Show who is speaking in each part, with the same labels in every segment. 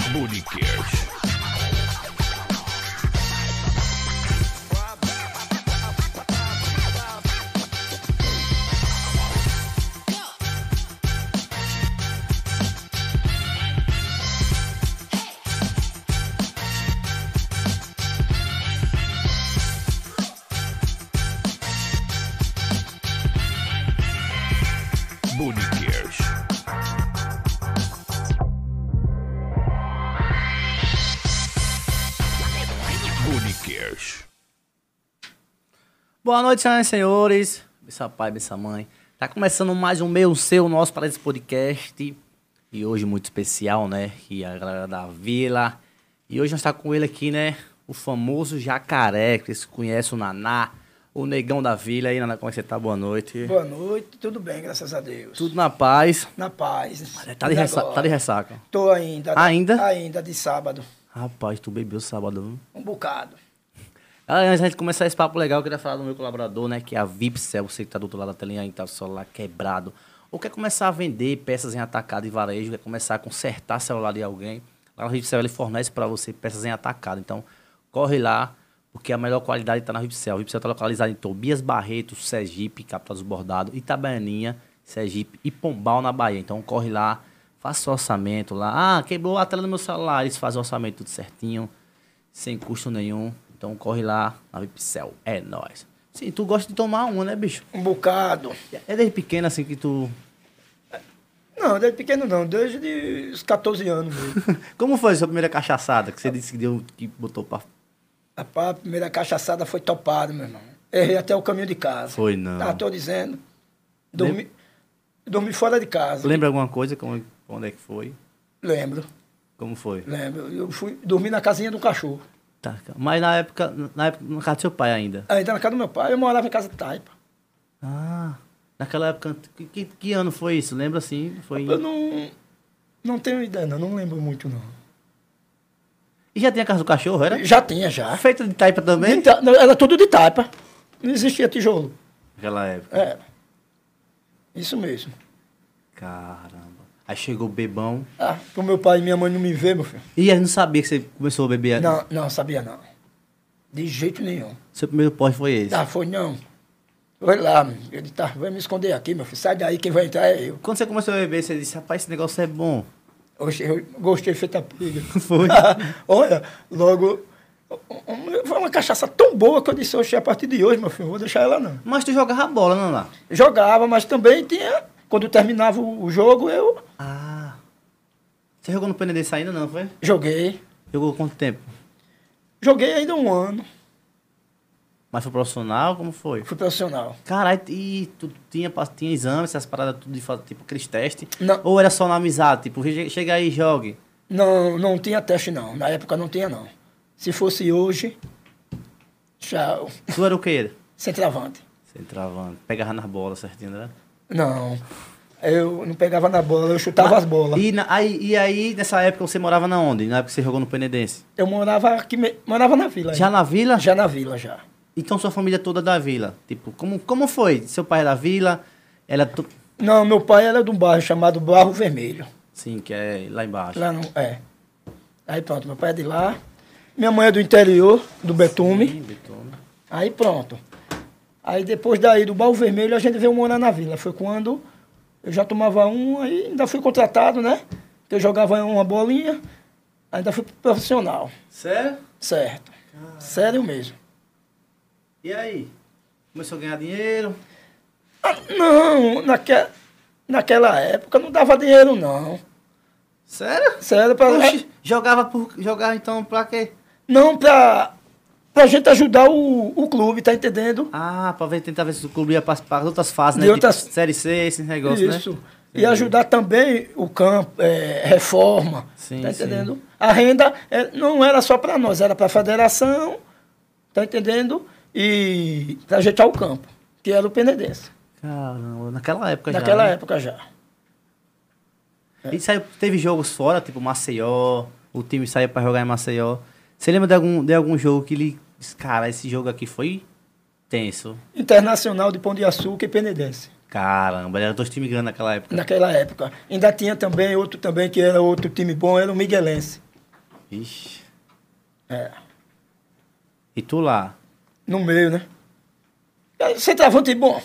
Speaker 1: Comunique. Boniqueiros. Boniqueiros.
Speaker 2: Boa noite, senhoras e senhores. Bissa pai, bissa mãe. Tá começando mais um meu, seu, nosso para esse podcast. E hoje muito especial, né? E a galera da Vila. E hoje nós tá com ele aqui, né? O famoso Jacaré, que vocês conhecem, o Naná, o Negão da Vila. E aí, Naná, como é que você tá? Boa noite.
Speaker 3: Boa noite, tudo bem, graças a Deus.
Speaker 2: Tudo na paz.
Speaker 3: na paz.
Speaker 2: Tá de,
Speaker 3: Tudo
Speaker 2: ressa-
Speaker 3: agora.
Speaker 2: tá de ressaca.
Speaker 3: Tô ainda. tá-
Speaker 2: Ainda?
Speaker 3: Ainda, de sábado.
Speaker 2: Rapaz, tu bebeu sábado, viu?
Speaker 3: Um bocado.
Speaker 2: Ah, antes da gente começar esse papo legal, eu queria falar do meu colaborador, né? Que é a Vipcel, você que tá do outro lado da telinha aí, tá o celular quebrado. Ou quer começar a vender peças em atacado e varejo, quer começar a consertar celular de alguém. Lá na Vipcel ele fornece para você peças em atacado. Então, corre lá, porque a melhor qualidade tá na Vipcel. A Vipcel tá localizada em Tobias Barreto, Sergipe, capital dos bordados, Itabaianinha, Sergipe e Pombal, na Bahia. Então, corre lá, faça o orçamento lá. Ah, quebrou a tela do meu celular, eles fazem o orçamento tudo certinho sem custo nenhum. Então corre lá na Vipcel. É nóis. Sim, tu gosta de tomar uma, né, bicho?
Speaker 3: Um bocado.
Speaker 2: É desde pequeno assim que tu.
Speaker 3: Não, desde pequeno não, desde os 14 anos mesmo.
Speaker 2: Como foi a sua primeira cachaçada que você decidiu que botou pra.
Speaker 3: Rapaz, a primeira cachaçada foi topada, meu irmão. Errei até o caminho de casa.
Speaker 2: Foi não.
Speaker 3: Ah, tô dizendo. Dormi, dormi fora de casa.
Speaker 2: Lembra alguma coisa? Como, onde é que foi?
Speaker 3: Lembro,
Speaker 2: Como foi?
Speaker 3: lembro. Eu fui dormir na casinha do cachorro.
Speaker 2: Tá, mas na época, na época, na casa do seu pai ainda.
Speaker 3: Ainda na casa do meu pai. Eu morava em casa de taipa.
Speaker 2: Ah, naquela época, que, que, que ano foi isso? Lembra assim? Foi.
Speaker 3: Eu não, não tenho ideia, não. Não lembro muito, não.
Speaker 2: E já tinha a casa do cachorro, era?
Speaker 3: Já tinha, já.
Speaker 2: Feita de taipa também?
Speaker 3: De ta- Então, não, Era tudo de taipa. Não existia tijolo.
Speaker 2: Naquela época.
Speaker 3: É. Isso mesmo.
Speaker 2: Caramba. Aí chegou o bebão.
Speaker 3: Ah, pro meu pai e minha mãe não me ver, meu filho.
Speaker 2: E aí não sabia que você começou a beber.
Speaker 3: Não, não, sabia não. De jeito nenhum.
Speaker 2: Seu primeiro porte foi esse.
Speaker 3: Ah, foi não. Foi lá, meu. ele disse, tá, vai me esconder aqui, meu filho. Sai daí, quem vai entrar é eu.
Speaker 2: Quando você começou a beber, você disse, rapaz, esse negócio é bom.
Speaker 3: Oxe, eu gostei feita pilha.
Speaker 2: Foi.
Speaker 3: Olha, logo. um- um- Foi uma cachaça tão boa que eu disse, oxe, a partir de hoje, meu filho, não vou deixar ela não.
Speaker 2: Mas tu jogava bola, não é lá?
Speaker 3: Jogava, mas também tinha. Quando terminava o o jogo, eu
Speaker 2: Ah. Você jogou no Penedense ainda, não, foi?
Speaker 3: joguei.
Speaker 2: Jogou quanto tempo?
Speaker 3: Joguei ainda um ano.
Speaker 2: Mas foi profissional? Como foi?
Speaker 3: Fui profissional.
Speaker 2: Caralho, e tu tinha, pa- tinha exame, essas paradas tudo de fazer, tipo, aqueles testes?
Speaker 3: Não.
Speaker 2: Ou era só na amizade? Tipo, che- chega aí e jogue.
Speaker 3: Não, não tinha teste, não. Na época não tinha, não. Se fosse hoje, tchau.
Speaker 2: Tu era o quê?
Speaker 3: Centroavante.
Speaker 2: Você entrava, pegava nas bolas certinho, né?
Speaker 3: Não. Eu não pegava na bola, eu chutava as bolas.
Speaker 2: E, na- aí, e aí, nessa época, você morava na onde? Na época que você jogou no Penedense?
Speaker 3: Eu morava aqui, me- morava na vila.
Speaker 2: Já
Speaker 3: ainda.
Speaker 2: na vila?
Speaker 3: Já na vila, já.
Speaker 2: Então sua família toda da vila. Tipo, como, como foi? Seu pai é da vila, ela. é Tu...
Speaker 3: Não, meu pai era de um bairro chamado Barro Vermelho.
Speaker 2: Sim, que é lá embaixo.
Speaker 3: Lá no. É. Aí pronto, meu pai é de lá. Minha mãe é do interior, do Betume.
Speaker 2: Sim, Betona.
Speaker 3: Aí pronto. Aí depois daí do Baú Vermelho a gente veio morar na vila. Foi quando eu já tomava um, aí ainda fui contratado, né? Eu jogava uma bolinha, ainda fui profissional.
Speaker 2: Sério?
Speaker 3: Certo. Sério mesmo.
Speaker 2: E aí? Começou a ganhar dinheiro?
Speaker 3: Ah, não, naque, naquela época não dava dinheiro, não.
Speaker 2: Sério?
Speaker 3: Sério, pra, é,
Speaker 2: Oxi, jogava por. Jogava então pra quê?
Speaker 3: não pra, pra gente ajudar o, o clube, tá entendendo?
Speaker 2: Ah, pra ver, tentar ver se o clube ia participar das outras fases, né?
Speaker 3: De outras-
Speaker 2: Tipo, série C, esse negócio,
Speaker 3: Isso.
Speaker 2: né?
Speaker 3: E ajudar também o campo, é, reforma.
Speaker 2: Sim,
Speaker 3: tá
Speaker 2: sim.
Speaker 3: entendendo? A renda é, não era só para nós, era para a federação, tá entendendo? E para ajeitar o campo, que era o Penedense.
Speaker 2: Caramba, naquela época já.
Speaker 3: naquela
Speaker 2: né?
Speaker 3: época já.
Speaker 2: E saiu, teve jogos fora, tipo Maceió, o time saiu pra jogar em Maceió. Você lembra de algum, de algum jogo que ele. disse, Cara, esse jogo aqui foi tenso.
Speaker 3: Internacional de Pão de Açúcar e Penedense.
Speaker 2: Caramba, eram dois times grandes naquela época.
Speaker 3: Naquela época. Ainda tinha também outro também, que era outro time bom, era o Miguelense.
Speaker 2: Ixi.
Speaker 3: É.
Speaker 2: E tu lá?
Speaker 3: No meio, né? Aí, Centroavante bom.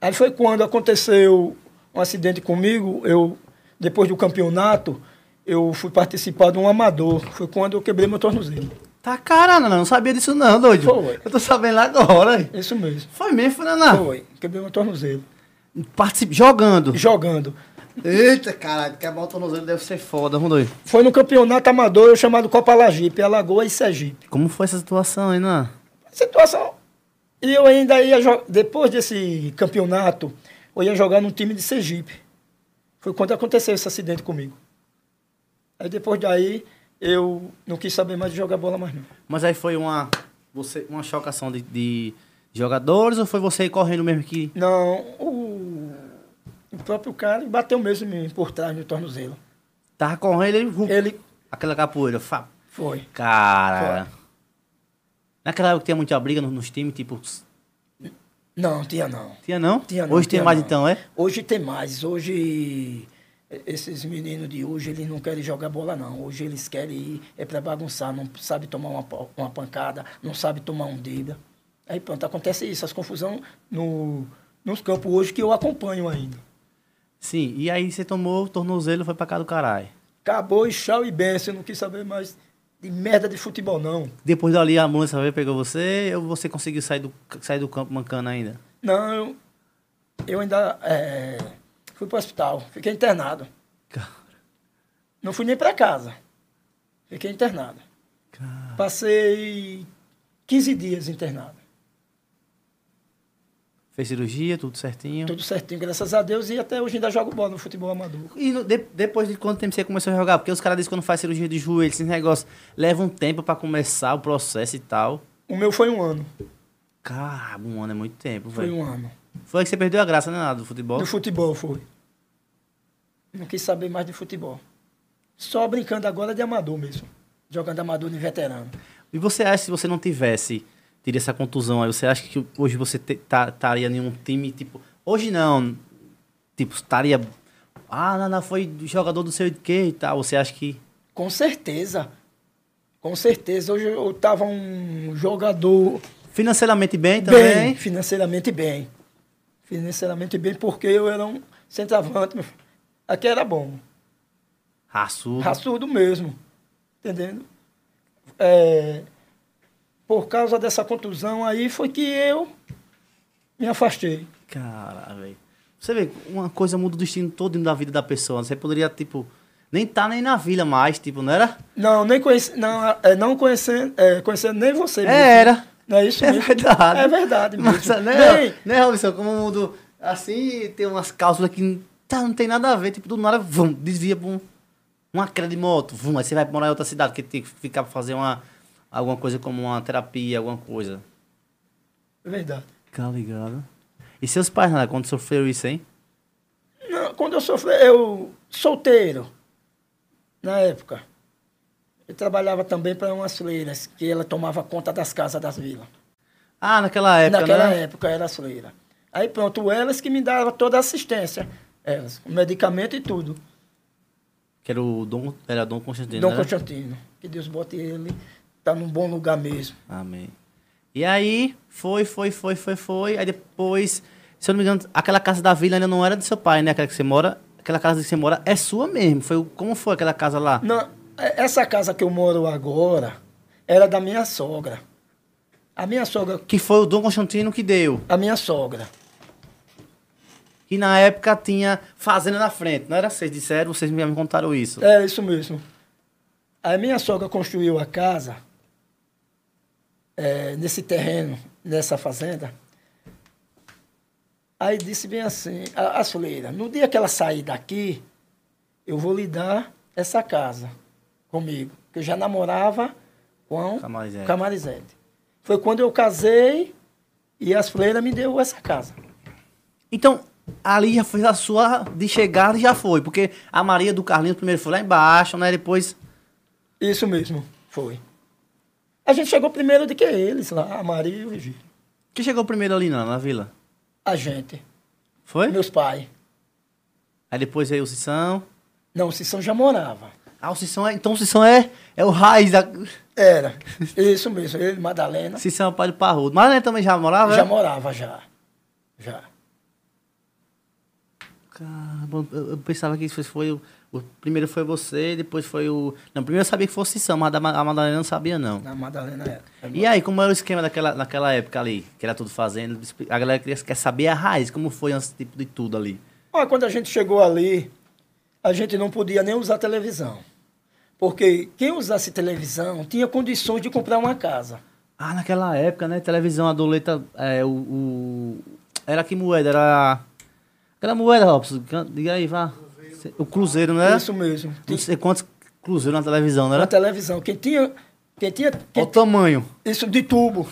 Speaker 3: Aí foi quando aconteceu um acidente comigo. Eu, depois do campeonato, eu fui participar de um amador. Foi quando eu quebrei meu tornozelo.
Speaker 2: Tá caralho, não, não sabia disso não, doido.
Speaker 3: Foi.
Speaker 2: Eu tô sabendo lá agora. hein?
Speaker 3: Isso mesmo.
Speaker 2: Foi mesmo, foi, Naná?
Speaker 3: Foi. Quebrei meu tornozelo.
Speaker 2: Participe, jogando.
Speaker 3: Jogando.
Speaker 2: Eita, caralho, quebrar o tornozelo tá deve ser foda, viu, doido?
Speaker 3: Foi no campeonato amador chamado Copa Lagipe, Alagoas e Sergipe.
Speaker 2: Como foi essa situação, hein, Naná?
Speaker 3: situação. E eu ainda ia jogar. Depois desse campeonato, eu ia jogar num time de Sergipe. Foi quando aconteceu esse acidente comigo. Aí depois daí, eu não quis saber mais de jogar bola mais não.
Speaker 2: Mas aí foi uma, você, uma chocação de, de jogadores ou foi você correndo mesmo que...
Speaker 3: Não, o, o próprio cara bateu mesmo em mim por trás do tornozelo.
Speaker 2: Tava correndo ele... ru-
Speaker 3: Ele
Speaker 2: Aquela capoeira, fa...
Speaker 3: foi.
Speaker 2: Cara... Naquela época tinha muita briga nos, nos times, tipo...
Speaker 3: Não, tinha não.
Speaker 2: Tinha não?
Speaker 3: Tinha não,
Speaker 2: Hoje tem
Speaker 3: tinha
Speaker 2: mais
Speaker 3: não.
Speaker 2: então, é?
Speaker 3: Hoje tem mais. Hoje, eh, esses meninos de hoje, eles não querem jogar bola, não. Hoje eles querem ir, é pra bagunçar, não sabe tomar uma, pa- uma pancada, não sabe tomar um dedo. Aí pronto, acontece isso, as confusões no, nos campos hoje que eu acompanho ainda.
Speaker 2: Sim, e aí você tomou o tornozelo foi pra cá do caralho.
Speaker 3: Acabou e tchau e benção, eu não quis saber mais de merda de futebol, não.
Speaker 2: Depois dali a ambulância veio, pegou você, ou você conseguiu sair do, sair do campo mancando ainda?
Speaker 3: Não, eu, eu ainda eh, fui pro hospital, fiquei internado. Não fui nem pra casa, fiquei internado.
Speaker 2: Cara,
Speaker 3: Passei 15 dias internado.
Speaker 2: Fez cirurgia, tudo certinho.
Speaker 3: Tudo certinho, graças a Deus. E até hoje ainda jogo bola no futebol amador.
Speaker 2: E no- de- depois de quanto tempo você começou a jogar? Porque os caras dizem que quando faz cirurgia de joelho, esse negócio leva um tempo pra começar o processo e tal.
Speaker 3: O meu foi um ano.
Speaker 2: Caramba, um ano é muito tempo,
Speaker 3: Foi
Speaker 2: velho.
Speaker 3: um ano.
Speaker 2: Foi aí que você perdeu a graça, né, nada, do futebol?
Speaker 3: Do futebol foi. Não quis saber mais de futebol. Só brincando agora de amador mesmo. Jogando amador de veterano.
Speaker 2: E você acha que se você não tivesse tido essa contusão aí, você acha que hoje você te- tá- estaria em um time, tipo. Hoje não. Tipo, estaria. Ah, não, não, foi jogador do seu quê e tal. Você acha que.
Speaker 3: Com certeza. Com certeza. Hoje eu estava um jogador
Speaker 2: Financeiramente bem também.
Speaker 3: Bem, financeiramente bem. Financeiramente bem, porque eu era um centroavante. meu filho. Aqui era bom.
Speaker 2: Raçudo.
Speaker 3: Raçudo mesmo. Entendendo? É, por causa dessa contusão aí foi que eu me afastei.
Speaker 2: Cara, velho. Você vê, uma coisa muda o destino todo da vida da pessoa. Você poderia, tipo, nem tá nem na vila mais, tipo, não era?
Speaker 3: Não, nem conheci, não, é, não conhecendo, é, conhecendo nem você. mesmo.
Speaker 2: É, era.
Speaker 3: Não é isso
Speaker 2: É
Speaker 3: mesmo?
Speaker 2: verdade.
Speaker 3: É verdade mesmo.
Speaker 2: Mas,
Speaker 3: Bem,
Speaker 2: né, né, Robson? Como o mundo assim tem umas cápsulas que tá, não tem nada a ver, tipo, do nada, vum, desvia pra um, uma queda de moto, vum, aí você vai morar em outra cidade, que tem que ficar pra fazer uma, alguma coisa como uma terapia, alguma coisa.
Speaker 3: é verdade.
Speaker 2: Tá ligado? E seus pais, né, quando sofreram isso, hein?
Speaker 3: Não, quando eu sofri, eu solteiro, na época. Eu trabalhava também para umas freiras, que ela tomava conta das casas das vilas.
Speaker 2: Ah, naquela época,
Speaker 3: Naquela
Speaker 2: né?
Speaker 3: época era freira. Aí pronto, elas que me davam toda a assistência. Elas, o medicamento e tudo.
Speaker 2: Que era o Dom, era Dom Constantino,
Speaker 3: Dom
Speaker 2: né?
Speaker 3: Constantino. Que Deus bote ele, tá num bom lugar mesmo.
Speaker 2: Amém. E aí, foi, foi, foi, foi, foi. Aí depois, se eu não me engano, aquela casa da vila ainda não era do seu pai, né? Aquela que você mora. Aquela casa que você mora é sua mesmo. Foi, o- como foi aquela casa lá?
Speaker 3: Não, é- essa casa que eu moro agora era da minha sogra. A minha sogra,
Speaker 2: Que foi o Dom Constantino que deu.
Speaker 3: a minha sogra.
Speaker 2: E na época tinha fazenda na frente. Não era vocês disseram, vocês me me contaram isso.
Speaker 3: É isso mesmo. A minha sogra construiu a casa eh, nesse terreno, nessa fazenda. Aí disse bem assim, a, a soleira, no dia que ela sair daqui, eu vou lhe dar essa casa comigo. Que eu já namorava com
Speaker 2: Camarizete.
Speaker 3: Camarizete. Foi quando eu casei e as freiras me deu essa casa.
Speaker 2: Então, ali já foi a sua de chegada e já foi. Porque a Maria do Carlinhos primeiro foi lá embaixo, né? Depois.
Speaker 3: Isso mesmo, foi. A gente chegou primeiro do que eles lá, a Maria e o Virgílio.
Speaker 2: Quem chegou primeiro ali na, na vila?
Speaker 3: A gente.
Speaker 2: Foi?
Speaker 3: Meus pais.
Speaker 2: Aí depois veio o Sissão.
Speaker 3: Não, o Sissão já morava.
Speaker 2: Ah, o Cissão é. Então o Cissão é, é o raiz da.
Speaker 3: Era. Isso mesmo, ele, Madalena.
Speaker 2: Cissão é o pai do Parrudo. Mas ele também já morava?
Speaker 3: Já
Speaker 2: é?
Speaker 3: morava, já. Já.
Speaker 2: Caramba, eu, eu pensava que isso foi. O, o primeiro foi você, depois foi o. Não, primeiro eu sabia que fosse Sissão, mas a Ma- a Madalena não sabia, não.
Speaker 3: Na Madalena era.
Speaker 2: E aí, como era o esquema daquela, naquela época ali, que era tudo fazendo? A galera queria, quer saber a raiz, como foi antes tipo, de tudo ali.
Speaker 3: Olha, quando a gente chegou ali, a gente não podia nem usar televisão. Porque quem usasse televisão tinha condições de comprar uma casa.
Speaker 2: Ah, naquela época, né? Televisão, a doleta, é, o, o- Era que moeda? Era... Aquela moeda, Robson. can- Diga aí, vá. O Cruzeiro, não era?
Speaker 3: Isso é? mesmo.
Speaker 2: Não
Speaker 3: Tinha
Speaker 2: sei quantos Cruzeiro na televisão, não
Speaker 3: uma
Speaker 2: era?
Speaker 3: televisão. Quem tinha. Quem tinha.
Speaker 2: Olha
Speaker 3: quem-
Speaker 2: o tamanho.
Speaker 3: isso de tubo.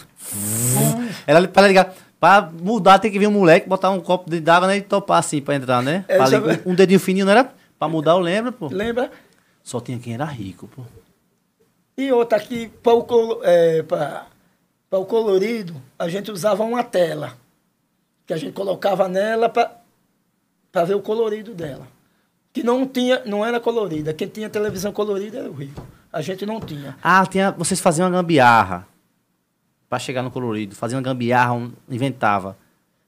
Speaker 2: Era pra ligar... Pra mudar, tem que vir um moleque, botar um copo de d'água né, e topar assim pra entrar, né?
Speaker 3: É,
Speaker 2: Pra
Speaker 3: já-
Speaker 2: ligar- Um dedinho fininho, não era? Pra mudar, eu lembro, pô.
Speaker 3: Lembra?
Speaker 2: Só tinha quem era rico, pô.
Speaker 3: E outra aqui, para o, colo- é, pra- pra o colorido, a gente usava uma tela. Que a gente colocava nela para ver o colorido dela. Que não tinha, não era colorida. Quem tinha televisão colorida era o rico. A gente não tinha.
Speaker 2: Ah, tinha, vocês faziam uma gambiarra pra chegar no colorido. Faziam uma gambiarra, um- inventava.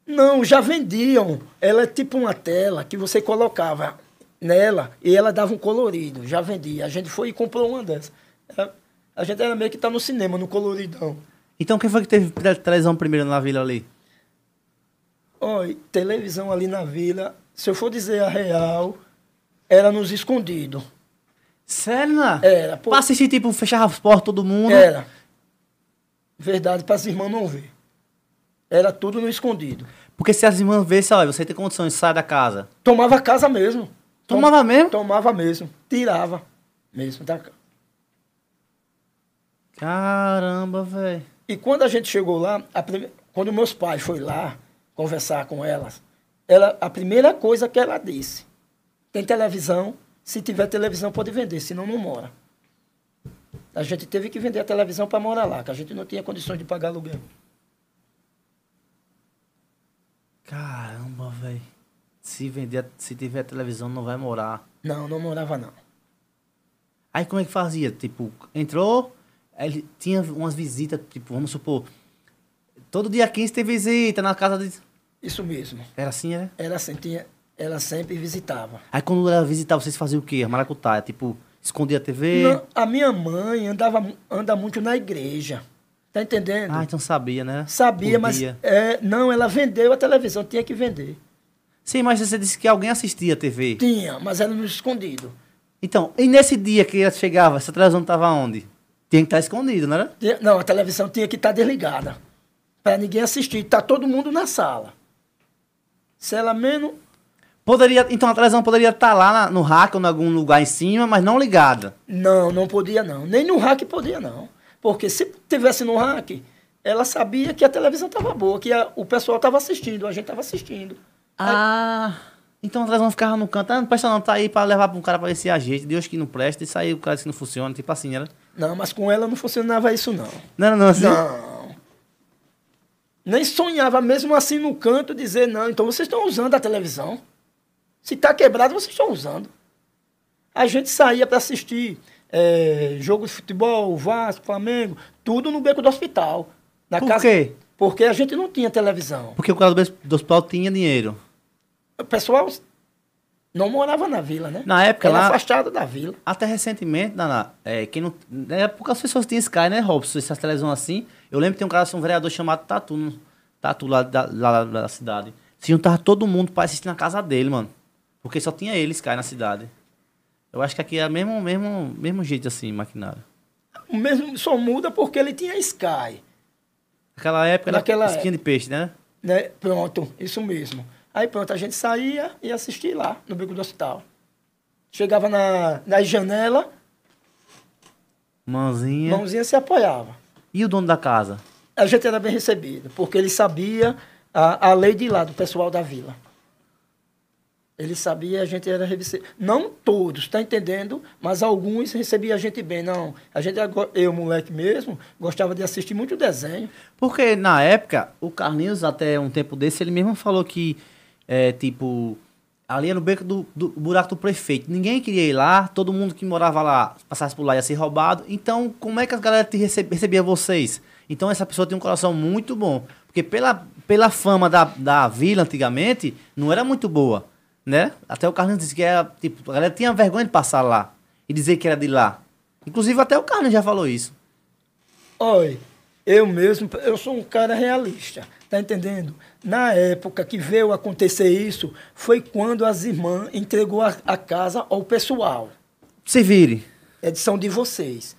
Speaker 3: Não, já vendiam. Ela é tipo uma tela que você colocava nela e ela dava um colorido. Já vendia. A gente foi e comprou uma dessas. Era- a gente era meio que tá no cinema, no coloridão.
Speaker 2: Então quem foi que teve tele- televisão primeiro na vila ali?
Speaker 3: Olha, televisão ali na vila, se eu for dizer a real, era nos escondidos.
Speaker 2: Sério, né?
Speaker 3: Era, É, pô. É.
Speaker 2: Pra né? assistir, tipo, fechava as portas todo mundo.
Speaker 3: Era. Verdade, para as irmãs não ver. Era tudo no escondido.
Speaker 2: Porque se as irmãs vissem, olha, você tem condições, sai da casa.
Speaker 3: Tomava casa mesmo. Tom-
Speaker 2: Tomava mesmo?
Speaker 3: Tomava mesmo. Tirava mesmo da casa.
Speaker 2: Caramba, velho.
Speaker 3: E quando a gente chegou lá, a prime- quando meus pais foram lá conversar com elas, ela, a primeira coisa que ela disse, tem televisão, se tiver televisão pode vender, senão não mora. A gente teve que vender a televisão para morar lá, que a gente não tinha condições de pagar aluguel.
Speaker 2: Caramba, velho. Se vender, se tiver televisão, não vai morar.
Speaker 3: Não, não morava não.
Speaker 2: Aí como é que fazia? Tipo, entrou, aí ele tinha umas visitas, tipo, vamos supor, todo dia 15 tem visita na casa de...
Speaker 3: Isso mesmo.
Speaker 2: Era assim, era?
Speaker 3: Ela sentia, ela sempre visitava.
Speaker 2: Aí quando ela visitava, vocês faziam o quê? Maracutaia, tipo, escondia a TV?
Speaker 3: Não, a minha mãe andava, mu- anda muito na igreja. Tá entendendo?
Speaker 2: Ah, então sabia, né?
Speaker 3: Sabia, mas
Speaker 2: Podia.
Speaker 3: é, não, ela vendeu a televisão, tinha que vender.
Speaker 2: Sim, mas você disse que alguém assistia a TV.
Speaker 3: Tinha, mas era no escondido.
Speaker 2: Então, e nesse dia que ela chegava, essa televisão estava onde? Tinha que estar escondido, não era?
Speaker 3: Tinha- Não, a televisão tinha que estar desligada. Para ninguém assistir. Tá todo mundo na sala. Se ela menos.
Speaker 2: Poderia, então a televisão poderia estar lá na- no rack ou em algum lugar em cima, mas não ligada.
Speaker 3: Não, não podia não. Nem no hack podia não. Porque se tivesse no hack, ela sabia que a televisão estava boa, que a- o pessoal estava assistindo, a gente estava assistindo.
Speaker 2: Ah, então a televisão ficava no canto. Ah, não presta não, tá aí para levar para um cara para ver se ajeita. Deus que não presta, isso aí o cara disse que não funciona, tipo assim, era?
Speaker 3: Não, mas com ela não funcionava isso não.
Speaker 2: Não, não, não, assim.
Speaker 3: Não. Nem sonhava mesmo assim no canto dizer, não, então vocês estão usando a televisão. Se está quebrado, vocês estão usando. A gente saía para assistir eh, jogo de futebol, Vasco, Flamengo, tudo no beco do hospital. Na
Speaker 2: Por quê?
Speaker 3: Porque a gente não tinha televisão.
Speaker 2: Porque o cara do bes- do hospital tinha dinheiro.
Speaker 3: O pessoal não morava na vila, né?
Speaker 2: Na época
Speaker 3: Era
Speaker 2: lá-
Speaker 3: afastado da vila.
Speaker 2: Até recentemente, Naná, é, quem não, na época as pessoas tinham Sky, né, Robson? Essas televisões assim. Eu lembro que tem um cara, assim, um vereador chamado Tatu, no- Tatu lá da, lá da cidade. Se juntava todo mundo pra assistir na casa dele, mano. Porque só tinha ele, Sky, na cidade. Eu acho que aqui é o mesmo, mesmo, mesmo jeito assim, maquinário.
Speaker 3: O mesmo só muda porque ele tinha Sky.
Speaker 2: Naquela época era
Speaker 3: Naquela
Speaker 2: espinha de peixe, né?
Speaker 3: né? Pronto, isso mesmo. Aí pronto, a gente saía e assistia lá no Bico do Hospital. Chegava na, na janela,
Speaker 2: Mãozinha.
Speaker 3: mãozinha se apoiava.
Speaker 2: E o dono da casa?
Speaker 3: A gente era bem recebido, porque ele sabia a, a lei de lá do pessoal da vila. Ele sabia, a gente era recebido. Não todos, tá entendendo? Mas alguns recebiam a gente bem. Não, a gente, era go- eu, moleque mesmo, gostava de assistir muito desenho.
Speaker 2: Porque na época, o Carlinhos, até um tempo desse, ele mesmo falou que, é, tipo, Ali era no beco do, do buraco do prefeito. Ninguém queria ir lá, todo mundo que morava lá passasse por lá ia ser roubado. Então, como é que as galera te receb- recebia vocês? Então, essa pessoa tem um coração muito bom. Porque pela, pela fama da, da vila antigamente, não era muito boa, né? Até o Carlinhos disse que era, tipo, a galera tinha vergonha de passar lá e dizer que era de lá. Inclusive, até o Carlinhos já falou isso.
Speaker 3: Olha, eu mesmo, eu sou um cara realista, tá entendendo? Na época que veio acontecer isso, foi quando as irmãs entregou a, a casa ao pessoal.
Speaker 2: Se vire.
Speaker 3: Edição de vocês.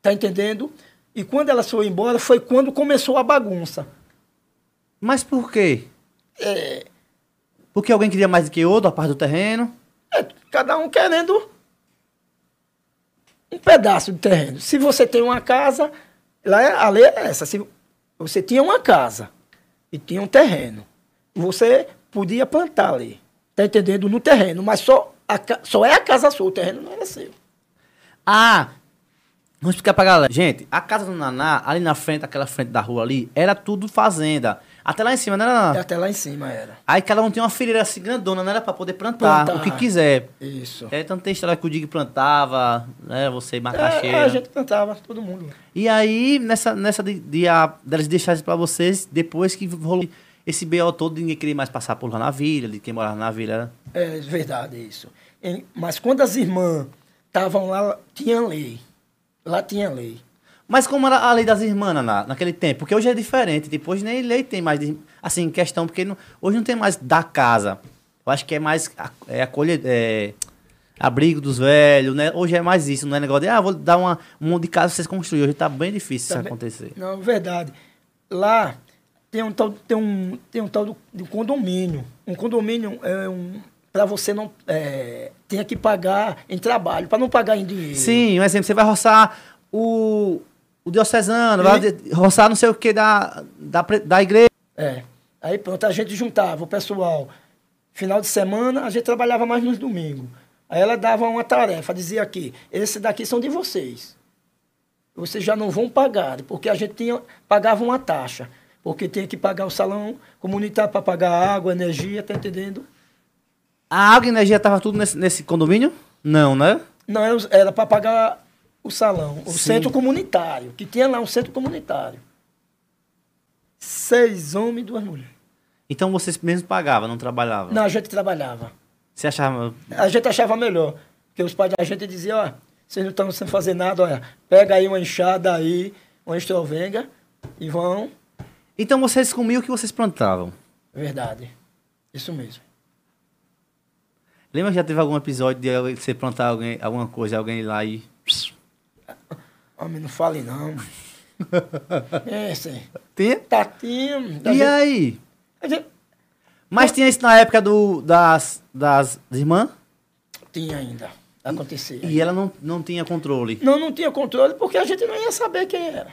Speaker 3: Tá entendendo? E quando elas foram embora, foi quando começou a bagunça.
Speaker 2: Mas por quê?
Speaker 3: É,
Speaker 2: Porque alguém queria mais do que outro, a parte do terreno.
Speaker 3: é, cada um querendo um pedaço de terreno. Se você tem uma casa, lá é- a lei é essa. Se você tinha uma casa e tinha um terreno, você podia plantar ali. Tá entendendo? No terreno, mas só, a ca- só é a casa sua, o terreno não era seu.
Speaker 2: Ah! Vamos explicar pra galera. Gente, a casa do Naná, ali na frente, aquela frente da rua ali, era tudo fazenda. Até lá em cima, não era? Naná?
Speaker 3: Até lá em cima era.
Speaker 2: Aí cada um tinha uma fileira assim grandona, não era pra poder plantar,
Speaker 3: Plantar.
Speaker 2: o que quiser.
Speaker 3: Isso.
Speaker 2: É, então tem história que o Dig plantava, né? Você macaxeira.
Speaker 3: É, a gente plantava, todo mundo.
Speaker 2: E aí, nessa, nessa de, de a, delas deixar isso pra vocês, depois que rolou esse BO todo, ninguém queria mais passar por lá na vila, de quem morava na vila. né?
Speaker 3: É verdade isso. Em- Mas quando as irmãs estavam lá, tinha lei. Lá tinha lei.
Speaker 2: Mas como era a lei das irmãs na, naquele tempo? Porque hoje é diferente. Tipo, hoje nem lei tem mais, de- assim, questão, porque não- hoje não tem mais da casa. Eu acho que é mais a- é, acolhe, é, abrigo dos velhos, né? Hoje é mais isso, não é negócio de, ah, vou dar uma, um monte de casa pra vocês construírem. Hoje tá bem difícil isso
Speaker 3: Também-
Speaker 2: acontecer.
Speaker 3: Não, verdade. Lá tem um tal, tem um, tem um tal do, de condomínio. Um condomínio é um. Para você não. É, tem que pagar em trabalho, para não pagar em dinheiro.
Speaker 2: Sim, um exemplo, você vai roçar o, o diocesano, vai
Speaker 3: E-
Speaker 2: de- roçar não sei o que da, da, pre- da igreja.
Speaker 3: É. Aí pronto, a gente juntava o pessoal. Final de semana, a gente trabalhava mais nos domingos. Aí ela dava uma tarefa, dizia aqui, esses daqui são de vocês. Vocês já não vão pagar, porque a gente tinha, pagava uma taxa. Porque tinha que pagar o salão comunitário para pagar água, energia, tá entendendo?
Speaker 2: A água e energia tava tudo nesse, nesse condomínio? Não, né?
Speaker 3: Não, era- era para pagar o salão, o
Speaker 2: Sim.
Speaker 3: centro comunitário, que tinha lá um centro comunitário. Seis homens e duas mulheres.
Speaker 2: Então vocês mesmos pagavam, não trabalhavam?
Speaker 3: Não, a gente trabalhava.
Speaker 2: Você achava.
Speaker 3: A gente achava melhor, porque os pais da gente diziam, ó, vocês não estão sem fazer nada, olha, pega aí uma enxada aí, uma estrovenga e vão.
Speaker 2: Então vocês comiam o que vocês plantavam.
Speaker 3: Verdade. Isso mesmo.
Speaker 2: Lembra que já teve algum episódio de alguém- você plantar alguém, alguma coisa, alguém ir lá e.
Speaker 3: Homem, não fale não. é, sim. Tá
Speaker 2: Tem?
Speaker 3: Tatinho.
Speaker 2: E aí?
Speaker 3: A gente
Speaker 2: Mas tinha isso na época do, das, das irmãs
Speaker 3: tinha ainda. Acontecia.
Speaker 2: e ela não, não tinha controle.
Speaker 3: Não, não tinha controle porque a gente não ia saber quem era.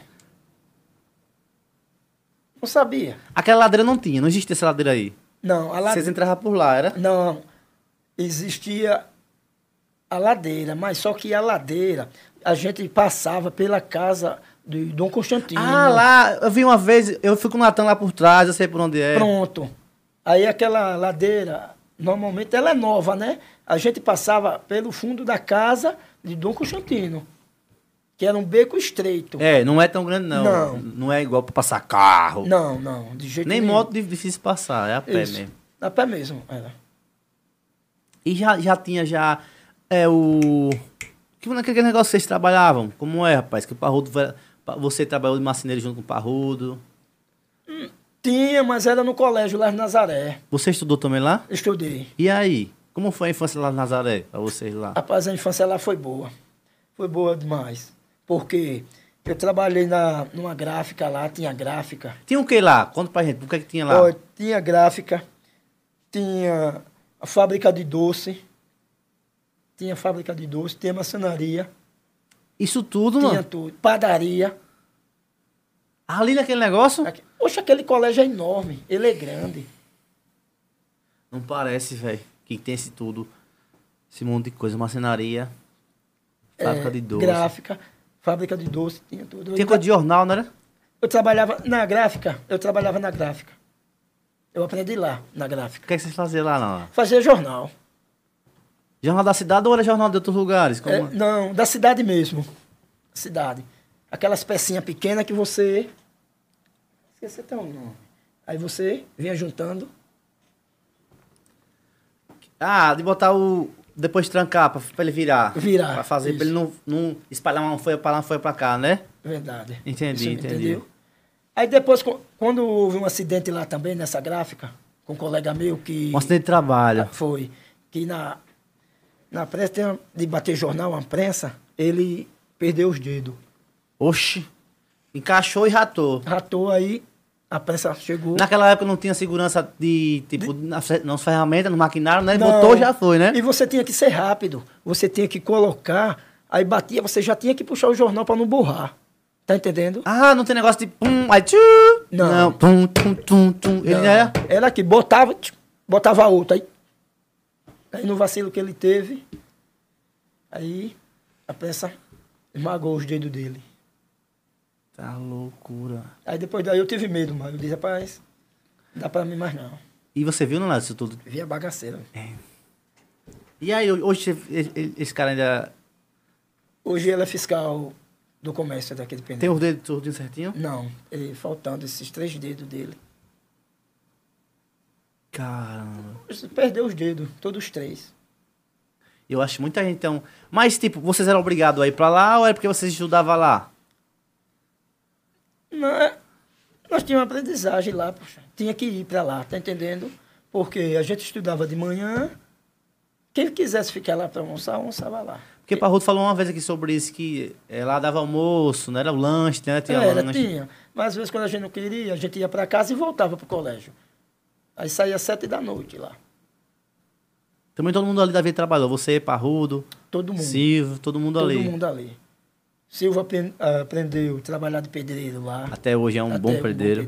Speaker 3: Não sabia.
Speaker 2: Aquela ladeira não tinha, não existia essa ladeira aí.
Speaker 3: Não, a
Speaker 2: Vocês
Speaker 3: ladeira.
Speaker 2: entravam por lá, era?
Speaker 3: Não. Existia a ladeira, mas só que a ladeira, a gente passava pela casa de Dom Constantino.
Speaker 2: Ah, lá, eu vi uma vez, eu fui com o Natan lá por trás, eu sei por onde é.
Speaker 3: Pronto. Aí aquela ladeira, normalmente ela é nova, né? A gente passava pelo fundo da casa de Dom Constantino, que era um beco estreito.
Speaker 2: É, não é tão grande, não.
Speaker 3: Não.
Speaker 2: é igual pra passar carro.
Speaker 3: Não, não, de jeito
Speaker 2: Nem
Speaker 3: nenhum.
Speaker 2: moto dif- difícil passar, é a pé
Speaker 3: Isso.
Speaker 2: mesmo.
Speaker 3: A pé mesmo, era.
Speaker 2: E já, já tinha já é o que naquele negócio que vocês trabalhavam? Como é, rapaz? Que o Parrudo vai- pa- você trabalhou de marceneiro junto com o Parrudo.
Speaker 3: Tinha, mas era no colégio lá em Nazaré.
Speaker 2: Você estudou também lá?
Speaker 3: Estudei.
Speaker 2: E aí? Como foi a infância lá em Nazaré pra vocês lá?
Speaker 3: Rapaz, a infância lá foi boa. Foi boa demais. Porque eu trabalhei na, numa gráfica lá, tinha gráfica.
Speaker 2: Tinha o que lá? Conta pra gente, o que é que tinha lá?
Speaker 3: Ó, tinha gráfica, tinha a fábrica de doce, tinha fábrica de doce, tinha maçonaria,
Speaker 2: Isso tudo,
Speaker 3: tinha
Speaker 2: mano?
Speaker 3: tudo. Padaria.
Speaker 2: Ali naquele negócio?
Speaker 3: Aque- Oxe, aquele colégio é enorme, ele é grande.
Speaker 2: Não parece, velho, que tem esse tudo. Esse monte de coisa, marcenaria, fábrica
Speaker 3: É,
Speaker 2: de doce.
Speaker 3: Gráfica, fábrica de doce, tinha tudo.
Speaker 2: Tinha coisa de jornal, não era?
Speaker 3: Eu trabalhava na gráfica, eu trabalhava na gráfica. Eu aprendi lá, na gráfica.
Speaker 2: O que, é que vocês faziam lá, não?
Speaker 3: Fazia jornal.
Speaker 2: Jornal da cidade ou era jornal de outros lugares? Como...
Speaker 3: É, não, da cidade mesmo. Cidade. Aquelas pecinhas pequenas que você. Esqueci até o nome. Aí você vinha juntando.
Speaker 2: Ah, de botar o. Depois de trancar pra, pra ele virar.
Speaker 3: Virar,
Speaker 2: Pra fazer, pra
Speaker 3: isso.
Speaker 2: ele não, não espalhar uma folha pra lá, uma folha pra cá, né?
Speaker 3: Verdade.
Speaker 2: Entendi,
Speaker 3: Isso,
Speaker 2: entendi.
Speaker 3: Aí depois, co- quando houve um acidente lá também, nessa gráfica, com um colega meu que.
Speaker 2: Um acidente de trabalho.
Speaker 3: Foi. Que na, na prensa tem uma- de bater jornal, uma prensa, ele perdeu os dedos.
Speaker 2: Oxi. Encaixou e ratou.
Speaker 3: Ratou aí, a prensa chegou.
Speaker 2: Naquela época não tinha segurança de, tipo, nas, fer- nas ferramentas, no maquinário, né?
Speaker 3: Não.
Speaker 2: Botou, já foi, né?
Speaker 3: E você tinha que ser rápido. Você tinha que colocar. Aí batia, você já tinha que puxar o jornal para não borrar. Tá entendendo?
Speaker 2: Ah, não tem negócio de pum, aí tchu.
Speaker 3: Não.
Speaker 2: Pum, tum, tum, tum. Ele
Speaker 3: Não.
Speaker 2: é.
Speaker 3: Era que botava, tch, botava outro. Aí, aí no vacilo que ele teve, aí a prensa esmagou os dedos dele.
Speaker 2: Tá loucura.
Speaker 3: Aí depois daí eu tive medo, mano. Eu disse, rapaz, não dá pra mim mais não.
Speaker 2: E você viu, Nanato, isso tudo?
Speaker 3: Via bagaceira.
Speaker 2: É. E aí, hoje ele- ele- esse cara ainda
Speaker 3: Hoje ela é fiscal do comércio daqui de Penedo.
Speaker 2: tem os dedos tudo certinho?
Speaker 3: Não, eh, faltando esses três dedos dele.
Speaker 2: Caramba.
Speaker 3: Perdeu os dedos, todos os três.
Speaker 2: Eu acho muita gente, então... Mas, tipo, vocês eram obrigados a ir pra lá ou era porque vocês estudavam lá?
Speaker 3: Não, é- nós tínhamos uma aprendizagem lá, poxa. Tinha que ir para lá, tá entendendo? Porque a gente estudava de manhã. Quem quisesse ficar lá para almoçar, almoçava lá.
Speaker 2: Porque Parrudo falou uma vez aqui sobre isso, que eh, lá dava almoço, não era o lanche, né? Tinha
Speaker 3: era,
Speaker 2: lanche.
Speaker 3: tinha. Mas às vezes quando a gente não queria, a gente ia para casa e voltava pro colégio. Aí saía às sete da noite lá.
Speaker 2: Também todo mundo ali da vida trabalhou. Você, Parrudo,
Speaker 3: Todo mundo.
Speaker 2: Silvio, todo mundo
Speaker 3: todo
Speaker 2: ali.
Speaker 3: mundo ali. Silva apren- ah, aprendeu a trabalhar de pedreiro lá.
Speaker 2: Até hoje é um
Speaker 3: Até
Speaker 2: bom perdeiro.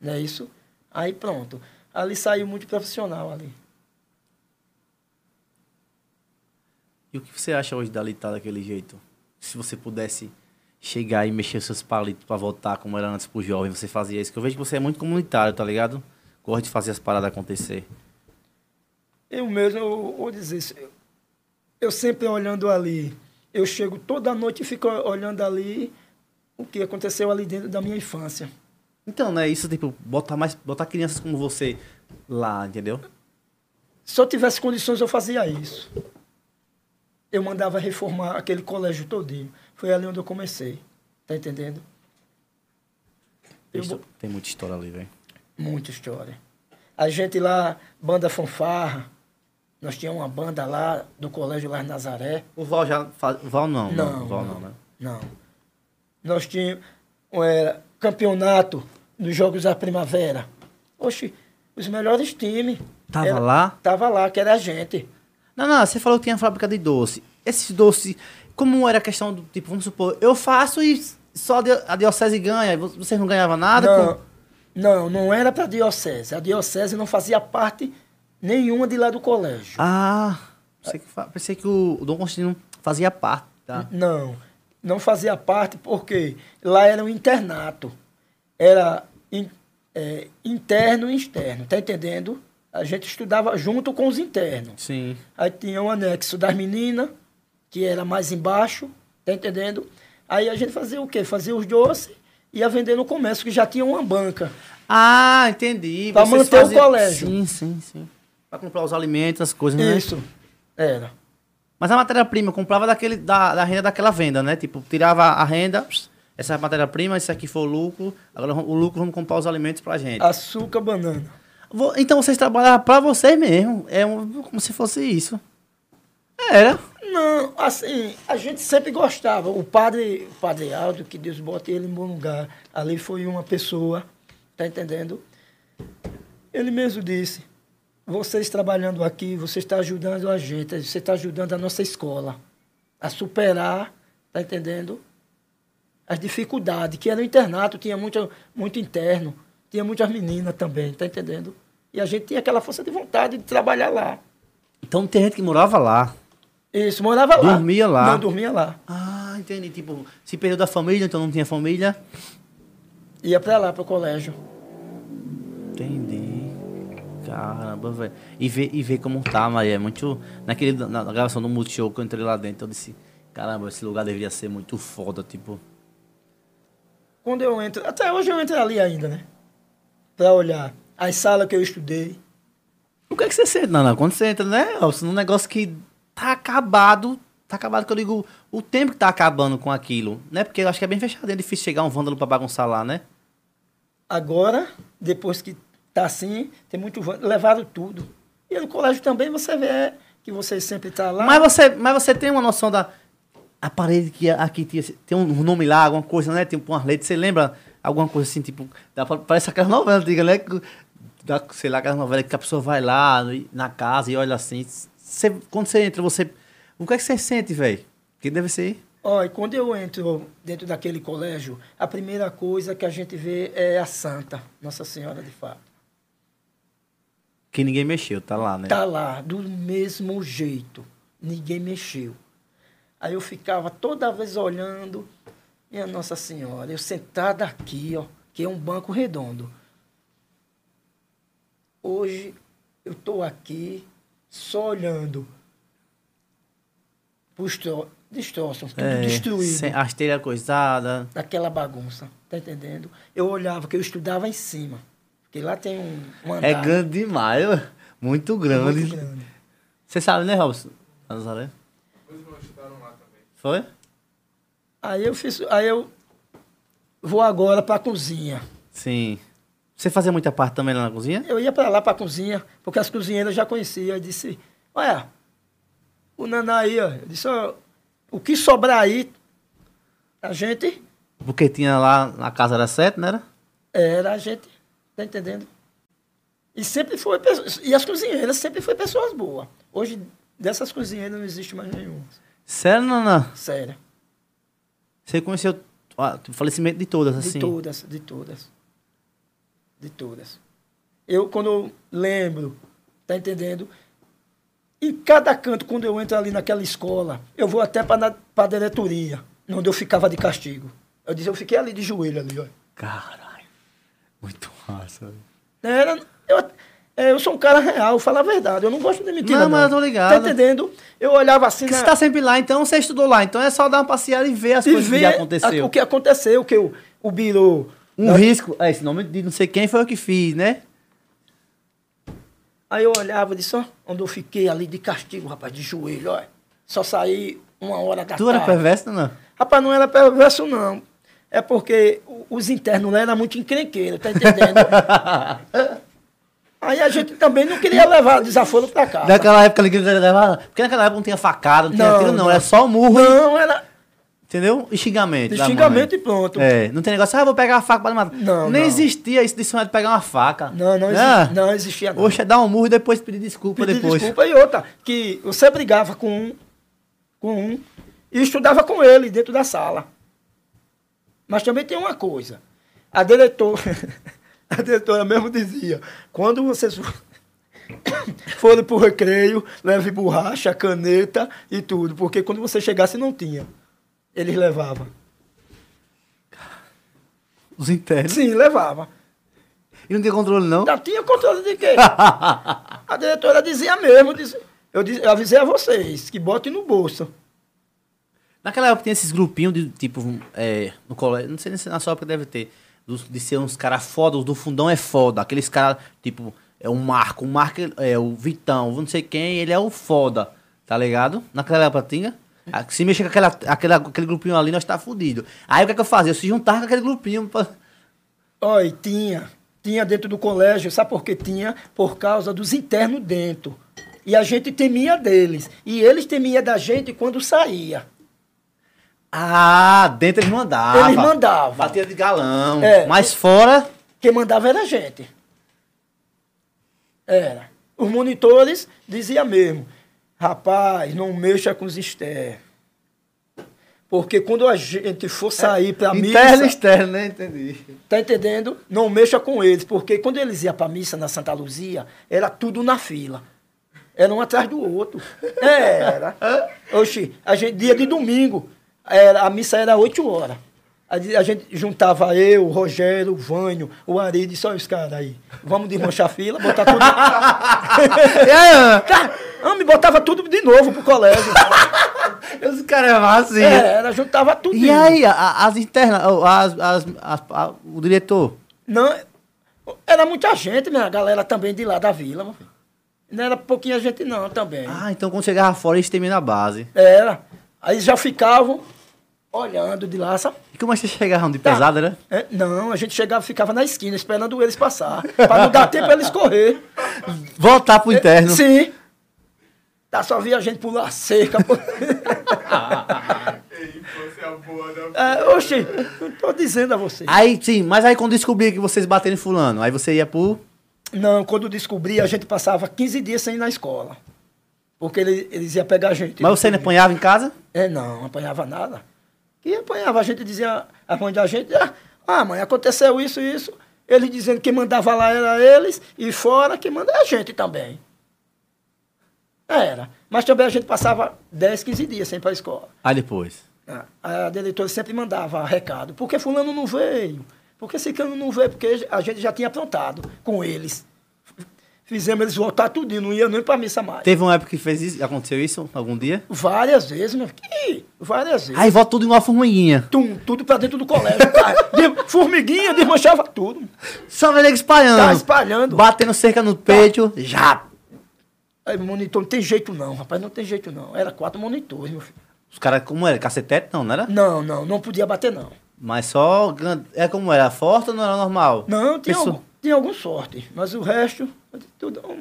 Speaker 3: Não é isso? Aí pronto. Ali saiu muito profissional ali.
Speaker 2: E o que você acha hoje da Litar daquele jeito? Se você pudesse chegar e mexer os seus palitos pra voltar como era antes pro jovem, você fazia isso? Que eu vejo que você é muito comunitário, tá ligado? Gosta de fazer as paradas acontecer.
Speaker 3: Eu mesmo, eu vou dizer isso. Eu, eu sempre olhando ali. Eu chego toda noite e fico olhando ali o que aconteceu ali dentro da minha infância.
Speaker 2: Então, né? Isso, tipo, botar mais. Botar crianças como você lá, entendeu?
Speaker 3: Se eu tivesse condições, eu fazia isso. Eu mandava reformar aquele colégio todinho. Foi ali onde eu comecei. Tá entendendo? Eu
Speaker 2: Isso-
Speaker 3: bo-
Speaker 2: Tem muita história ali, velho.
Speaker 3: Muita história. A gente lá, banda fanfarra. Nós tínhamos uma banda lá do colégio lá em Nazaré.
Speaker 2: O Val já. Faz... Val não, não.
Speaker 3: Não.
Speaker 2: O Val não, né?
Speaker 3: Não. Nós tínhamos um, era, campeonato nos Jogos da Primavera. Oxe, os melhores times.
Speaker 2: Tava lá?
Speaker 3: Tava lá, que era a gente.
Speaker 2: Não, não, você falou que tinha fábrica de doce. Esses doces, como era a questão do tipo, vamos supor, eu faço e só a dio- a diocese ganha, e vo- vocês não ganhavam nada?
Speaker 3: não,
Speaker 2: com-
Speaker 3: não, não era para a diocese. A diocese não fazia parte nenhuma de lá do colégio.
Speaker 2: Ah, pensei que, fa- pensei que o, o Dom Constantino fazia parte, tá?
Speaker 3: Não, não fazia parte porque lá era um internato. Era in- é, interno e externo, tá entendendo? A gente estudava junto com os internos.
Speaker 2: Sim.
Speaker 3: Aí tinha o anexo das meninas, que era mais embaixo, tá entendendo? Aí a gente fazia o quê? Fazia os doces e ia vender no comércio, que já tinha uma banca.
Speaker 2: Ah, entendi.
Speaker 3: Pra
Speaker 2: vocês
Speaker 3: manter o colégio.
Speaker 2: Sim, sim, sim. Pra comprar os alimentos, as coisas, né?
Speaker 3: Isso, era.
Speaker 2: Mas a matéria-prima, eu comprava daquele, da, da renda daquela venda, né? Tipo, tirava a renda, pss, essa é a matéria-prima, isso aqui foi o lucro, agora o lucro vamos comprar os alimentos pra gente.
Speaker 3: Açúcar, banana.
Speaker 2: Vo- Então vocês trabalhavam pra vocês mesmo. É um- como se fosse isso. Era.
Speaker 3: Não, assim, a gente sempre gostava. O padre, o padre Aldo, que Deus bote ele em bom lugar, ali foi uma pessoa, tá entendendo? Ele mesmo disse, vocês trabalhando aqui, você está ajudando a gente, você está ajudando a nossa escola a superar, tá entendendo? As dificuldades, que era o internato, tinha muito, muito interno, tinha muitas meninas também, tá entendendo? E a gente tinha aquela força de vontade de trabalhar lá.
Speaker 2: Então tem gente que morava lá.
Speaker 3: Isso, morava lá.
Speaker 2: Dormia lá.
Speaker 3: Não, dormia lá.
Speaker 2: Ah, entendi. Tipo, se perdeu da família, então não tinha família.
Speaker 3: Ia pra lá, pro colégio.
Speaker 2: Entendi. Caramba, velho. E ver e ver como tá, Maria. É muito. Naquele, na na gravação do Multishow que eu entrei lá dentro, eu disse: caramba, esse lugar deveria ser muito foda. Tipo,
Speaker 3: Quando eu entro, até hoje eu entro ali ainda, né? Pra olhar as salas que eu estudei.
Speaker 2: o que é que você sente, Nana? Quando você entra, né? Elson, num negócio que tá acabado. Tá acabado, que eu digo, o tempo que tá acabando com aquilo, né? Porque eu acho que é bem fechadinho, é difícil chegar um vândalo pra bagunçar lá, né?
Speaker 3: Agora, depois que tá assim, tem muito van- levaram tudo. E no colégio também você vê que você sempre tá lá.
Speaker 2: Mas você, mas você tem uma noção da. A parede que aqui tinha, tem um nome lá, alguma coisa, né? Tipo umas letras, você lembra? Alguma coisa assim, tipo. dá pra- parece aquela novela antiga, né? Que- Da, sei lá, aquela novela que a pessoa vai lá e- na casa e olha assim. Você, quando você entra, você. O que é que você sente, velho? Que deve ser.
Speaker 3: Ó, e quando eu entro dentro daquele colégio, a primeira coisa que a gente vê é a Santa, Nossa Senhora de Fato.
Speaker 2: Que ninguém mexeu, tá lá, né?
Speaker 3: Tá lá, do mesmo jeito. Ninguém mexeu. Aí eu ficava toda vez olhando, minha Nossa Senhora, eu sentada aqui, ó, que é um banco redondo. Hoje eu tô aqui só olhando pros tro- destroços, tudo
Speaker 2: É,
Speaker 3: destruído
Speaker 2: sem- a esteira coisada.
Speaker 3: daquela bagunça, tá entendendo? Eu olhava, que eu estudava em cima, porque lá tem um, um andar
Speaker 2: É grande demais, ó. muito grande.
Speaker 3: muito grande.
Speaker 2: Você sabe, né, Robson? A Nazaré? Foi?
Speaker 3: Aí eu fiz, aí eu vou agora para cozinha.
Speaker 2: Sim. Você fazia muita parte também lá na cozinha?
Speaker 3: Eu ia para lá para cozinha, porque as cozinheiras já conheciam. Eu disse, olha, o Naná aí, ó. Eu disse, ó, o que sobrar aí, a gente
Speaker 2: Porque tinha lá na casa era sete, não era?
Speaker 3: era a gente, tá entendendo? E sempre foi pessoas, e as cozinheiras sempre foi pessoas boas. Hoje dessas cozinheiras não existe mais nenhuma.
Speaker 2: Sério, Nana?
Speaker 3: Sério.
Speaker 2: Você conheceu ah, o falecimento de todas, assim?
Speaker 3: De todas, de todas. De todas. Eu, quando eu lembro, tá entendendo? Em cada canto, quando eu entro ali naquela escola, eu vou até para a diretoria, onde eu ficava de castigo. Eu disse, eu fiquei ali de joelho ali, ó.
Speaker 2: Caralho. Muito massa. velho.
Speaker 3: Era, eu, é, eu sou um cara real, eu falo a verdade, eu não gosto de mentira.
Speaker 2: Não, mas eu tô ligado.
Speaker 3: Tá entendendo? Eu olhava assim
Speaker 2: Porque
Speaker 3: na-
Speaker 2: você tá sempre lá, então você estudou lá. Então é só dar uma passeada e ver as
Speaker 3: e
Speaker 2: coisas que
Speaker 3: ver
Speaker 2: já
Speaker 3: a-
Speaker 2: aconteceu.
Speaker 3: o que é- aconteceu, que o, o Biro.
Speaker 2: Um risco. É, esse nome de não sei quem foi eu que fiz, né?
Speaker 3: Aí eu olhava e disse, ó, onde eu fiquei ali de castigo, rapaz, de joelho, ó. Só saí uma hora da
Speaker 2: Tu era
Speaker 3: tarde.
Speaker 2: perverso, não?
Speaker 3: Rapaz, não era perverso, não. É porque o- os internos lá eram muito encrenqueiros, tá entendendo? Aí a gente também não queria levar desaforo pra casa.
Speaker 2: Naquela época ninguém levava. Porque naquela época não tinha facada, não tinha
Speaker 3: Não,
Speaker 2: tiro, não.
Speaker 3: não.
Speaker 2: Era só murro, e-
Speaker 3: Não, era
Speaker 2: entendeu? E xingamento.
Speaker 3: de
Speaker 2: da mãe.
Speaker 3: xingamento e pronto.
Speaker 2: É, não tem negócio, ah, vou pegar a faca pra lhe matar.
Speaker 3: Não,
Speaker 2: Nem
Speaker 3: não.
Speaker 2: existia isso de sonhar de pegar uma faca.
Speaker 3: Não, não,
Speaker 2: Ah,
Speaker 3: exi- não existia não.
Speaker 2: Oxe, é dar um murro e depois pedir desculpa
Speaker 3: Pedir
Speaker 2: depois.
Speaker 3: desculpa e outra, que você brigava com um, com um, e estudava com ele dentro da sala. Mas também tem uma coisa. A diretora, a diretora mesmo dizia, quando vocês for- forem para o recreio, leve borracha, caneta e tudo, porque quando você chegasse não tinha. Eles levavam.
Speaker 2: Os internos.
Speaker 3: Sim, levava.
Speaker 2: E não tem controle, não?
Speaker 3: Ainda tinha controle de quê?
Speaker 2: Ah.
Speaker 3: A diretora dizia mesmo, disse- eu, disse- eu avisei a vocês que botem no bolso.
Speaker 2: Naquela época tinha esses grupinhos de, tipo, é, no colégio, não sei nem se na sua época deve ter, dos- de ser uns caras foda, os do fundão é foda. Aqueles caras, tipo, é o Marco, o Marco é é o Vitão, não sei quem, ele é o foda, tá ligado? Naquela época tinha. Ah, Se mexer com aquela, aquela- aquele grupinho ali, nós tá fudido. Aí o que é que eu fazia? Eu se juntava com aquele grupinho pra...
Speaker 3: Olha, tinha. Tinha dentro do colégio, sabe por que tinha? Por causa dos internos dentro. E a gente temia deles. E eles temiam da gente quando saía.
Speaker 2: Ah, dentro eles mandavam.
Speaker 3: Eles mandavam.
Speaker 2: Batia de galão.
Speaker 3: É.
Speaker 2: Mas fora.
Speaker 3: Quem mandava era a gente. Era. Os monitores diziam mesmo, rapaz, não mexa com os externos. Porque quando a gente for sair
Speaker 2: É,
Speaker 3: para
Speaker 2: interno e
Speaker 3: missa,
Speaker 2: externo, né? Entendi.
Speaker 3: tá entendendo? Não mexa com eles, porque quando eles iam para missa na Santa Luzia, era tudo na fila. Era um atrás do outro. Era. Oxi, a gente, dia de domingo, era, a missa era 8 horas. Aí A gente juntava eu, o Rogério, o Vânio, o Aride, só os caras aí. Vamos desmanchar a fila, botar tudo.
Speaker 2: E aí, mano?
Speaker 3: Cara, eu me botava tudo de novo pro colégio.
Speaker 2: Os caras é massa, assim.
Speaker 3: É, era, juntava tudo.
Speaker 2: E aí, a- a- as internas, o- as, as, as- a- o diretor.
Speaker 3: Não, era muita gente, né? A galera também de lá da vila, meu filho. Não era pouquinha gente, não, também.
Speaker 2: Ah, então quando chegava fora, eles terminam a base.
Speaker 3: Era. Aí já ficavam olhando de lá, sabe?
Speaker 2: E como é que vocês chegavam de pesada, né?
Speaker 3: É, não, a gente chegava, ficava na esquina esperando eles passar. Pra não dar tempo eles correr.
Speaker 2: Voltar pro interno.
Speaker 3: É, Sim. Tá, só via a gente pular a cerca. pô.
Speaker 4: Ei, você é boa da
Speaker 3: É, oxi, não tô dizendo a você.
Speaker 2: Aí, sim, mas aí quando descobri que vocês bateram em fulano, aí você ia pro...
Speaker 3: Não, quando descobri, a gente passava 15 dias sem ir na escola. Porque ele- eles iam pegar a gente.
Speaker 2: Mas você não apanhava em casa?
Speaker 3: É, não, não apanhava nada. Que apanhava, a gente dizia, a mãe da gente, ah, ah, mãe, aconteceu isso e isso. Eles dizendo que mandava lá era eles, e fora que manda é a gente também. Era. Mas também a gente passava 10, 15 dias sem ir para a escola.
Speaker 2: Aí depois.
Speaker 3: Ah, A diretora sempre mandava recado, porque fulano não veio, porque ciclano não veio, porque a gente já tinha aprontado com eles. Fizemos eles voltar tudinho, não ia nem para missa mais.
Speaker 2: Teve uma época que fez isso, aconteceu isso algum dia?
Speaker 3: Várias vezes, meu filho, que- várias vezes.
Speaker 2: Aí volta tudo igual a formiguinha.
Speaker 3: Tum, tudo pra dentro do colégio, cara. De- formiguinha, desmanchava tudo.
Speaker 2: Só vê nego espalhando.
Speaker 3: Tá espalhando. Tá.
Speaker 2: Batendo cerca no peito. Já.
Speaker 3: Aí, monitor, não tem jeito não, rapaz, não tem jeito não. Era quatro monitores, meu filho.
Speaker 2: Os caras, como era? Cacetete não, não era?
Speaker 3: Não, não, não podia bater não.
Speaker 2: Mas só... gan- É como era? Forte ou não era normal?
Speaker 3: Não, tinha,
Speaker 2: Pessoa-
Speaker 3: algum, tinha algum sorte, mas o resto, tudo... hum.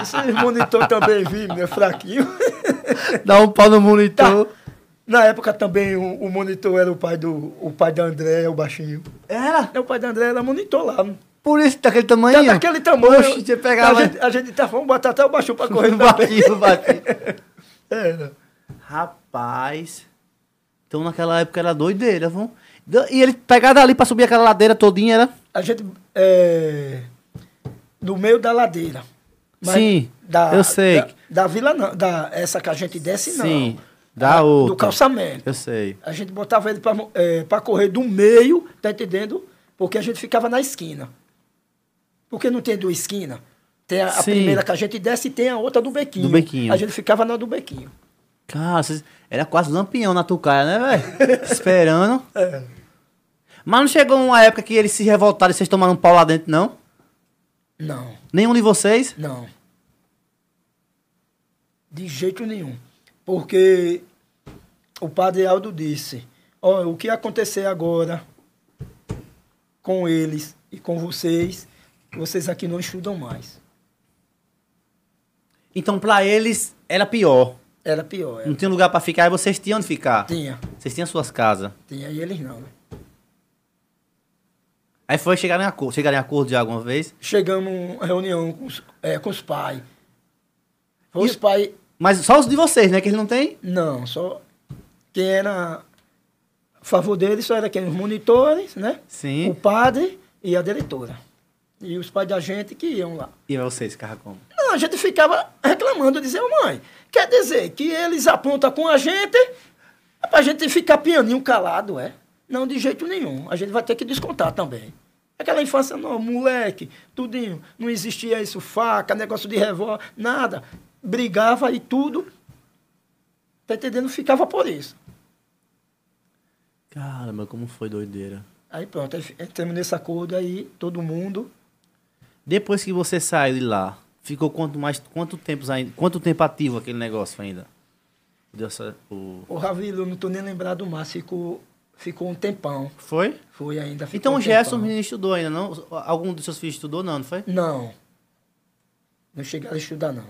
Speaker 3: Esses monitor também vi, meu fraquinho.
Speaker 2: Dá um pau no
Speaker 3: Tá.
Speaker 2: monitor.
Speaker 3: Na época também o, o monitor era o pai do o pai da André, o baixinho.
Speaker 2: Era?
Speaker 3: O pai da André era monitor lá.
Speaker 2: Por isso, daquele
Speaker 3: Tá
Speaker 2: tamanho?
Speaker 3: daquele tamanho.
Speaker 2: Oxe, você pegava...
Speaker 3: A gente, a gente tá, vamos botar até o baixinho pra
Speaker 2: Um
Speaker 3: correr. também.
Speaker 2: Batia, batia.
Speaker 3: Era.
Speaker 2: Rapaz. Então naquela época era doideira, viu? Da- E ele pegava dali pra subir aquela ladeira todinha, era?
Speaker 3: A gente. É, no meio da ladeira.
Speaker 2: Sim, eu sei.
Speaker 3: Da, da vila, não. Da, essa que a gente desce, não.
Speaker 2: Sim, da
Speaker 3: Ah,
Speaker 2: outra.
Speaker 3: Do calçamento.
Speaker 2: Eu sei.
Speaker 3: A gente botava ele pra, mo- é, pra correr do meio, tá entendendo? Porque a gente ficava na esquina. Porque não tem duas esquinas. Tem a, a
Speaker 2: Sim.
Speaker 3: primeira que a gente desce e tem a outra do bequinho.
Speaker 2: Do bequinho.
Speaker 3: A gente ficava na do bequinho.
Speaker 2: Cara, vocês- era quase lampião na tucaia, né, velho? Esperando.
Speaker 3: É.
Speaker 2: Mas não chegou uma época que eles se revoltaram e vocês tomaram um pau lá dentro, não?
Speaker 3: Não,
Speaker 2: Nenhum de vocês?
Speaker 3: não. De jeito nenhum. Porque o padre Aldo disse: Olha, o que acontecer agora com eles e com vocês, vocês aqui não estudam mais.
Speaker 2: Então pra eles era pior.
Speaker 3: Era pior. Era.
Speaker 2: Não tinha lugar pra ficar, aí vocês tinham onde ficar.
Speaker 3: Tinha,
Speaker 2: Vocês tinham suas casas.
Speaker 3: tinha. E eles não. né?
Speaker 2: Aí foi chegar em acordo, chegaram em acordo de alguma vez.
Speaker 3: Chegamos em reunião com os, é, com os pais.
Speaker 2: E
Speaker 3: Os
Speaker 2: o-
Speaker 3: pais,
Speaker 2: Mas só os de vocês, né? Que eles não têm.
Speaker 3: não, só quem era a favor deles só era quem? Os monitores, né?
Speaker 2: Sim.
Speaker 3: O padre e a diretora. E os pais da gente que iam lá.
Speaker 2: E vocês, cara, como?
Speaker 3: Não, a gente ficava reclamando, dizia, mãe, quer dizer que eles apontam com a gente é pra gente ficar pianinho calado, é? Não, de jeito nenhum. A gente vai ter que descontar também. Aquela infância, não, moleque, tudinho. Não existia isso, faca, negócio de revólver, nada. Brigava e tudo. Tá entendendo? Ficava por isso.
Speaker 2: Caramba, como foi doideira.
Speaker 3: Aí pronto, aí, fi- entramos nesse acordo aí, todo mundo.
Speaker 2: Depois que você saiu de lá, ficou quanto mais quanto tempo ainda, quanto tempo ativo aquele negócio ainda? Deu essa- o-
Speaker 3: O Ravilo, não tô nem lembrado mais, ficou, ficou um tempão.
Speaker 2: Foi?
Speaker 3: Foi ainda. ficou
Speaker 2: Então
Speaker 3: um
Speaker 2: o Gerson o
Speaker 3: tempão.
Speaker 2: menino estudou ainda, não? Algum dos seus filhos estudou, não, não foi?
Speaker 3: Não. Não chegaram a estudar, não.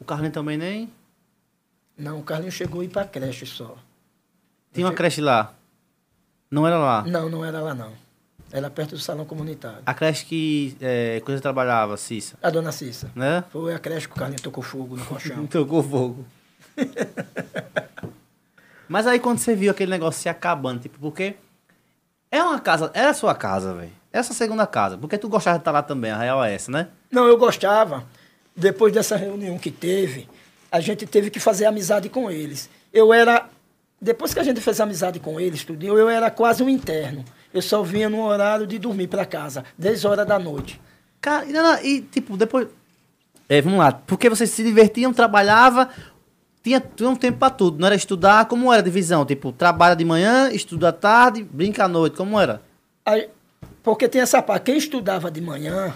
Speaker 2: O Carlinho também nem.
Speaker 3: Não, o Carlinhos chegou a ir pra creche só.
Speaker 2: Tem uma creche lá. Não era lá.
Speaker 3: Não, não era lá, não. Era perto do salão comunitário.
Speaker 2: A creche que é, coisa trabalhava, Cissa,
Speaker 3: A dona Cissa.
Speaker 2: né?
Speaker 3: Foi a creche que o Carlinhos tocou fogo no colchão.
Speaker 2: Tocou fogo. Mas aí quando você viu aquele negócio se acabando, tipo, porque é uma casa, era a sua casa, velho. Essa segunda casa, porque tu gostava de estar lá também, a real é essa, né?
Speaker 3: não, eu gostava. Depois dessa reunião que teve, a gente teve que fazer amizade com eles. Eu era depois que a gente fez amizade com ele, estudou, eu era quase um interno. Eu só vinha no horário de dormir para casa, 10 horas da noite.
Speaker 2: Cara, e, não, não, e tipo, depois. É, vamos lá. Porque vocês se divertiam, trabalhava, tinha, tinha um tempo pra tudo. Não era estudar, como era a divisão? Tipo, trabalha de manhã, estuda à tarde, brinca à noite, como era?
Speaker 3: Aí, porque tem essa parte, quem estudava de manhã,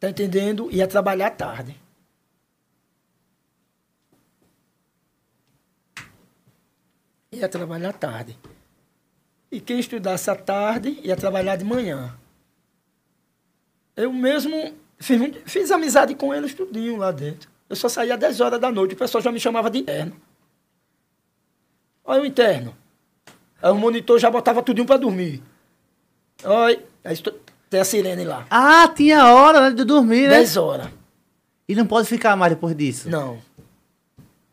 Speaker 3: tá entendendo? Ia trabalhar à tarde. Ia trabalhar à tarde. E quem estudasse à tarde ia trabalhar de manhã. Eu mesmo fiz, um- fiz amizade com ele tudinho lá dentro. Eu só saía às 10 horas da noite, o pessoal já me chamava de interno. Olha o interno. Aí o monitor já botava tudinho para dormir. Olha, aí estu- tem a sirene lá.
Speaker 2: Ah, tinha hora né, de dormir, né?
Speaker 3: 10 horas.
Speaker 2: E não pode ficar mais depois disso.
Speaker 3: Não.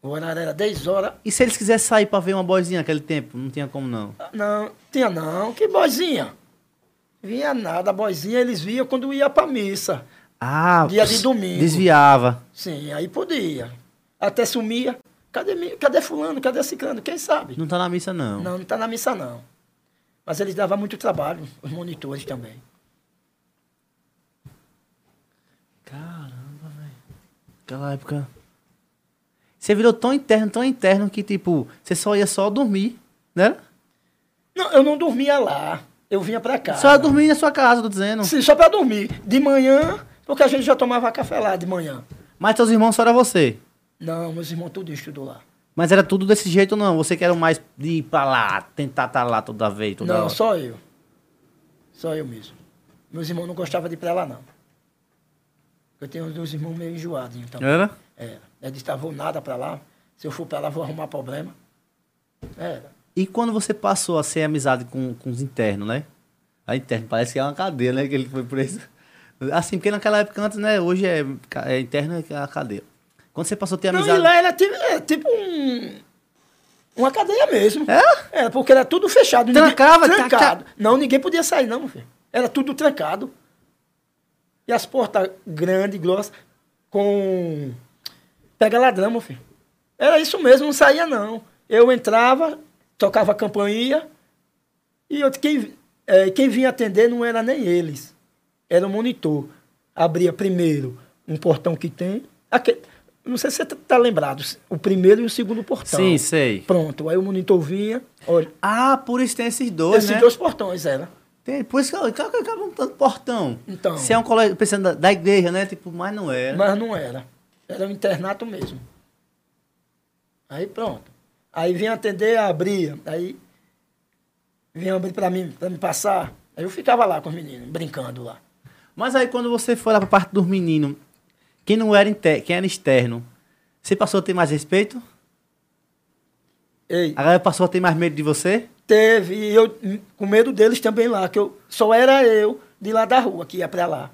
Speaker 3: O horário era 10 horas.
Speaker 2: E se eles quisessem sair pra ver uma boizinha naquele tempo? Não tinha como não.
Speaker 3: Ah, Não, tinha não. Que boizinha? Vinha nada, boizinha eles vinham quando ia pra missa.
Speaker 2: Ah,
Speaker 3: Dia de
Speaker 2: pss,
Speaker 3: domingo.
Speaker 2: Desviava.
Speaker 3: Sim, aí podia. Até sumia. Cadê, mi- cadê fulano? Cadê ciclano? Quem sabe?
Speaker 2: Não tá na missa, não.
Speaker 3: Não, não tá na missa não. Mas eles davam muito trabalho, os monitores também.
Speaker 2: Caramba, velho. Aquela época. Você virou tão interno, tão interno que, tipo, você só ia só dormir, né?
Speaker 3: Não, eu não dormia lá. Eu vinha pra cá.
Speaker 2: Só ia dormir na sua casa, tô dizendo.
Speaker 3: Sim, só pra dormir. De manhã, porque a gente já tomava café lá de manhã.
Speaker 2: Mas seus irmãos só era você.
Speaker 3: Não, meus irmãos tudo estudou lá.
Speaker 2: Mas era tudo desse jeito ou não? Você que era o mais de ir pra lá, tentar estar lá toda vez, toda
Speaker 3: não,
Speaker 2: hora.
Speaker 3: só eu. Só eu mesmo. Meus irmãos não gostavam de ir pra lá, não. Eu tenho os dois irmãos meio enjoados, então.
Speaker 2: Era?
Speaker 3: Era. Eu disse, tá, vou nada pra lá. Se eu for pra lá, vou arrumar problema. Era.
Speaker 2: E quando você passou a ser amizade com, com os internos, né? A interna parece que é uma cadeia, né? Que ele foi preso. Assim, porque naquela época antes, né? Hoje é, ca- é interno é a cadeia. Quando você passou a ter
Speaker 3: Não,
Speaker 2: amizade.
Speaker 3: e lá era tipo, é, tipo um... Uma cadeia mesmo.
Speaker 2: É?
Speaker 3: Era, porque era tudo fechado.
Speaker 2: Trancava, tá,
Speaker 3: ninguém, trancado. Não, ninguém podia sair, não, filho. Era tudo trancado. E as portas grandes, grossas, com... Pega ladrão, meu filho. Era isso mesmo, não saía, não. Eu entrava, tocava a campainha, e eu, quem, eh, quem vinha atender não era nem eles. Era o monitor. Abria primeiro um portão que tem. aque- não sei se você está lembrado, o primeiro e o segundo portão.
Speaker 2: Sim, sei.
Speaker 3: Pronto, aí o monitor vinha, olha,
Speaker 2: Ah, por isso tem esses dois,
Speaker 3: esses
Speaker 2: né?
Speaker 3: dois portões era.
Speaker 2: Tem, por isso que acaba acaba um tanto portão.
Speaker 3: Então.
Speaker 2: Se é um colégio, pensando da, da igreja, né? Tipo, mas não era.
Speaker 3: Mas não era. Era um internato mesmo. Aí pronto. Aí vinha atender, abria. Aí vinha abrir pra mim, pra me passar. Aí eu ficava lá com os meninos, brincando lá.
Speaker 2: Mas aí quando você foi lá pra parte dos meninos, quem não era inter, quem era externo, você passou a ter mais respeito?
Speaker 3: Ei,
Speaker 2: A galera passou a ter mais medo de você?
Speaker 3: teve, e eu hum, com medo deles também lá, que eu só era eu de lá da rua que ia pra lá.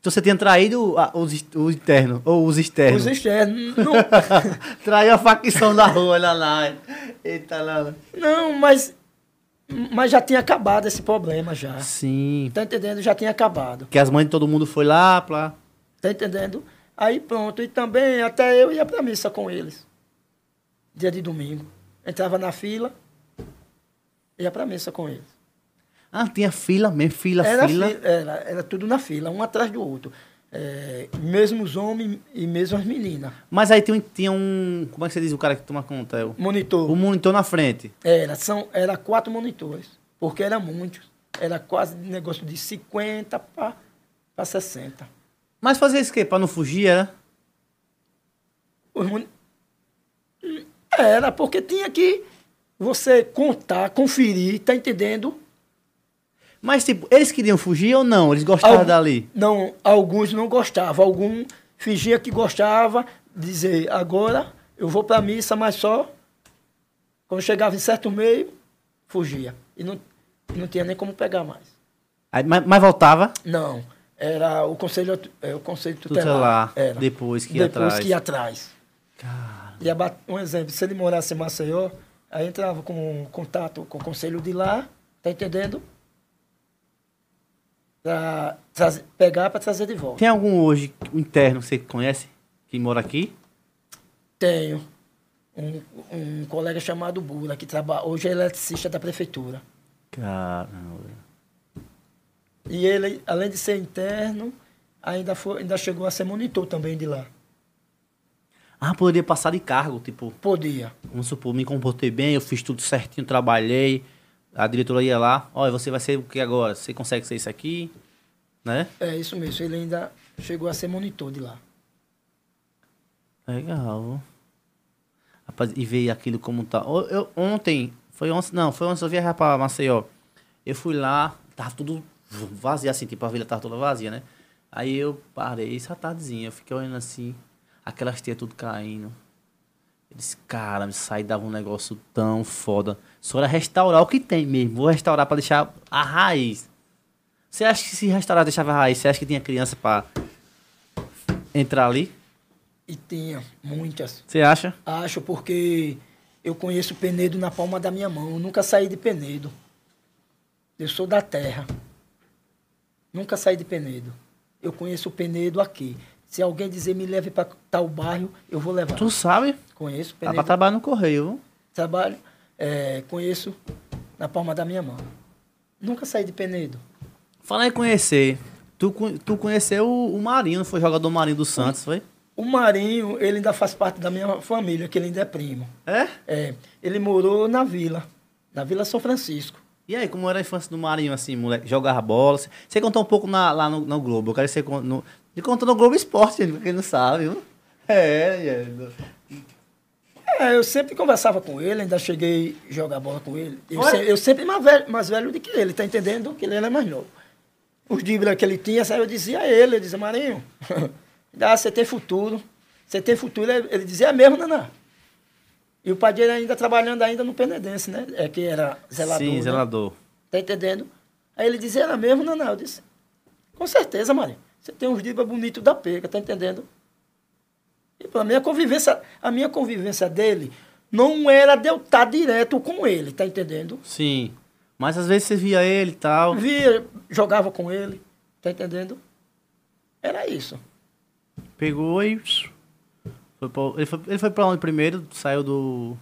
Speaker 2: Então você tinha traído a- os, ex- o interno, ou os externos.
Speaker 3: Os externos. é, Não,
Speaker 2: Traiu a facção da rua, olha lá. Eita, lá.
Speaker 3: não mas, mas já tinha acabado esse problema já.
Speaker 2: Sim.
Speaker 3: Tá entendendo? Já tinha acabado.
Speaker 2: Que as mães de todo mundo foi lá, pra...
Speaker 3: Tá entendendo? Aí pronto. E também até eu ia pra missa com eles. Dia de domingo. Entrava na fila, ia pra missa com eles.
Speaker 2: Ah, tinha fila mesmo, fila,
Speaker 3: Era,
Speaker 2: fila.
Speaker 3: fi- era, era tudo na fila, um atrás do outro. É, mesmos homens e mesmas meninas.
Speaker 2: Mas aí tinha, um- tinha um... Como é que você diz o cara que toma conta? É O,
Speaker 3: Monitor.
Speaker 2: o monitor na frente.
Speaker 3: Era, são, era quatro monitores, porque era muitos. Era quase negócio de 50 para 60.
Speaker 2: Mas fazia isso o quê? Pra não fugir, era?
Speaker 3: Os moni- Era, porque tinha que você contar, conferir, tá entendendo?
Speaker 2: Mas, tipo, eles queriam fugir ou não? Eles gostavam
Speaker 3: Algu-
Speaker 2: dali?
Speaker 3: Não, alguns não gostavam, alguns fingia que gostava, dizer, agora eu vou para missa, mas só quando chegava em certo meio, fugia. E não, não tinha nem como pegar mais.
Speaker 2: Aí, mas, mas voltava?
Speaker 3: Não, era o conselho, é, o conselho
Speaker 2: Tutelar,
Speaker 3: tutelar. era.
Speaker 2: depois que ia atrás.
Speaker 3: Depois que ia atrás. Ia bat- um exemplo, se ele morasse em Maceió, aí entrava com contato com o conselho de lá, tá entendendo? Pra trazer- pegar para trazer de volta.
Speaker 2: Tem algum hoje, um interno que você conhece? Que mora aqui?
Speaker 3: Tenho. um, um colega chamado Bula, que traba, hoje é eletricista da prefeitura.
Speaker 2: Caramba.
Speaker 3: E ele, além de ser interno, ainda, foi, ainda chegou a ser monitor também de lá.
Speaker 2: Ah, poderia passar de cargo, tipo,
Speaker 3: Podia.
Speaker 2: vamos supor, me comportei bem, eu fiz tudo certinho, trabalhei, a diretora ia lá, olha, você vai ser o que agora? Você consegue ser isso aqui, né?
Speaker 3: É isso mesmo, ele ainda chegou a ser monitor de lá.
Speaker 2: Legal. Rapaz, e ver aquilo como tá. Ô, Eu, ontem, foi ontem, não, foi ontem eu viajava pra Maceió. Eu fui lá, tava tudo vazio, assim, tipo, a vila tava toda vazia, né? Aí eu parei, essa tardezinha, eu fiquei olhando assim, aquelas teias tudo caindo. Eu disse, cara, me saí dava um negócio tão foda. Só era restaurar o que tem mesmo. Vou restaurar pra deixar a raiz. Você acha que se restaurar deixava a raiz, você acha que tinha criança pra entrar ali?
Speaker 3: E tinha muitas.
Speaker 2: Você acha?
Speaker 3: Acho porque eu conheço Penedo na palma da minha mão. Eu nunca saí de Penedo. Eu sou da terra. Nunca saí de Penedo. Eu conheço o Penedo aqui. Se alguém dizer me leve para tal bairro, eu vou levar.
Speaker 2: Tu sabe?
Speaker 3: Conheço
Speaker 2: Dá
Speaker 3: Penedo.
Speaker 2: pra trabalhar no correio,
Speaker 3: Trabalho, é, conheço na palma da minha mão. Nunca saí de Penedo.
Speaker 2: Falar em conhecer. Tu, con- tu conheceu o, o Marinho, não foi jogador Marinho do Santos, foi?
Speaker 3: O Marinho, ele ainda faz parte da minha família, que ele ainda é primo.
Speaker 2: É?
Speaker 3: É, ele morou na vila, na Vila São Francisco.
Speaker 2: E aí, como era a infância do Marinho, assim, moleque? Jogava bola? Você- Você contou um pouco na- lá no, no Globo. Eu quero que você con- no, ele contou no Globo Esporte, gente, pra quem não sabe, viu? É, é.
Speaker 3: É, eu sempre conversava com ele, ainda cheguei a jogar bola com ele. Eu,
Speaker 2: Olha.
Speaker 3: se- eu sempre mais velho, mais velho do que ele, tá entendendo? Que ele era mais novo. Os dívidas que ele tinha, sabe, eu dizia a ele, eu dizia, Marinho, dá, você tem futuro. Você tem futuro, ele ele dizia, é mesmo, Naná. E o pai dele ainda trabalhando ainda no Penedense, né? É que era zelador.
Speaker 2: Sim,
Speaker 3: né?
Speaker 2: zelador.
Speaker 3: Tá entendendo? Aí ele dizia, era mesmo, Naná? Eu disse, com certeza, Marinho. Você tem uns dívidas bonitos da pega, tá entendendo? E pra mim, a convivência, a minha convivência dele não era de eu estar direto com ele, tá entendendo?
Speaker 2: Sim. Mas às vezes você via ele e tal.
Speaker 3: Via, jogava com ele, tá entendendo? Era isso.
Speaker 2: Pegou e. Foi pra, ele, foi, ele foi pra onde primeiro? Saiu do.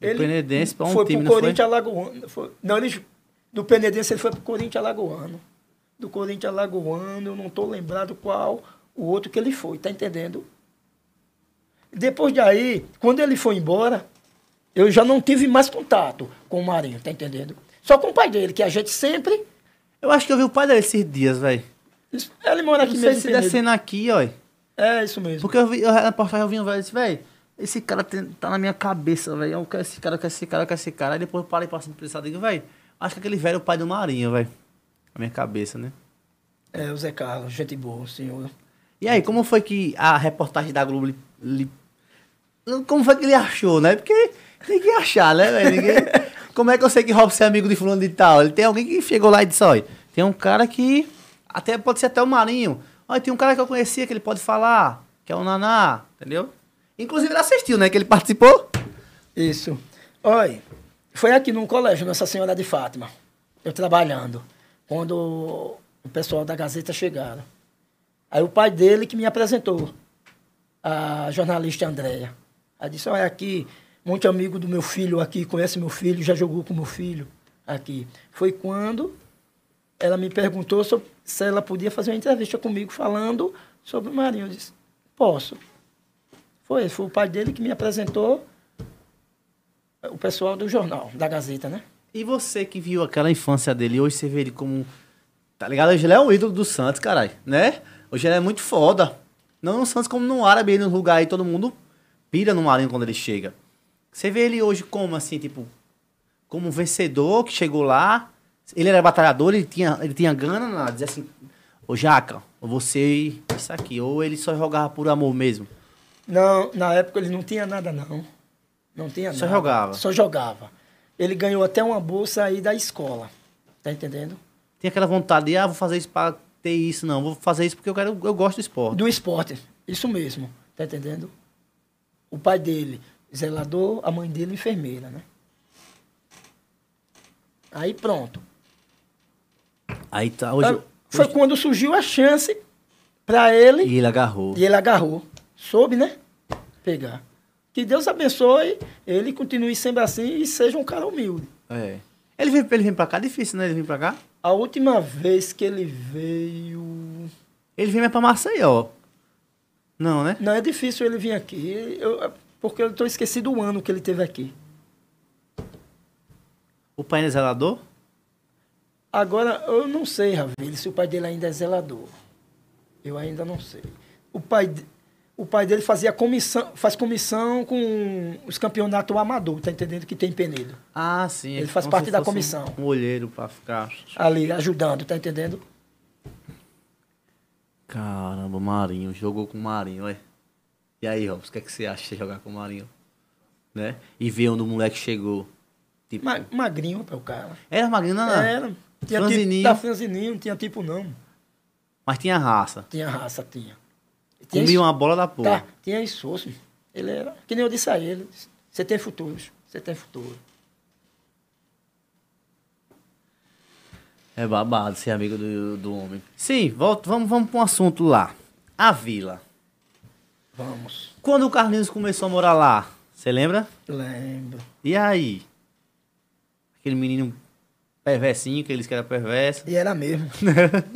Speaker 2: Do Penedense pra um
Speaker 3: foi
Speaker 2: time,
Speaker 3: pro
Speaker 2: não foi?
Speaker 3: Corinthians Alagoano. Foi, não, ele, do Penedense ele foi pro Corinthians Alagoano. Do Corinthians Alagoano, eu não tô lembrado qual o outro que ele foi, tá entendendo? Depois daí, quando ele foi embora, eu já não tive mais contato com o Marinho, tá entendendo? Só com o pai dele, que a gente sempre.
Speaker 2: Eu acho que eu vi o pai dele esses dias, velho.
Speaker 3: Ele mora Tá aqui
Speaker 2: Não sei
Speaker 3: mesmo.
Speaker 2: se
Speaker 3: em Penedo.
Speaker 2: descendo aqui, ó.
Speaker 3: É isso mesmo.
Speaker 2: Porque eu vi, eu, na reportagem eu vi um velho e disse, velho, esse cara tem- tá na minha cabeça, velho. Eu quero esse cara, eu quero esse cara, eu quero esse cara. Aí depois eu parei pra pensar, digo, velho, acho que aquele velho é o pai do Marinho, velho. Na minha cabeça, né?
Speaker 3: É, o Zé Carlos, gente boa, senhor.
Speaker 2: E aí, como foi que a reportagem da Globo lhe, lhe- Como foi que ele achou, né? Porque tem que achar, né, velho? Ninguém- Como é que eu sei que Robson é amigo de fulano de tal? Ele tem alguém que chegou lá e disse, olha, tem um cara que. Até, pode ser até o Marinho. Olha, tem um cara que eu conhecia que ele pode falar, que é o Naná, entendeu? Inclusive ele assistiu, né? Que ele participou.
Speaker 3: Isso. Olha, foi aqui num colégio, Nossa Senhora de Fátima, eu trabalhando, quando o pessoal da Gazeta chegaram. Aí o pai dele que me apresentou, a jornalista Andréia. Aí disse, olha é aqui, muito amigo do meu filho aqui, conhece meu filho, já jogou com meu filho aqui. Foi quando ela me perguntou sobre- se ela podia fazer uma entrevista comigo falando sobre o Marinho. Eu disse, posso. Foi, foi o pai dele que me apresentou o pessoal do jornal, da Gazeta, né?
Speaker 2: E você que viu aquela infância dele, hoje você vê ele como. Tá ligado? Hoje ele é o ídolo do Santos, caralho, né? Hoje ele é muito foda. Não no Santos, como no árabe, no lugar aí, todo mundo pira no Marinho quando ele chega. Você vê ele hoje como, assim, tipo. Como um vencedor que chegou lá. Ele era batalhador, ele tinha, ele tinha gana, nada. Dizia assim: Ô Jaca, você. Isso aqui. Ou ele só jogava por amor mesmo.
Speaker 3: Não, na época ele não tinha nada, não. Não tinha
Speaker 2: Só
Speaker 3: nada.
Speaker 2: jogava.
Speaker 3: Só jogava. Ele ganhou até uma bolsa aí da escola. Tá entendendo?
Speaker 2: Tinha aquela vontade de, ah, vou fazer isso pra ter isso, não. Vou fazer isso porque eu quero. Eu gosto do esporte.
Speaker 3: Do esporte. Isso mesmo. Tá entendendo? O pai dele, zelador, a mãe dele, enfermeira, né? Aí pronto. Ah,
Speaker 2: Aí tá. Hoje.
Speaker 3: Foi quando surgiu a chance pra ele
Speaker 2: E ele agarrou.
Speaker 3: é- e ele agarrou. Soube, né? Pegar. Que Deus abençoe, ele continue sendo assim e seja um cara humilde.
Speaker 2: É. Ele vem, ele vem pra cá, difícil, né? Ele vem pra cá.
Speaker 3: A última vez que ele veio.
Speaker 2: Ele vem mais pra Maceió. Não, né?
Speaker 3: Não é difícil ele vir aqui, eu- é porque eu estou esquecido o ano que ele teve aqui.
Speaker 2: O pai é zelador?
Speaker 3: Agora, eu não sei, Ravel, se o pai dele ainda é zelador. Eu ainda não sei. O pai, de- o pai dele fazia comissão, faz comissão com os campeonatos amador, tá entendendo? Que tem em Penedo.
Speaker 2: Ah, sim. é
Speaker 3: Ele faz
Speaker 2: como
Speaker 3: parte
Speaker 2: se
Speaker 3: da
Speaker 2: fosse um-
Speaker 3: comissão.
Speaker 2: Um olheiro pra ficar.
Speaker 3: Ali, ajudando, tá entendendo?
Speaker 2: Caramba, Marinho. Jogou com o Marinho, é. E aí, Robson, o que, é que você acha de jogar com o Marinho? Né? E ver onde o moleque chegou. Tipo,
Speaker 3: Ma- Magrinho para o cara.
Speaker 2: Era magrinho, né? não, não.
Speaker 3: Era. É, Tinha
Speaker 2: Ah, Franzininho.
Speaker 3: tipo, da franzininho, não tinha tipo não.
Speaker 2: Mas tinha raça.
Speaker 3: Tinha raça, tinha. Tinha
Speaker 2: Comia
Speaker 3: isso-
Speaker 2: uma bola da
Speaker 3: Tá,
Speaker 2: porra.
Speaker 3: tinha esforço. Ele era. Que nem eu disse a ele. Você tem futuro. Você tem futuro.
Speaker 2: É babado ser amigo do, do homem. Sim, volta, vamos, vamos pra um assunto lá. A vila.
Speaker 3: Vamos.
Speaker 2: Quando o Carlinhos começou a morar lá, você lembra?
Speaker 3: Lembro.
Speaker 2: E aí? Aquele menino perversinho, que eles que era perverso.
Speaker 3: E era mesmo.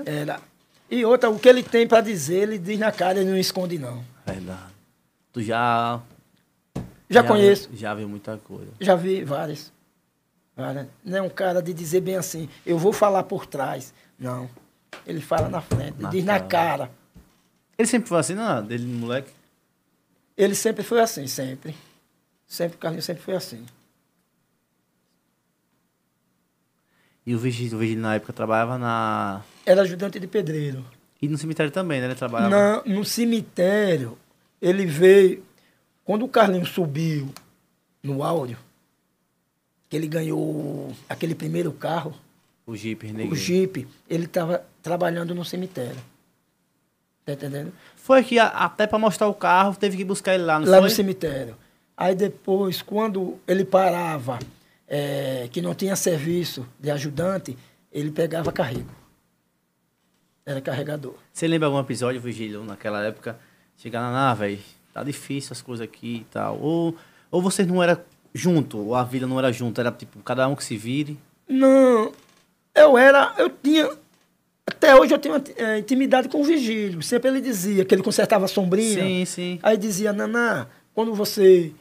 Speaker 3: era. E outra, o que ele tem pra dizer, ele diz na cara, ele não esconde, não.
Speaker 2: Verdade. Tu já.
Speaker 3: Já conheço.
Speaker 2: Já viu muita coisa.
Speaker 3: Já vi várias. Várias. Não é um cara de dizer bem assim, eu vou falar por trás. Não. Ele fala na frente,
Speaker 2: Na
Speaker 3: diz na
Speaker 2: cara.
Speaker 3: cara.
Speaker 2: Ele sempre foi assim, não? Dele, moleque.
Speaker 3: Ele sempre foi assim, sempre. Sempre, o Carlinhos sempre foi assim.
Speaker 2: E o Virgílio, o Virgílio na época trabalhava na.
Speaker 3: Era ajudante de pedreiro.
Speaker 2: E no cemitério também, né? Ele trabalhava.
Speaker 3: Na, no cemitério, ele veio. Quando o Carlinhos subiu no áureo, que ele ganhou aquele primeiro carro,
Speaker 2: O Jeep Renegade.
Speaker 3: o Jeep, ele estava trabalhando no cemitério. Tá entendendo?
Speaker 2: Foi que a- até pra mostrar o carro, teve que buscar ele lá, não
Speaker 3: Lá
Speaker 2: foi?
Speaker 3: no cemitério. Aí depois, quando ele parava, eh, que não tinha serviço de ajudante, ele pegava carrego. Era carregador.
Speaker 2: Você lembra algum episódio, Virgílio, naquela época? Chegar lá, ah, velho, tá difícil as coisas aqui e tal. Ou, ou vocês não eram junto, ou a vila não era junto, era tipo, cada um que se vire.
Speaker 3: Não, eu era, eu tinha. Até hoje eu tenho eh, intimidade com o Vigílio. Sempre ele dizia que ele consertava a sombrinha.
Speaker 2: Sim, sim.
Speaker 3: Aí dizia, Naná, quando você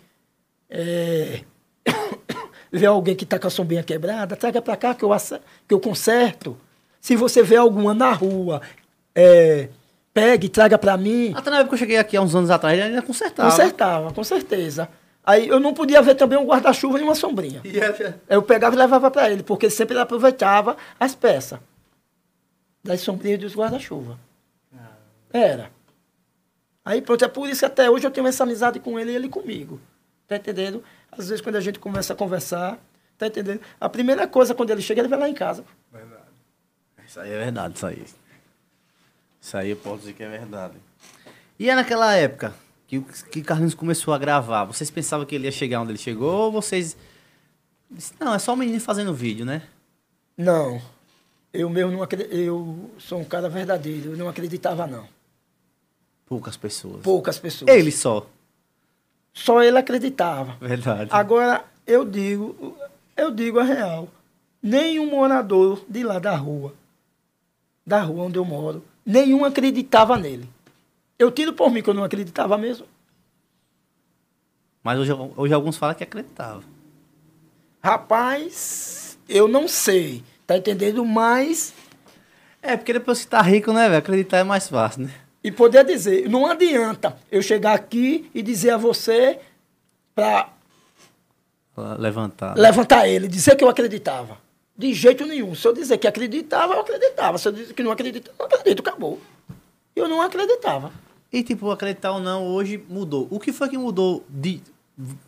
Speaker 3: eh, vê alguém que está com a sombrinha quebrada, traga para cá que eu, assa- que eu conserto. Se você vê alguma na rua, eh, pegue, traga para mim.
Speaker 2: Até na época que eu cheguei aqui há uns anos atrás, ele ainda consertava.
Speaker 3: Consertava, com certeza. Aí eu não podia ver também um guarda-chuva e uma sombrinha.
Speaker 2: E era-
Speaker 3: Eu pegava e levava para ele, porque ele sempre aproveitava as peças das sombrinhas e dos guarda-chuva. Era. Aí pronto, é por isso que até hoje eu tenho essa amizade com ele e ele comigo. Tá entendendo? Às vezes quando a gente começa a conversar, tá entendendo? A primeira coisa quando ele chega, ele vai lá em casa.
Speaker 2: Isso aí é verdade, isso aí. Isso aí eu posso dizer que é verdade. E é naquela época que o que o Carlinhos começou a gravar, vocês pensavam que ele ia chegar onde ele chegou, ou vocês... Disse, Não, é só o menino fazendo vídeo, né?
Speaker 3: Não. Eu mesmo não acredito. Eu sou um cara verdadeiro, eu não acreditava, não.
Speaker 2: Poucas pessoas.
Speaker 3: Poucas pessoas.
Speaker 2: Ele só.
Speaker 3: Só ele acreditava.
Speaker 2: Verdade.
Speaker 3: Agora, eu digo, eu digo a real. Nenhum morador de lá da rua, da rua onde eu moro, nenhum acreditava nele. Eu tiro por mim que eu não acreditava mesmo.
Speaker 2: Mas hoje, hoje alguns falam que acreditava.
Speaker 3: Rapaz, eu não sei, tá entendendo? Mas,
Speaker 2: É, porque depois que tá rico, né, velho? Acreditar é mais fácil, né?
Speaker 3: e poder dizer, não adianta eu chegar aqui e dizer a você para
Speaker 2: Levantar. né?
Speaker 3: levantar ele, dizer que eu acreditava. De jeito nenhum. Se eu dizer que acreditava, eu acreditava. Se eu dizer que não acreditava, não acredito, acabou. Eu não acreditava.
Speaker 2: E, tipo, acreditar ou não, hoje mudou. O que foi que mudou de,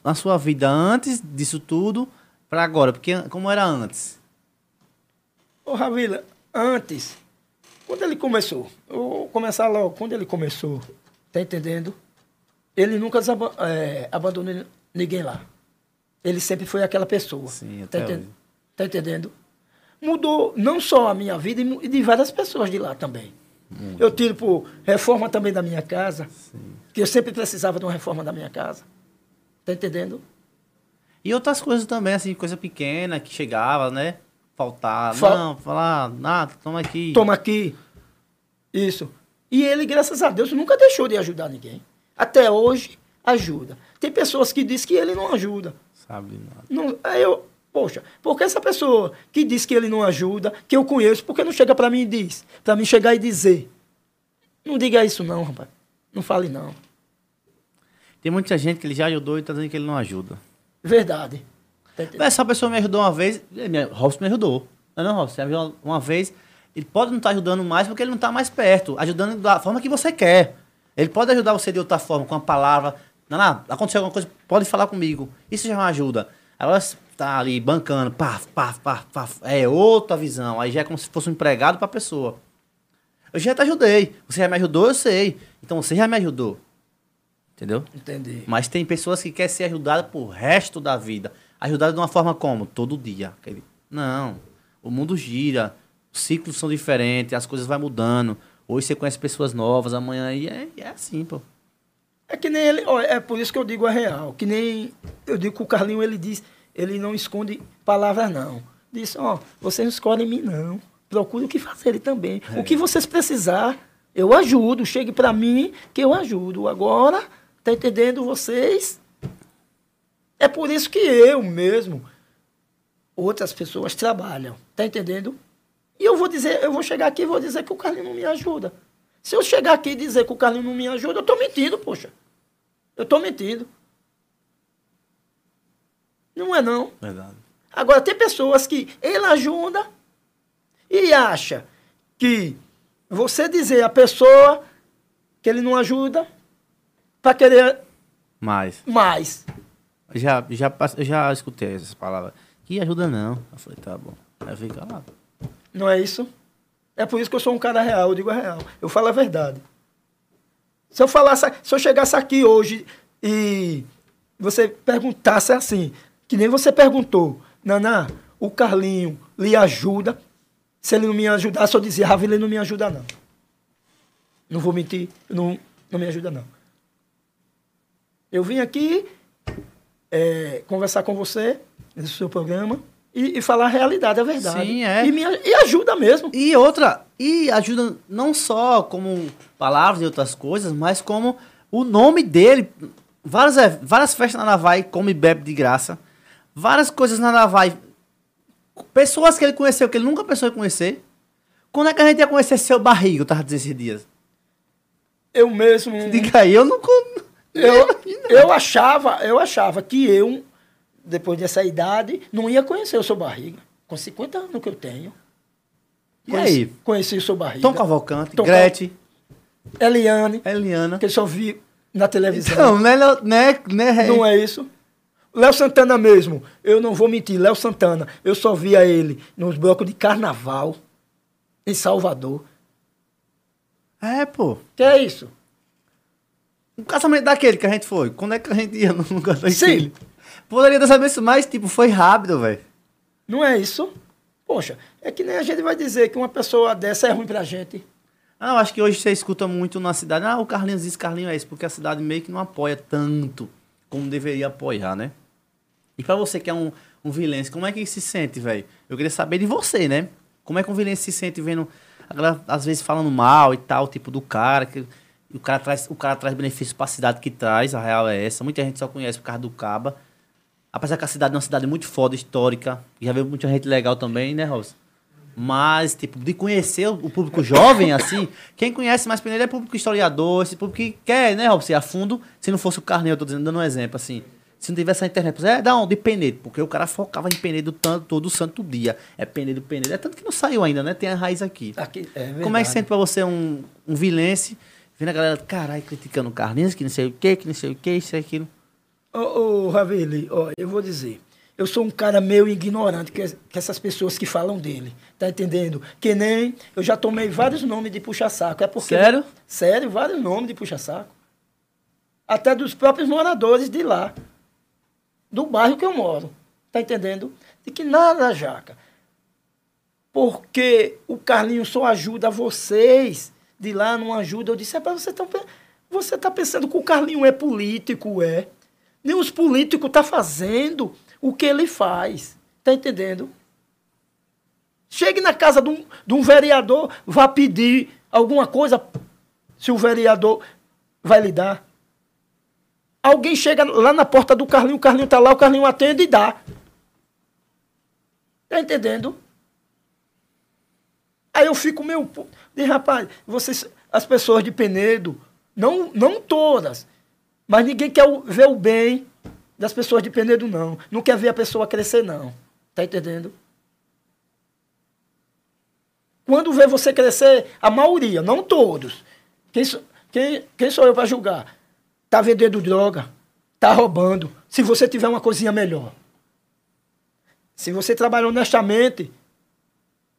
Speaker 2: na sua vida antes disso tudo pra agora? Porque an- como era antes?
Speaker 3: Ô, Ravila, antes, quando ele começou, eu vou começar logo, quando ele começou, tá entendendo? Ele nunca desaba- eh, abandonou ninguém lá. Ele sempre foi aquela pessoa.
Speaker 2: Sim,
Speaker 3: tá,
Speaker 2: até
Speaker 3: enten-
Speaker 2: hoje.
Speaker 3: tá entendendo? Mudou não só a minha vida, e mu- e de várias pessoas de lá também. Eu tiro por reforma também da minha casa, que eu sempre precisava de uma reforma da minha casa. Tá entendendo?
Speaker 2: E outras coisas também, assim, coisa pequena que chegava, né? Faltar,
Speaker 3: Fa-
Speaker 2: não, falar, nada, toma aqui.
Speaker 3: Toma aqui. Isso. E ele, graças a Deus, nunca deixou de ajudar ninguém. Até hoje, ajuda. Tem pessoas que dizem que ele não ajuda.
Speaker 2: Sabe, nada.
Speaker 3: Não, aí eu, poxa, por que essa pessoa que diz que ele não ajuda, que eu conheço, por que não chega pra mim e diz? Pra mim chegar e dizer. Não diga isso não, rapaz. Não fale não.
Speaker 2: Tem muita gente que ele já ajudou e tá dizendo que ele não ajuda.
Speaker 3: Verdade. Tá entendendo?
Speaker 2: Essa pessoa me ajudou uma vez, eh, minha- Robson me ajudou. Não, é não, Robson, você me ajudou uma vez, ele pode não estar ajudando mais porque ele não está mais perto, ajudando da forma que você quer. Ele pode ajudar você de outra forma, com uma palavra. Não, não, aconteceu alguma coisa, pode falar comigo. Isso já é uma ajuda. Agora você tá ali bancando, pá, pá, pá, pá, é outra visão. Aí já é como se fosse um empregado para a pessoa. Eu já te ajudei, você já me ajudou, eu sei. Então você já me ajudou. Entendeu?
Speaker 3: Entendi.
Speaker 2: Mas tem pessoas que querem ser ajudadas pro resto da vida. Ajudadas de uma forma como? Todo dia. querido. Não. O mundo gira. Os ciclos são diferentes. As coisas vão mudando. Hoje você conhece pessoas novas. Amanhã aí é, é assim, pô.
Speaker 3: É que nem ele, ó, é por isso que eu digo é real. Que nem eu digo que o Carlinho ele diz, ele não esconde palavras não. Diz, ó, vocês não escolhem mim não. Procure o que fazer também. O que vocês precisar, eu ajudo. Chegue pra mim que eu ajudo. Agora, tá entendendo vocês? É por isso que eu mesmo, outras pessoas trabalham. Tá entendendo? E eu vou dizer, eu vou chegar aqui e vou dizer que o Carlinho não me ajuda. Se eu chegar aqui e dizer que o Carlinho não me ajuda, eu tô mentindo, poxa. Eu tô mentindo. Não é não.
Speaker 2: Verdade.
Speaker 3: Agora, tem pessoas que ele ajuda e acha que você dizer a pessoa que ele não ajuda para querer
Speaker 2: Mas,
Speaker 3: mais.
Speaker 2: já, já, pass- eu já escutei essas palavras. Que ajuda não. Eu falei, tá bom. Aí fica lá.
Speaker 3: Não é isso? É por isso que eu sou um cara real, eu digo a real. Eu falo a verdade. Se eu falasse, se eu chegasse aqui hoje e você perguntasse assim, que nem você perguntou, Naná, o Carlinho lhe ajuda. Se ele não me ajudasse, eu dizia, Ravi, ele não me ajuda, não. Não vou mentir, não, não me ajuda, não. Eu vim aqui eh, conversar com você, nesse seu programa, e, e falar a realidade, a verdade.
Speaker 2: Sim, é.
Speaker 3: E, me a- e ajuda mesmo.
Speaker 2: E outra, e ajuda não só como palavras e outras coisas, mas como o nome dele. Várias, eh, várias festas na Navai come e bebe de graça. Várias coisas na Navai. Pessoas que ele conheceu, que ele nunca pensou em conhecer. Quando é que a gente ia conhecer seu barriga, eu tava dizendo esses dias?
Speaker 3: Eu mesmo.
Speaker 2: Diga aí, eu nunca.
Speaker 3: Eu, eu achava, eu achava que eu, depois dessa idade, não ia conhecer o seu barriga. Com 50 anos que eu tenho.
Speaker 2: E aí?
Speaker 3: Conheci o seu barriga.
Speaker 2: Tom Cavalcante,
Speaker 3: Tom
Speaker 2: Gretchen,
Speaker 3: Eliane,
Speaker 2: Eliana.
Speaker 3: que eu só vi na televisão.
Speaker 2: Então, né, Léo- né, né, Rei?
Speaker 3: Não é isso? Léo Santana mesmo. Eu não vou mentir, Léo Santana. Eu só via ele nos blocos de carnaval em Salvador.
Speaker 2: É, pô.
Speaker 3: Que é isso?
Speaker 2: Um casamento daquele que a gente foi. Quando é que a gente ia num casamento
Speaker 3: Sim.
Speaker 2: daquele? Poderia ter sabido isso, mas, tipo, foi rápido, velho.
Speaker 3: Não é isso? Poxa, é que nem a gente vai dizer que uma pessoa dessa é ruim pra gente.
Speaker 2: Ah, eu acho que hoje você escuta muito na cidade. Ah, o Carlinhos diz Carlinhos é isso, porque a cidade meio que não apoia tanto como deveria apoiar, né? E pra você que é um, um vilense, como é que se sente, velho? Eu queria saber de você, né? Como é que um vilense se sente vendo, a galera, às vezes falando mal e tal, tipo do cara, que o cara traz, o cara traz benefício pra cidade que traz, a real é essa. Muita gente só conhece por causa do Caba. Apesar que a cidade é uma cidade muito foda, histórica, já veio muita gente legal também, né, Rosa? Mas, tipo, de conhecer o público jovem, assim, quem conhece mais Peneira é público historiador, esse público que quer, né, Robson, ir a fundo. Se não fosse o Carneiro, eu tô dizendo, dando um exemplo, assim. Se não tivesse a internet, é da onde? De Penedo, porque o cara focava em Penedo tanto, todo santo dia. É Penedo, Penedo. É tanto que não saiu ainda, né? Tem a raiz aqui.
Speaker 3: Aqui,
Speaker 2: Como é
Speaker 3: verdade.
Speaker 2: que sente pra você um, um vilense, vendo a galera, caralho, criticando o Carlinhos, que não sei o quê, que não sei o quê, isso e aquilo.
Speaker 3: Ô, ô Raveli, ó, eu vou dizer. Eu sou um cara meio ignorante que, que essas pessoas que falam dele. Tá entendendo? Que nem. Eu já tomei vários nomes de puxa-saco. É porque.
Speaker 2: Sério?
Speaker 3: Sério, vários nomes de puxa-saco. Até dos próprios moradores de lá. Do bairro que eu moro. Tá entendendo? De que nada, Jaca. Porque o Carlinho só ajuda vocês. De lá não ajuda. Eu disse, rapaz, você tá, pe- você tá pensando que o Carlinho é político, é. Nem os políticos estão fazendo o que ele faz. Está entendendo? Chegue na casa de um, de um vereador, vá pedir alguma coisa, se o vereador vai lhe dar. Alguém chega lá na porta do Carlinho, o Carlinho está lá, o Carlinho atende e dá. Tá entendendo? Aí eu fico meio. pu- de rapaz, vocês, as pessoas de Penedo, não, não todas, mas ninguém quer o- ver o bem das pessoas de Penedo, não. Não quer ver a pessoa crescer, não. Tá entendendo? Quando vê você crescer, a maioria, não todos. Quem, sou- quem, quem sou eu para julgar? Tá vendendo droga, tá roubando. Se você tiver uma coisinha melhor. Se você trabalha honestamente,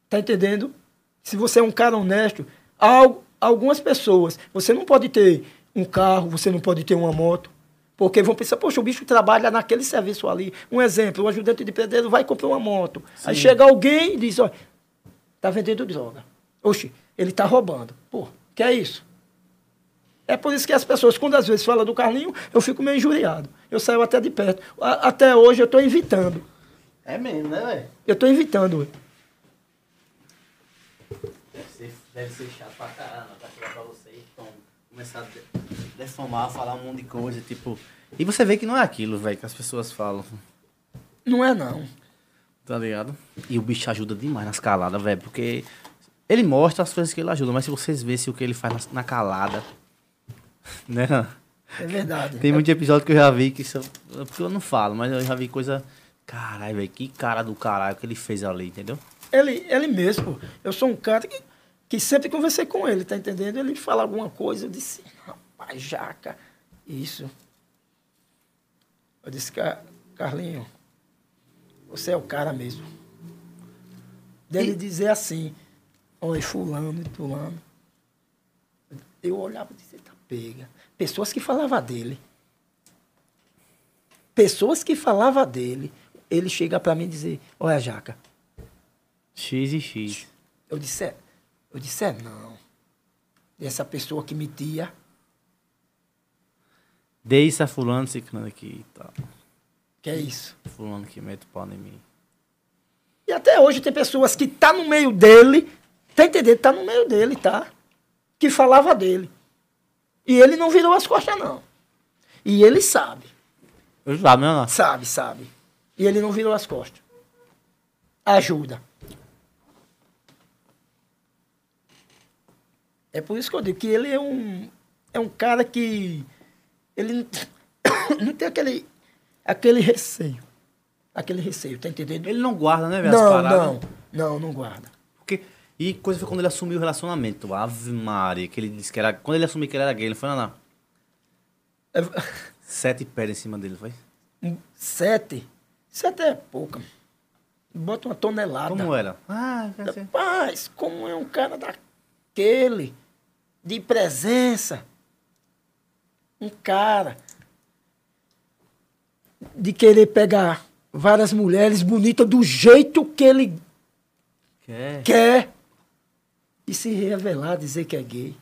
Speaker 3: tá entendendo? Se você é um cara honesto, al- algumas pessoas, você não pode ter um carro, você não pode ter uma moto, porque vão pensar, poxa, o bicho trabalha naquele serviço ali. Um exemplo, o ajudante de pedreiro vai comprar uma moto. Aí chega alguém e diz, olha, tá vendendo droga. Oxi, ele tá roubando. Pô, que é isso? É por isso que as pessoas, quando às vezes falam do Carlinho, eu fico meio injuriado. Eu saio até de perto. A- até hoje eu estou evitando.
Speaker 4: É mesmo, né, velho?
Speaker 3: Eu estou evitando.
Speaker 4: Deve ser, deve ser chato pra caramba, tá chegando pra você e tom, começar a de- defamar, falar um monte de coisa, tipo.
Speaker 2: E você vê que não é aquilo, velho, que as pessoas falam.
Speaker 3: Não é não.
Speaker 2: Tá ligado? E o bicho ajuda demais nas caladas, velho, porque ele mostra as coisas que ele ajuda, mas se vocês vissem o que ele faz nas- na calada, né?
Speaker 3: É verdade.
Speaker 2: Tem muito episódio que eu já vi que isso. Porque eu não falo, mas eu já vi coisa. Caralho, velho, que cara do caralho que ele fez ali, entendeu?
Speaker 3: Ele, ele mesmo, eu sou um cara que, que sempre conversei com ele, tá entendendo? Ele fala alguma coisa, eu disse, rapaz, jaca, isso. Eu disse, "Ca- Carlinho, você é o cara mesmo. Dele dizer assim, oi, fulano e fulano. Eu olhava e dizia, tá pega. Pessoas que falavam dele. Pessoas que falavam dele. Ele chega pra mim e dizer, olha, Jaca,
Speaker 2: X e X.
Speaker 3: eu disse, é, eu disse, é não. E essa pessoa que me tia,
Speaker 2: Dei isso a fulano, ciclano aqui e tal.
Speaker 3: que é isso.
Speaker 2: Fulano que mete o pau em mim.
Speaker 3: E até hoje tem pessoas que tá no meio dele, tá entendendo? Tá no meio dele, tá? Que falava dele. E ele não virou as costas, não. E ele sabe,
Speaker 2: Eu já, meu não.
Speaker 3: sabe, sabe. E ele não virou as costas. Ajuda. É por isso que eu digo que ele é um, é um cara que. Ele não- não tem aquele, aquele receio. Aquele receio, tá entendendo?
Speaker 2: Ele não guarda, né, velho? as
Speaker 3: não,
Speaker 2: paradas.
Speaker 3: não, não, não guarda.
Speaker 2: Porque, e coisa foi quando ele assumiu o relacionamento. Ave Maria, que ele disse que era. Quando ele assumiu que ele era gay, ele foi lá. lá.
Speaker 3: É,
Speaker 2: Sete pedras em cima dele, foi?
Speaker 3: um, sete. Sete é pouca. Bota uma tonelada.
Speaker 2: Como era? Ah, quer dizer.
Speaker 3: Rapaz, como é um cara daquele, de presença, um cara de querer pegar várias mulheres bonitas do jeito que ele
Speaker 2: Quer.
Speaker 3: quer e se revelar, dizer que é gay.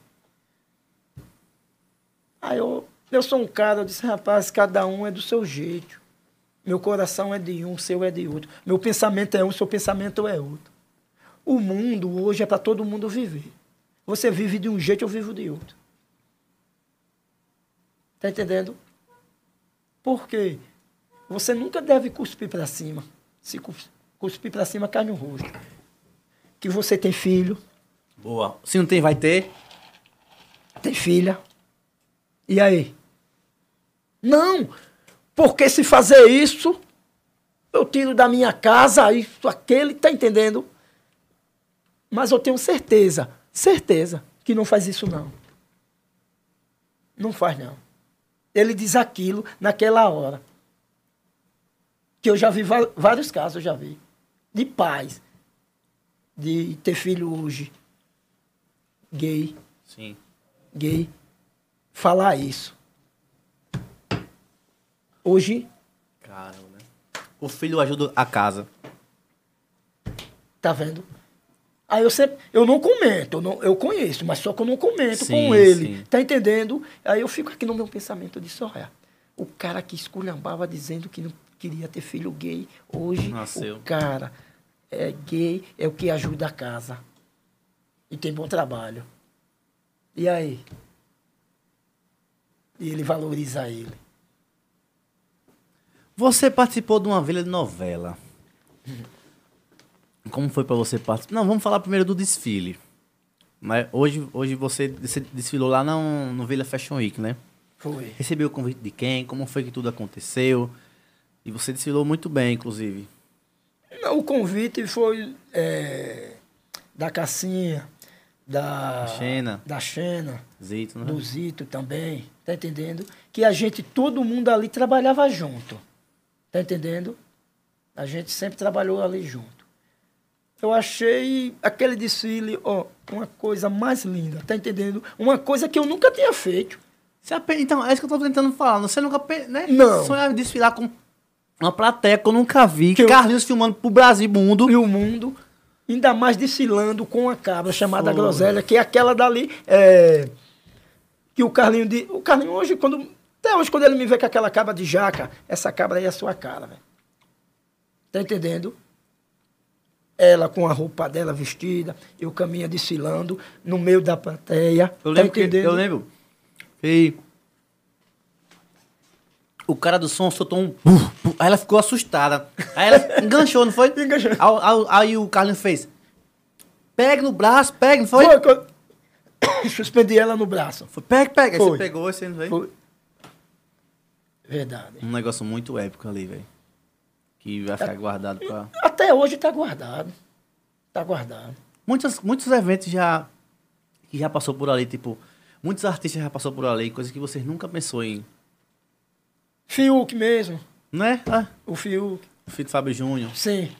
Speaker 3: Aí eu, eu sou um cara, eu disse, rapaz, cada um é do seu jeito. Meu coração é de um, o seu é de outro. Meu pensamento é um, seu pensamento é outro. O mundo hoje é para todo mundo viver. Você vive de um jeito, eu vivo de outro. Tá entendendo? Por quê? Você nunca deve cuspir para cima. Se cus- cuspir para cima, cai no rosto que você tem filho,
Speaker 2: Boa. Se não tem, vai ter.
Speaker 3: tem filha. E aí? Não! Porque se fazer isso, eu tiro da minha casa isso, aquele, tá entendendo? Mas eu tenho certeza, certeza, que não faz isso não. Não faz não. Ele diz aquilo naquela hora. Que eu já vi va- vários casos, eu já vi. De pais. De ter filho hoje. Gay
Speaker 2: Sim.
Speaker 3: gay falar isso. Hoje
Speaker 2: Caramba, né? O filho ajuda a casa.
Speaker 3: Tá vendo? Aí eu sempre. Eu não comento, eu, não- eu conheço, mas só que eu não comento
Speaker 2: Sim,
Speaker 3: com ele.
Speaker 2: sim.
Speaker 3: Tá entendendo? Aí eu fico aqui no meu pensamento de olha, O cara que esculhambava dizendo que não queria ter filho gay, hoje
Speaker 2: Nasceu.
Speaker 3: o cara é gay, é o que ajuda a casa. E tem bom trabalho. E aí? E ele valoriza ele.
Speaker 2: Você participou de uma vila de novela. Como foi pra você participar? Não, vamos falar primeiro do desfile. Mas hoje, hoje você des- desfilou lá no, no Vila Fashion Week, né?
Speaker 3: Foi.
Speaker 2: Recebeu o convite de quem? Como foi que tudo aconteceu? E você desfilou muito bem, inclusive.
Speaker 3: Não, o convite foi é, da Cassinha, da
Speaker 2: Xena.
Speaker 3: da Xena,
Speaker 2: Zito, né?
Speaker 3: do Zito também, tá entendendo? Que a gente, todo mundo ali trabalhava junto, tá entendendo? A gente sempre trabalhou ali junto. Eu achei aquele desfile, ó, uma coisa mais linda, tá entendendo? Uma coisa que eu nunca tinha feito.
Speaker 2: Você ape- Então, é isso que eu tô tentando falar. Você nunca. pe- Né?
Speaker 3: Não.
Speaker 2: Sonhava em desfilar com uma plateia que eu nunca vi.
Speaker 3: Que eu-
Speaker 2: Carlinhos filmando pro Brasil e pro mundo.
Speaker 3: e o mundo, ainda mais desfilando com a cabra chamada
Speaker 2: Foi.
Speaker 3: Groselha, que é aquela dali é, que o Carlinho de, o Carlinho hoje quando até hoje quando ele me vê com aquela cabra de jaca, essa cabra aí é a sua cara, velho. Tá entendendo? Ela com a roupa dela vestida, eu caminha desfilando no meio da plateia.
Speaker 2: Eu
Speaker 3: tá
Speaker 2: lembro, que,
Speaker 3: entendendo?
Speaker 2: eu lembro que o cara do som soltou um... buf, buf, aí ela ficou assustada. Aí ela enganchou, não foi?
Speaker 3: Enganchou.
Speaker 2: Ao- ao- Aí, o Carlinhos fez... Pega no braço, pega, não foi?
Speaker 3: Foi que eu- Suspendi ela no braço.
Speaker 2: Foi, pega, pega. Aí
Speaker 3: Foi.
Speaker 2: você pegou, você não veio?
Speaker 3: Foi. Verdade.
Speaker 2: Um negócio muito épico ali, velho. Que vai ficar guardado pra...
Speaker 3: Até hoje tá guardado. Tá guardado.
Speaker 2: Muitos, muitos eventos já... Que já passou por ali, tipo... Muitos artistas já passou por ali, coisa que vocês nunca pensou em...
Speaker 3: Fiuk mesmo.
Speaker 2: Né? Ah,
Speaker 3: O Fiuk.
Speaker 2: o filho do Fábio Júnior.
Speaker 3: Sim.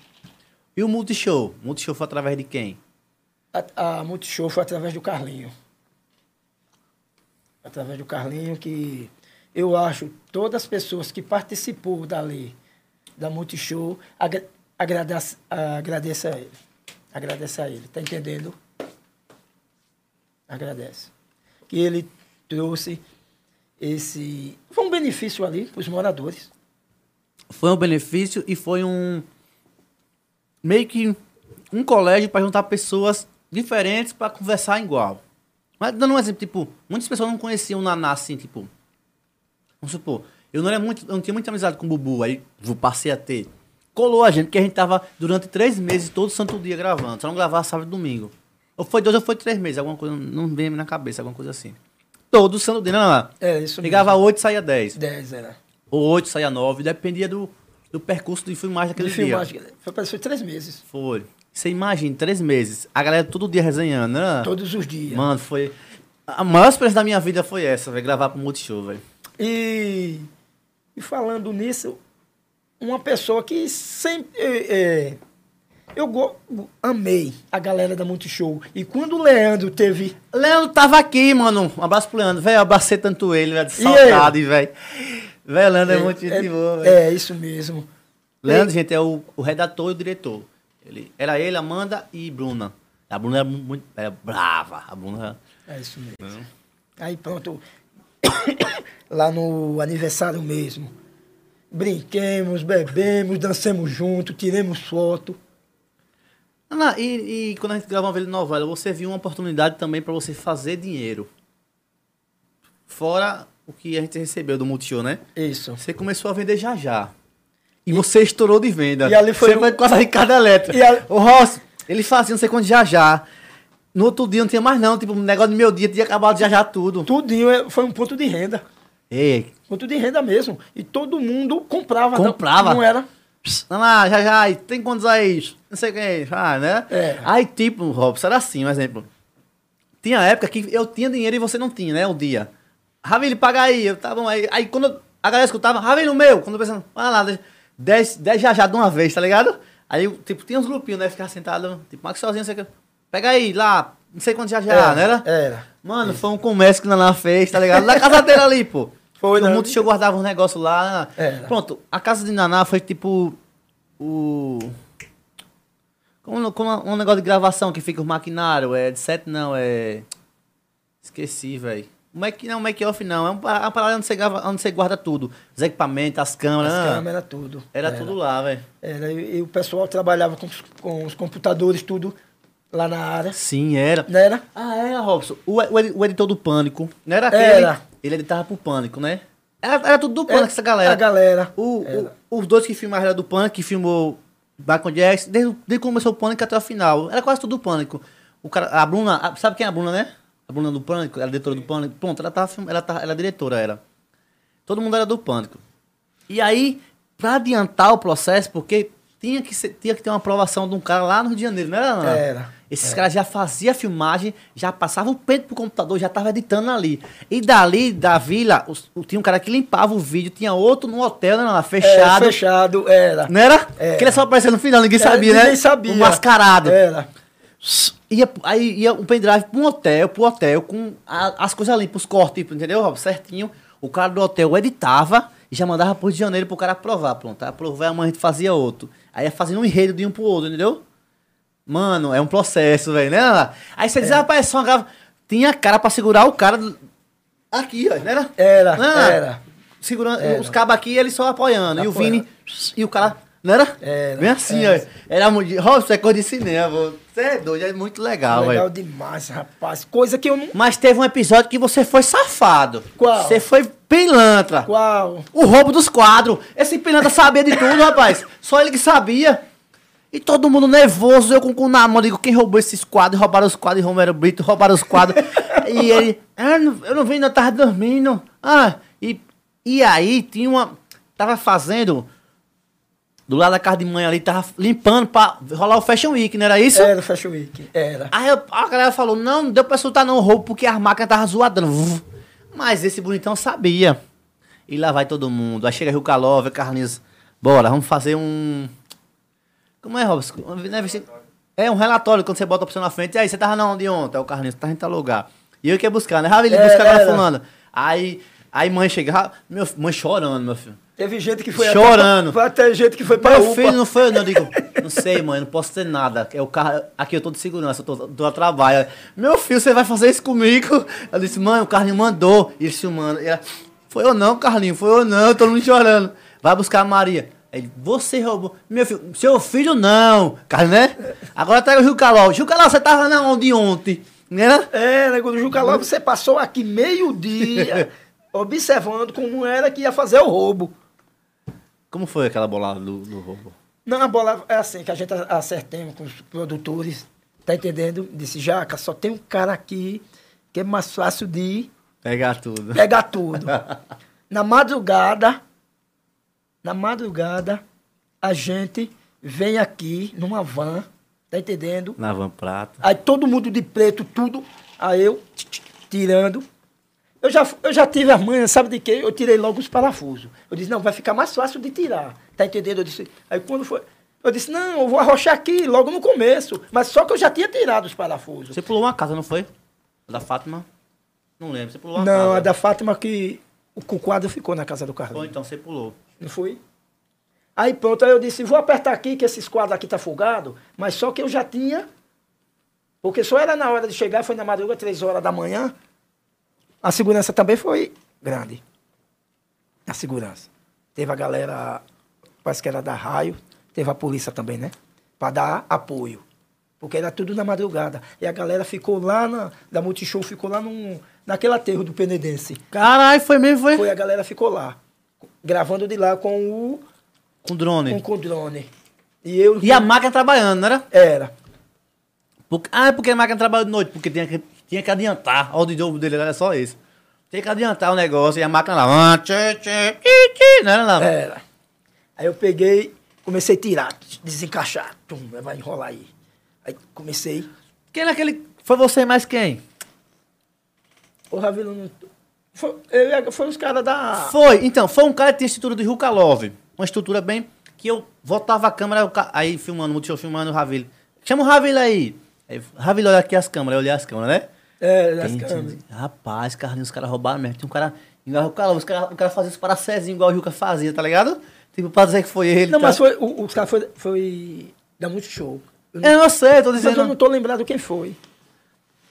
Speaker 2: E o Multishow? O Multishow foi através de quem?
Speaker 3: A, a Multishow foi através do Carlinho. Através do Carlinho que eu acho todas as pessoas que participou dali, da Multishow, agra agradece, agradece a ele. Agradece a ele. Tá entendendo? Agradece. Que ele trouxe esse... Foi um benefício ali para os moradores.
Speaker 2: Foi um benefício e foi um. meio que um colégio para juntar pessoas diferentes para conversar igual. Mas dando um exemplo, tipo, muitas pessoas não conheciam o Naná assim, tipo. Vamos supor, eu não, era muito, eu não tinha muita amizade com o Bubu, aí eu passei a ter. Colou a gente, porque a gente tava durante três meses, todo santo dia gravando. Só não gravava sábado e domingo. Ou foi dois ou foi três meses, alguma coisa, não vem na cabeça, alguma coisa assim. Todo santo dia, não, não, não.
Speaker 3: É, isso mesmo.
Speaker 2: Ligava oito, saía dez.
Speaker 3: 10 era.
Speaker 2: ou 8, saía 9, dependia do, do percurso de filmagem daquele
Speaker 3: De
Speaker 2: dia.
Speaker 3: filmagem. Foi, parece que foi três meses.
Speaker 2: Foi. Você imagina, três meses, a galera todo dia resenhando, né?
Speaker 3: Todos os dias.
Speaker 2: Mano, foi... A maior experiência da minha vida foi essa, velho, gravar pro Multishow, velho.
Speaker 3: E, e falando nisso, uma pessoa que sempre. é, é, eu go- amei a galera da Multishow. E quando o Leandro teve.
Speaker 2: Leandro tava aqui, mano. Um abraço pro Leandro, velho. Eu abracei tanto ele, velho, de
Speaker 3: E ele?
Speaker 2: saudade, velho. Velho, Leandro é, muito gente boa, velho.
Speaker 3: é, isso mesmo.
Speaker 2: Leandro, gente, é o, o redator e o diretor. Ele, era ele, Amanda e Bruna. A Bruna era muito era brava. A Bruna...
Speaker 3: É isso mesmo. Aí pronto. Lá no aniversário mesmo. Brinquemos, bebemos, dancemos junto, tiremos foto.
Speaker 2: Ana, e, e quando a gente gravava uma velha novela, você viu uma oportunidade também pra você fazer dinheiro. Fora o que a gente recebeu do Multishow, né?
Speaker 3: Isso.
Speaker 2: Você começou a vender já já. E, você estourou de venda.
Speaker 3: e ali foi
Speaker 2: Você
Speaker 3: um-
Speaker 2: foi quase a Ricardo Eletro.
Speaker 3: E ali-
Speaker 2: O Ross, ele fazia não sei quanto já já. No outro dia não tinha mais não. Tipo, um negócio do meu dia tinha acabado já já tudo.
Speaker 3: Tudinho é- foi um ponto de renda.
Speaker 2: Ei,
Speaker 3: Ponto de renda mesmo. E todo mundo comprava.
Speaker 2: Comprava.
Speaker 3: Não era?
Speaker 2: Ana, já já, e tem quantos aí? Não sei quem, ah, né?
Speaker 3: É.
Speaker 2: Aí, tipo, Robson, era assim, um exemplo. Tinha época que eu tinha dinheiro e você não tinha, né? Um dia. Ravilho, paga aí. Eu, tá bom, aí, aí quando eu- a galera escutava, Ravilho, o meu. Quando eu pensando, vai lá, 10 já já de uma vez, tá ligado? Aí, eu, tipo, tinha uns grupinhos, né? Ficava sentado, tipo, Max sozinho, não sei o que. Pega aí, lá, não sei quantos já já,
Speaker 3: Era,
Speaker 2: Ah, não era?
Speaker 3: era.
Speaker 2: Mano, foi um comércio que Naná fez, tá ligado? Na casa dele ali, pô.
Speaker 3: Foi,
Speaker 2: Todo
Speaker 3: né? É.
Speaker 2: mundo chegou, guardava uns negócios lá. né?
Speaker 3: Era.
Speaker 2: Pronto, a casa de Naná foi tipo. O. Como, como um negócio de gravação que fica os maquinários, é de sete não, é. Esqueci, velho. Mac não, make off não. É uma pa- uma parada onde você, grava, onde você guarda tudo. Os equipamentos, as câmeras.
Speaker 3: As
Speaker 2: ah,
Speaker 3: câmeras, tudo.
Speaker 2: Era tudo lá, velho.
Speaker 3: Era, e, e o pessoal trabalhava com os, com os computadores, tudo lá na área.
Speaker 2: Sim, era.
Speaker 3: Não era?
Speaker 2: Ah, era, Robson. O, o edi- o editor do Pânico. Não era aquele?
Speaker 3: Era.
Speaker 2: Ele editava pro Pânico, né? Era, era tudo do Pânico,
Speaker 3: Era
Speaker 2: essa galera.
Speaker 3: a galera.
Speaker 2: O, o-
Speaker 3: Era.
Speaker 2: os dois que filmaram era do Pânico, que filmou Michael Jackson, desde, desde que começou o Pânico até o final. Era quase tudo do Pânico. O cara, a Bruna, a- sabe quem é a Bruna, né? A Bruna do Pânico, ela é diretora do Pânico. Pronto, ela tava, film- ela, tava, ela é diretora, era. Todo mundo era do Pânico. E aí, pra adiantar o processo, porque tinha que, ser- tinha que ter uma aprovação de um cara lá no Rio de Janeiro, não era? Ana?
Speaker 3: Era.
Speaker 2: Esses caras já faziam a filmagem, já passavam o peito pro computador, já tava editando ali. E dali, da vila, os- o- tinha um cara que limpava o vídeo, tinha outro no hotel, né, Ana? Fechado.
Speaker 3: Era, É, fechado, era.
Speaker 2: Não era?
Speaker 3: Era.
Speaker 2: Que ele só aparecia no final, ninguém
Speaker 3: Era,
Speaker 2: sabia, né?
Speaker 3: É. Ninguém sabia. É.
Speaker 2: O mascarado.
Speaker 3: Era.
Speaker 2: Ia, aí ia um pendrive pra um hotel, pro hotel, com a- as coisas limpas, os cortes, entendeu, Rob? Certinho. O cara do hotel editava e já mandava pro Rio de Janeiro pro cara aprovar. Pronto, aprovou, aí amanhã a gente fazia outro. Aí ia fazendo um enredo de um pro outro, entendeu? Mano, é um processo, velho, né? Ana? Aí você diz, rapaz, é só uma grava... Tinha cara pra segurar o cara do- aqui, ó, né? Ana?
Speaker 3: Era,
Speaker 2: Não,
Speaker 3: era.
Speaker 2: Segurando
Speaker 3: Era.
Speaker 2: os cabos aqui, ele só apoiando. E o
Speaker 3: Apoiando.
Speaker 2: Vini, e o cara, não era?
Speaker 3: Era, é.
Speaker 2: Bem assim,
Speaker 3: era.
Speaker 2: ó. Era muito. Robson, é coisa de cinema. vô. Você é doido, é muito legal,
Speaker 3: Legal
Speaker 2: velho.
Speaker 3: demais, rapaz. Coisa que eu não.
Speaker 2: Mas teve um episódio que você foi safado.
Speaker 3: Qual?
Speaker 2: Você foi pilantra.
Speaker 3: Qual?
Speaker 2: O roubo dos quadros. Esse pilantra sabia de tudo, rapaz. Só ele que sabia. E todo mundo nervoso, eu com o cu na mão. Digo, quem roubou esses quadros? Roubaram os quadros, Romero Brito, roubaram os quadros. e ele, ah, não- eu não vi, ainda tava dormindo. Ah, e, e aí tinha uma. Tava fazendo. Do lado da casa de mãe ali, tava limpando pra rolar o Fashion Week, não era isso?
Speaker 3: Era Fashion Week. Era.
Speaker 2: Aí eu- a galera falou, não, não deu pra soltar não o roubo, porque as máquinas tava zoadando. Vuf. Mas esse bonitão sabia. E lá vai todo mundo. Aí chega Rio Caló, vê Carlinhos. Bora, vamos fazer um... Como é, Robson? Não é vestido- É um relatório, quando você bota a opção na frente. E aí, você tava na onde ontem? Aí o Carlinhos, tá em tal lugar. E eu que ia buscar, né? Ravi, ele
Speaker 3: É,
Speaker 2: busca lá
Speaker 3: era.
Speaker 2: fulano. Aí, aí mãe chega, "Ra- meu, fi- mãe chorando, meu filho.
Speaker 3: Teve gente que foi.
Speaker 2: Chorando.
Speaker 3: Até, foi até gente que foi pra
Speaker 2: Meu
Speaker 3: UPA.
Speaker 2: filho É não foi eu, não. Eu digo, não sei, mãe, não posso ter nada. É o carro, aqui eu tô de segurança, eu tô, tô a trabalho. Meu filho, você vai fazer isso comigo? Eu disse, mãe, o Carlinho mandou ele filmando. E ela, foi eu não, Carlinho, foi eu não, todo mundo chorando. Vai buscar a Maria. Ele, você roubou. Meu filho, seu filho não. Carlinho, né? Agora tá o Gil Calol. Gil Calol, você tava na onde ontem? Né?
Speaker 3: Era, É, quando o Juca Lopes, você passou aqui meio-dia observando como era que ia fazer o roubo.
Speaker 2: Como foi aquela bolada do, do roubo?
Speaker 3: Não, a bola é assim, que a gente acertemos com os produtores, tá entendendo? Disse, Jaca, só tem um cara aqui que é mais fácil de
Speaker 2: Pegar tudo.
Speaker 3: pegar tudo. na madrugada, na madrugada, a gente vem aqui numa van, tá entendendo?
Speaker 2: Na Van Prata.
Speaker 3: Aí todo mundo de preto, tudo. Aí eu tch, tch, tirando. Eu já, eu já tive as manhas, sabe de quê? Eu tirei logo os parafusos. Eu disse, não, vai ficar mais fácil de tirar. Tá entendendo? Eu disse, aí quando foi. Eu disse, não, eu vou arrochar aqui, logo no começo. Mas só que eu já tinha tirado os parafusos.
Speaker 2: Você pulou uma casa, não foi? A da Fátima? Não lembro. Você pulou uma casa.
Speaker 3: Não, a da Fátima que o o quadro ficou na casa do
Speaker 2: Ou
Speaker 3: Carlinhos.
Speaker 2: então você pulou.
Speaker 3: Não foi? Aí pronto, aí eu disse, vou apertar aqui que esses quadros aqui tá folgado, mas só que eu já tinha, porque só era na hora de chegar, foi na madrugada, três horas da manhã. A segurança também foi grande. A segurança. Teve a galera, parece que era da raio, teve a polícia também, né? Para dar apoio. Porque era tudo na madrugada. E a galera ficou lá na. Da Multishow ficou lá num, naquele aterro do Penedense.
Speaker 2: Caralho, foi mesmo, foi?
Speaker 3: Foi a galera ficou lá. Gravando de lá com o
Speaker 2: Com drone.
Speaker 3: com, com drone. Um E eu.
Speaker 2: Né? E a máquina trabalhando, não era?
Speaker 3: Era.
Speaker 2: Porque- Ah, é porque a máquina trabalhou de noite, porque tinha que, tinha que adiantar. Olha o idioma dele, era só isso. Tinha que adiantar o negócio e a máquina lá. ah, tchê, tchê, tchê, tchê, Não era lá?
Speaker 3: Era. Aí eu peguei, comecei a tirar, desencaixar. Tum, vai enrolar aí. Aí comecei.
Speaker 2: Quem era aquele... Foi você e mais quem?
Speaker 3: O Ravilo não. Foi, eu, e a- foi os caras da.
Speaker 2: Foi, então, foi um cara que tinha estrutura de Rukalov. Uma estrutura bem. Que eu voltava a câmera, o ca- aí filmando, muito show filmando o Ravili. Chama o Ravili aí. aí Ravili, olha aqui as câmeras, eu olhei as câmeras, né?
Speaker 3: É, das
Speaker 2: Tem,
Speaker 3: câmeras.
Speaker 2: tinha- Rapaz, Carlinhos, os caras roubaram mesmo. Tinha um cara. Igual o cara, os cara, o cara fazia os paracezinhos igual o Juca fazia, tá ligado? Tipo, pra dizer que foi ele.
Speaker 3: Não,
Speaker 2: tá?
Speaker 3: mas foi. O, os caras foi, foi. Da Multishow. Eu não-
Speaker 2: É, eu sei, tô
Speaker 3: mas eu
Speaker 2: dizendo.
Speaker 3: não tô lembrado quem foi.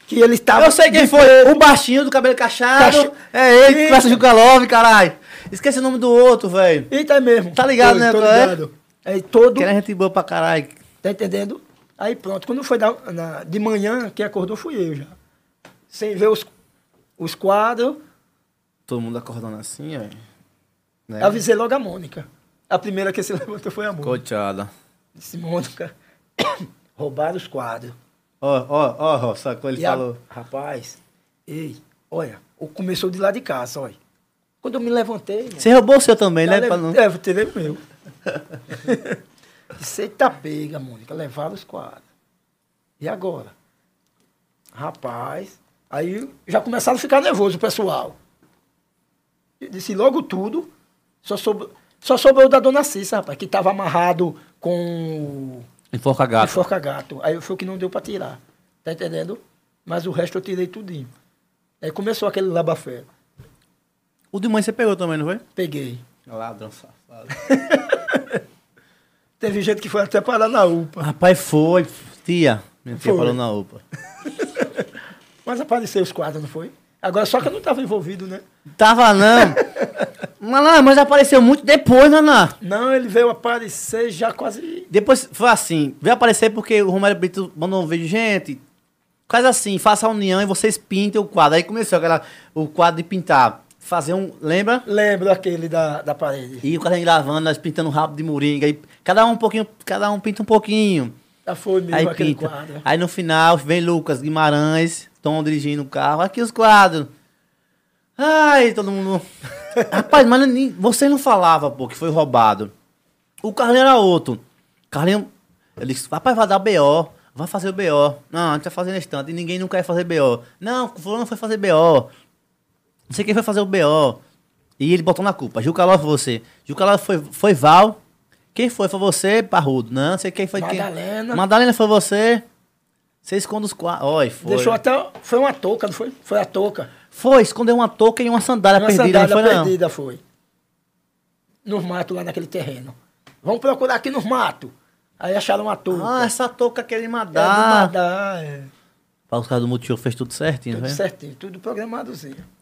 Speaker 5: Que ele estava.
Speaker 2: Eu sei quem foi. O baixinho do cabelo cachado.
Speaker 5: Cacha-
Speaker 2: É ele, que
Speaker 5: Eita.
Speaker 2: conversa com o Kalov, caralho. Esquece o nome do outro, velho.
Speaker 3: Eita, é mesmo.
Speaker 2: Tá ligado,
Speaker 5: Tô-
Speaker 2: né?
Speaker 5: tô
Speaker 2: qual é?
Speaker 5: ligado.
Speaker 3: É todo.
Speaker 2: Que era gente boa pra caralho.
Speaker 3: Tá entendendo? Aí pronto, quando foi da, na- de manhã, quem acordou fui eu já. Sem ver os, os quadros,
Speaker 2: Todo mundo acordando assim, velho. Né?
Speaker 3: avisei logo a Mônica. A primeira que se levantou foi a Mônica.
Speaker 2: Coteada.
Speaker 3: Disse, Mônica, roubaram os quadros.
Speaker 2: Ó, ó, ó, ó, sacou? Ele
Speaker 3: E a-
Speaker 2: falou.
Speaker 3: rapaz, ei, olha, o- começou de lá de casa, olha. Quando eu me levantei,
Speaker 2: Você roubou o seu também, né?
Speaker 3: Eu
Speaker 2: Pra
Speaker 3: leve-
Speaker 2: não...
Speaker 3: É, eu tirei o meu. Disse, eita pega, Mônica, levaram os quadros. E agora? Rapaz, aí já começaram a ficar nervoso o pessoal. E Disse logo tudo, só sobrou, só sobrou o da dona Cissa, rapaz, que estava amarrado com
Speaker 2: Enforca
Speaker 3: o
Speaker 2: gato.
Speaker 3: enforca gato. Aí foi o que não deu para tirar, tá entendendo? Mas o resto eu tirei tudinho. Aí começou aquele labafé.
Speaker 2: O de mãe você pegou também, não foi?
Speaker 3: Peguei.
Speaker 2: Ladrão safado.
Speaker 3: Teve gente que foi até parar na UPA.
Speaker 2: Rapaz, foi. Tia. Minha tia
Speaker 3: Foi.
Speaker 2: falou na UPA.
Speaker 3: Mas apareceu os quadros, não foi? Agora, só que eu não estava envolvido, né?
Speaker 2: Tava não. Naná, mas apareceu muito depois, Naná.
Speaker 3: Não, ele veio aparecer já quase.
Speaker 2: Depois foi assim. Veio aparecer porque o Romero Brito mandou um vídeo. Gente, faz assim, faça a união e vocês pintem o quadro. Aí começou aquela, o quadro de pintar. Fazer um. Lembra?
Speaker 3: Lembro aquele da, da parede.
Speaker 2: E o cara gravando, nós pintando um rabo de moringa. E cada um um pouquinho, cada um pinta um pouquinho.
Speaker 3: Já foi mesmo
Speaker 2: Aí
Speaker 3: aquele
Speaker 2: pinta. Ah,
Speaker 3: quadro.
Speaker 2: Aí no final vem Lucas Guimarães, Tom dirigindo o carro. Aqui os quadros. Ai, todo mundo. Rapaz, mas nem- você não falava, pô, que foi roubado. O Carlinho era outro. Carlinho, ele disse, rapaz, vai dar BO. Vai fazer o BO. Não, a gente tá vai fazer na estante. E ninguém nunca ia fazer BO. Não, fulano foi fazer BO. Não sei quem foi fazer o BO. E ele botou na culpa. Gil Caló foi você. Gil Caló foi, foi Val. Quem foi? Foi você, Parrudo. Não, não sei quem foi
Speaker 3: Madalena.
Speaker 2: quem. Madalena foi você. Você esconde os quatro. Oi, foi.
Speaker 3: Deixou até. Foi uma touca, não foi? Foi a touca.
Speaker 2: Foi, escondeu uma touca e uma sandália
Speaker 3: uma
Speaker 2: Tá perdida.
Speaker 3: sandália
Speaker 2: não foi, não.
Speaker 3: perdida foi. Nos matos lá naquele terreno. Vamos procurar aqui nos matos. Aí acharam uma touca.
Speaker 2: Ah, Tá essa touca que ele
Speaker 3: É, do
Speaker 2: mandar.
Speaker 3: Madá, é.
Speaker 2: Para os caras do Multishow fez tudo certinho, né?
Speaker 3: Tudo
Speaker 2: velho.
Speaker 3: certinho, tudo programadozinho.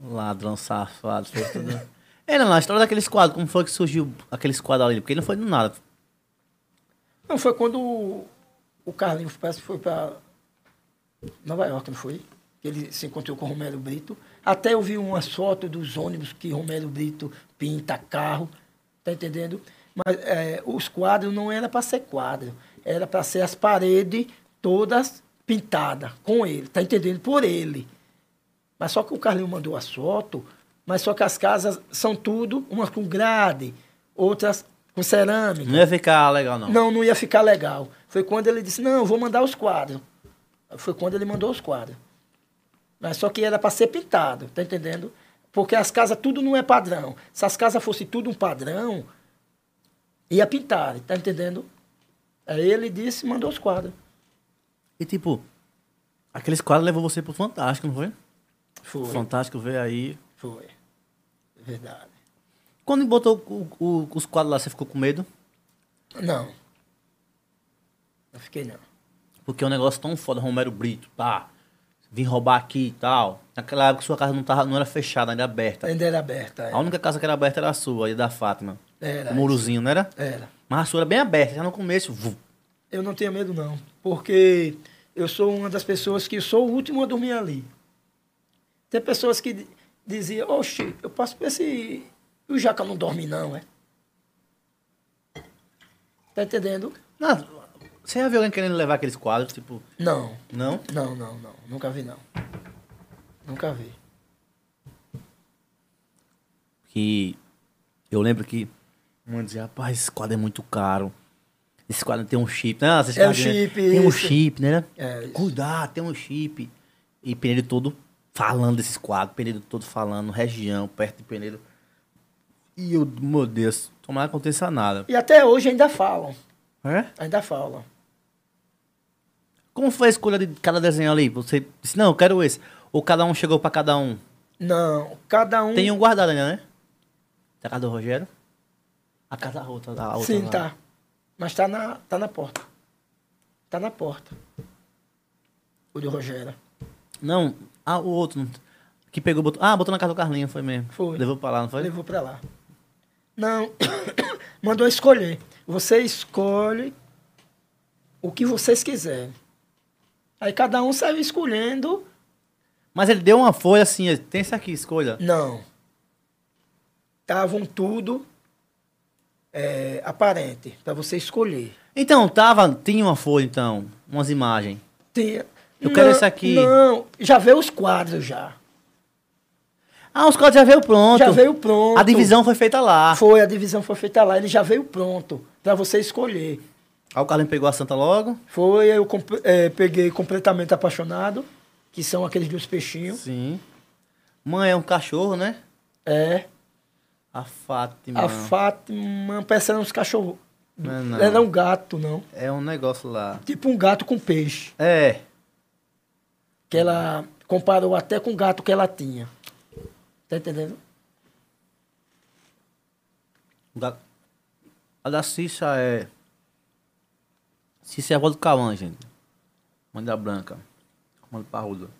Speaker 2: Um Ladrão safado, fez tudo. Ele não, a história daqueles quadros, como foi que surgiu aqueles quadros ali? Porque ele não foi do nada.
Speaker 3: Não, foi quando o, o Carlinhos parece que foi para Nova York, não foi? Que Ele se encontrou com o Romero Brito. Até eu vi uma foto dos ônibus que Romero Brito pinta carro, tá entendendo? Mas eh, os quadros não era para ser quadro, era para ser as paredes todas pintadas com ele, tá entendendo? Por ele. Mas só que o Carlinho mandou as fotos, mas só que as casas são tudo, umas com grade, outras com cerâmica.
Speaker 2: Não ia ficar legal, não.
Speaker 3: Não, não ia ficar legal. Foi quando ele disse, não, eu vou mandar os quadros. Foi quando ele mandou os quadros. Mas só que era para ser pintado, tá entendendo? Porque as casas, tudo não é padrão. Se as casas fossem tudo um padrão, ia pintar, tá entendendo? Aí ele disse, mandou os quadros.
Speaker 2: E tipo, aqueles quadros levou você pro Fantástico, não foi?
Speaker 3: Foi,
Speaker 2: O Fantástico veio aí.
Speaker 3: foi. Verdade.
Speaker 2: Quando botou o- o- os quadros lá, você ficou com medo?
Speaker 3: Não. Não fiquei, não.
Speaker 2: Porque é um negócio tão foda, Romero Brito, pá. Vim roubar aqui e tal. Naquela época sua casa não, tava, não era fechada, ainda era aberta.
Speaker 3: Ainda era aberta. é.
Speaker 2: A única casa que era aberta era a sua, e da Fátima.
Speaker 3: Era.
Speaker 2: o murozinho, não era?
Speaker 3: Era.
Speaker 2: Mas a sua era bem aberta, já no começo. vu.
Speaker 3: Eu não tenho medo, não. Porque eu sou uma das pessoas que sou o último a dormir ali. Tem pessoas que di- diziam, oxe, eu passo por esse. O Jaca não dorme, não, é? Tá entendendo?
Speaker 2: Não, você já viu alguém querendo levar aqueles quadros, tipo,
Speaker 3: Não.
Speaker 2: não?
Speaker 3: Não, não, não. Nunca vi, não. Nunca vi.
Speaker 2: Que eu lembro que mano dizia, rapaz, esse quadro é muito caro. Esse quadro tem um chip. Não, vocês
Speaker 3: É o
Speaker 2: ficavam dizendo,
Speaker 3: chip,
Speaker 2: Tem um
Speaker 3: isso.
Speaker 2: chip, né?
Speaker 3: É, isso.
Speaker 2: Cuidado, tem um chip. E Penedo todo falando desses quadros, Penedo todo falando, região, perto de Penedo. E eu, meu Deus, tomara que não aconteça nada.
Speaker 3: E até hoje ainda falam.
Speaker 2: É?
Speaker 3: Ainda falam.
Speaker 2: Como foi a escolha de cada desenho ali? Você disse, não, eu quero esse. Ou cada um chegou pra cada um?
Speaker 3: Não, cada um.
Speaker 2: Tem um guardado ainda, né? Da casa do Rogério? A casa da
Speaker 3: tá.
Speaker 2: outra, da outra
Speaker 3: Sim,
Speaker 2: lá.
Speaker 3: tá. Mas tá na, tá na porta. Tá na porta. O de Rogério.
Speaker 2: Não, ah, o outro. não- Que pegou, botou. Ah, botou na casa do Carlinho, foi mesmo.
Speaker 3: Foi.
Speaker 2: Levou pra lá, não foi?
Speaker 3: Levou pra lá. Não, mandou escolher. Você escolhe o que vocês quiserem. Aí cada um saiu escolhendo.
Speaker 2: Mas ele deu uma folha assim, ele, tem essa aqui, escolha.
Speaker 3: Não. Estavam tudo é, aparente, pra você escolher.
Speaker 2: Então, tava, tinha uma folha, então, umas imagens.
Speaker 3: Tinha-
Speaker 2: Eu quero
Speaker 3: Não,
Speaker 2: esse aqui.
Speaker 3: Não, já veio os quadros já.
Speaker 2: Ah, os códigos já veio pronto.
Speaker 3: Já veio pronto.
Speaker 2: A divisão foi feita lá.
Speaker 3: Foi, a divisão foi feita lá, ele já veio pronto pra você escolher.
Speaker 2: Aí o Carlinho pegou a santa logo.
Speaker 3: Foi, eu comp- eh, peguei completamente apaixonado, que são aqueles dos peixinhos.
Speaker 2: Sim. Mãe é um cachorro, né?
Speaker 3: É.
Speaker 2: A Fátima.
Speaker 3: A Fátima, parece uns cachorro.
Speaker 2: Não é não.
Speaker 3: Ela é um gato, não.
Speaker 2: É um negócio lá.
Speaker 3: Tipo um gato com peixe.
Speaker 2: É.
Speaker 3: Que ela comparou até com o gato que ela tinha. Tá entendendo?
Speaker 2: o da- A da Cissa é. Cissa é a avó do Cauã, gente. Mãe da Branca. Mãe do Parrudo.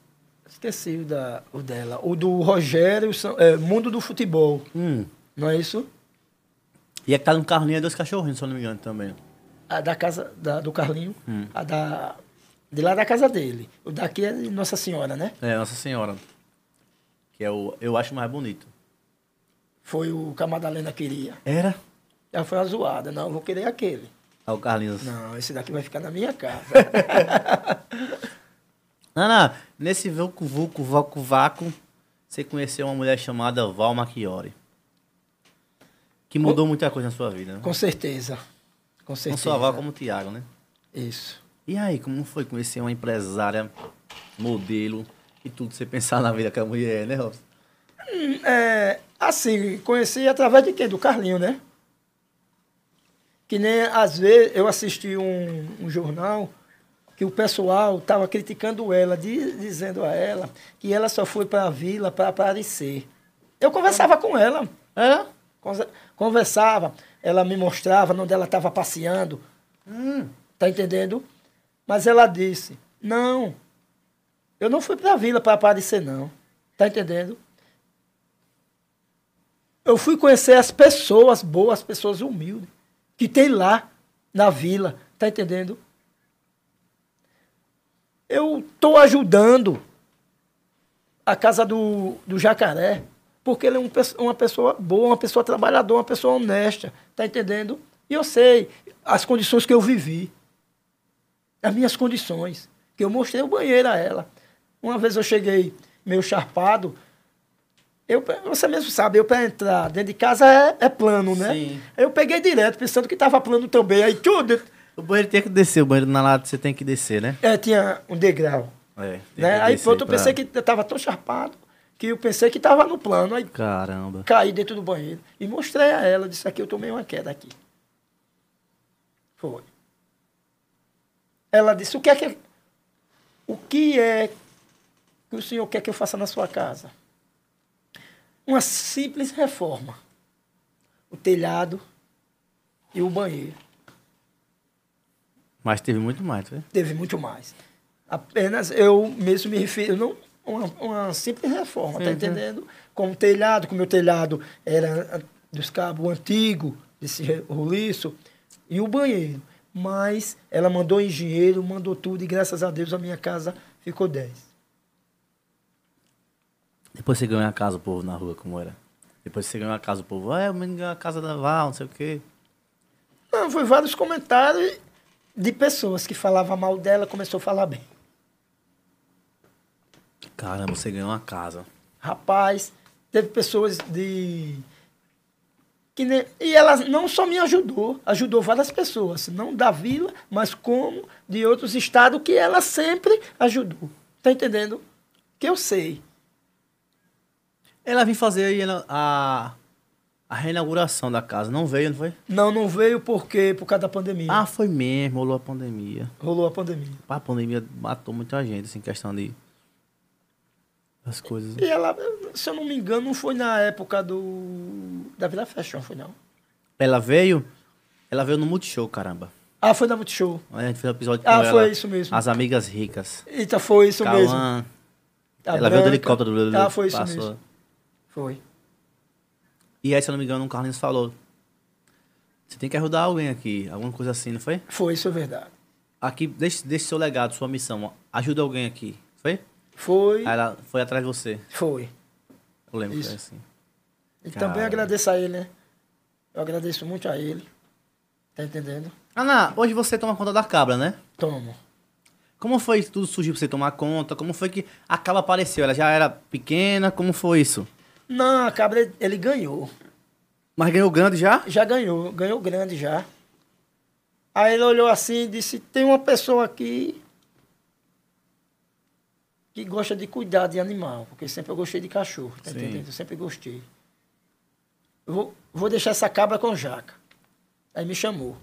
Speaker 3: Esqueci o, da, o dela. O do Rogério, são- é, Mundo do Futebol.
Speaker 2: Hum.
Speaker 3: Não é isso?
Speaker 2: E é que tá no Carlinho é dois cachorrinhos, se eu não me engano, também.
Speaker 3: A da casa da- do Carlinho.
Speaker 2: Hum.
Speaker 3: A da. De lá da casa dele. O daqui é de Nossa Senhora, né?
Speaker 2: É, Nossa Senhora. Que é o. Eu acho mais bonito.
Speaker 3: Foi o que a Madalena queria.
Speaker 2: Era?
Speaker 3: Ela foi uma zoada. Não, eu vou querer aquele.
Speaker 2: Ah, o Carlinhos.
Speaker 3: Não, esse daqui vai ficar na minha casa.
Speaker 2: Ana, nesse Vucu Vucu Vacu Vacu, você conheceu uma mulher chamada Val Machiori. Que mudou muita coisa na sua vida, né?
Speaker 3: Com certeza. Com
Speaker 2: Não
Speaker 3: certeza.
Speaker 2: só a Val como o Thiago, né?
Speaker 3: Isso.
Speaker 2: E aí, como foi conhecer uma empresária, modelo e tudo você pensar na vida que a mulher é, né, Robson?
Speaker 3: Hum, É, assim, conheci através de quem? Do Carlinho, né? Que nem às vezes eu assisti um, um jornal que o pessoal estava criticando ela, di- dizendo a ela que ela só foi para a vila para aparecer. Eu conversava com ela.
Speaker 2: É?
Speaker 3: Conse- Conversava, ela me mostrava onde ela estava passeando. Tá entendendo? Mas ela disse: Não, eu não fui para a vila para aparecer, não. Tá entendendo? Eu fui conhecer as pessoas boas, as pessoas humildes, que tem lá na vila. Tá entendendo? Eu estou ajudando a casa do, do jacaré, porque ele é um pesso- uma pessoa boa, uma pessoa trabalhadora, uma pessoa honesta, tá entendendo? E eu sei as condições que eu vivi, as minhas condições, que eu mostrei o banheiro a ela. Uma vez eu cheguei meio charpado, eu, pe- você mesmo sabe, eu para entrar dentro de casa é, é plano, né?
Speaker 2: Sim.
Speaker 3: Eu peguei direto, pensando que estava plano também, aí tudo,
Speaker 2: O banheiro tem que descer, o banheiro na lata você tem que descer, né?
Speaker 3: é, tinha um degrau.
Speaker 2: É. tem
Speaker 3: Né?
Speaker 2: que
Speaker 3: Aí
Speaker 2: descer
Speaker 3: pronto, eu
Speaker 2: pra-
Speaker 3: pensei que eu tava tão charpado que eu pensei que tava no plano. Aí
Speaker 2: Caramba.
Speaker 3: caí dentro do banheiro e mostrei a ela, disse aqui, eu tomei uma queda aqui. Foi. Ela disse, o que é que. O que é que o senhor quer que eu faça na sua casa? Uma simples reforma. O telhado e o banheiro.
Speaker 2: Mas teve muito mais, né?
Speaker 3: Teve muito mais. Apenas eu mesmo me refiro, não uma, uma simples reforma, tá
Speaker 2: Sim, sim.
Speaker 3: entendendo? Com o telhado, que o meu telhado era ah, dos cabos antigo, desse re- roliço, e o banheiro. Mas ela mandou engenheiro, mandou tudo, e graças a Deus a minha casa ficou 10.
Speaker 2: Depois você ganhou a casa, o povo na rua, como era? Depois você ganhou a casa, o povo, ah, o menino ganhou a casa da Val, não sei o quê.
Speaker 3: Não, foi vários comentários de pessoas que falavam mal dela, começou a falar bem.
Speaker 2: Caramba, você ganhou uma casa.
Speaker 3: rapaz, teve pessoas de. Que nem... E ela não só me ajudou, ajudou várias pessoas, não da vila, mas como de outros estados que ela sempre ajudou. Tá entendendo? Que eu sei.
Speaker 2: Ela veio fazer aí ela- a, a reinauguração da casa. Não veio, não foi?
Speaker 3: Não, não veio porque por causa da pandemia.
Speaker 2: Ah, foi mesmo, rolou a pandemia.
Speaker 3: Rolou a pandemia.
Speaker 2: Pá, A pandemia matou muita gente, assim, questão de. das coisas.
Speaker 3: E ela, se eu não me engano, não foi na época do. Da Vila Fashion, foi não.
Speaker 2: Ela veio. Ela veio no Multishow, caramba.
Speaker 3: Ah, foi da Multishow.
Speaker 2: A gente fez um episódio
Speaker 3: Ah,
Speaker 2: com ela.
Speaker 3: foi isso mesmo.
Speaker 2: As Amigas Ricas.
Speaker 3: Eita, foi isso mesmo.
Speaker 2: Cauã.
Speaker 3: A
Speaker 2: ela veio do
Speaker 3: Branca.
Speaker 2: helicóptero. do-
Speaker 3: Ah, foi isso
Speaker 2: passou.
Speaker 3: mesmo. Foi.
Speaker 2: E aí, se eu não me engano, o Carlinhos falou. Você tem que ajudar alguém aqui. Alguma coisa assim, não foi?
Speaker 3: Foi, isso é verdade.
Speaker 2: Aqui, deixe, deixe seu legado, sua missão. ó. Ajuda alguém aqui. Foi?
Speaker 3: Foi.
Speaker 2: Aí ela foi atrás de você.
Speaker 3: Foi.
Speaker 2: Eu lembro que
Speaker 3: Isso.
Speaker 2: foi assim.
Speaker 3: E
Speaker 2: Cara.
Speaker 3: também agradeço a ele, né? Eu agradeço muito a ele. Tá entendendo?
Speaker 2: Ana, hoje você toma conta da cabra, né?
Speaker 3: Tomo.
Speaker 2: Como foi que tudo surgiu pra você tomar conta? Como foi que a cabra apareceu? Ela já era pequena? Como foi isso?
Speaker 3: Não, a cabra, ele- ele ganhou.
Speaker 2: Mas ganhou grande já?
Speaker 3: Já ganhou, ganhou grande já. Aí ele olhou assim e disse, tem uma pessoa aqui que gosta de cuidar de animal, porque sempre eu gostei de cachorro, tá
Speaker 2: Sim.
Speaker 3: entendendo? Eu sempre gostei. Eu vou, vou deixar essa cabra com jaca. Aí me chamou.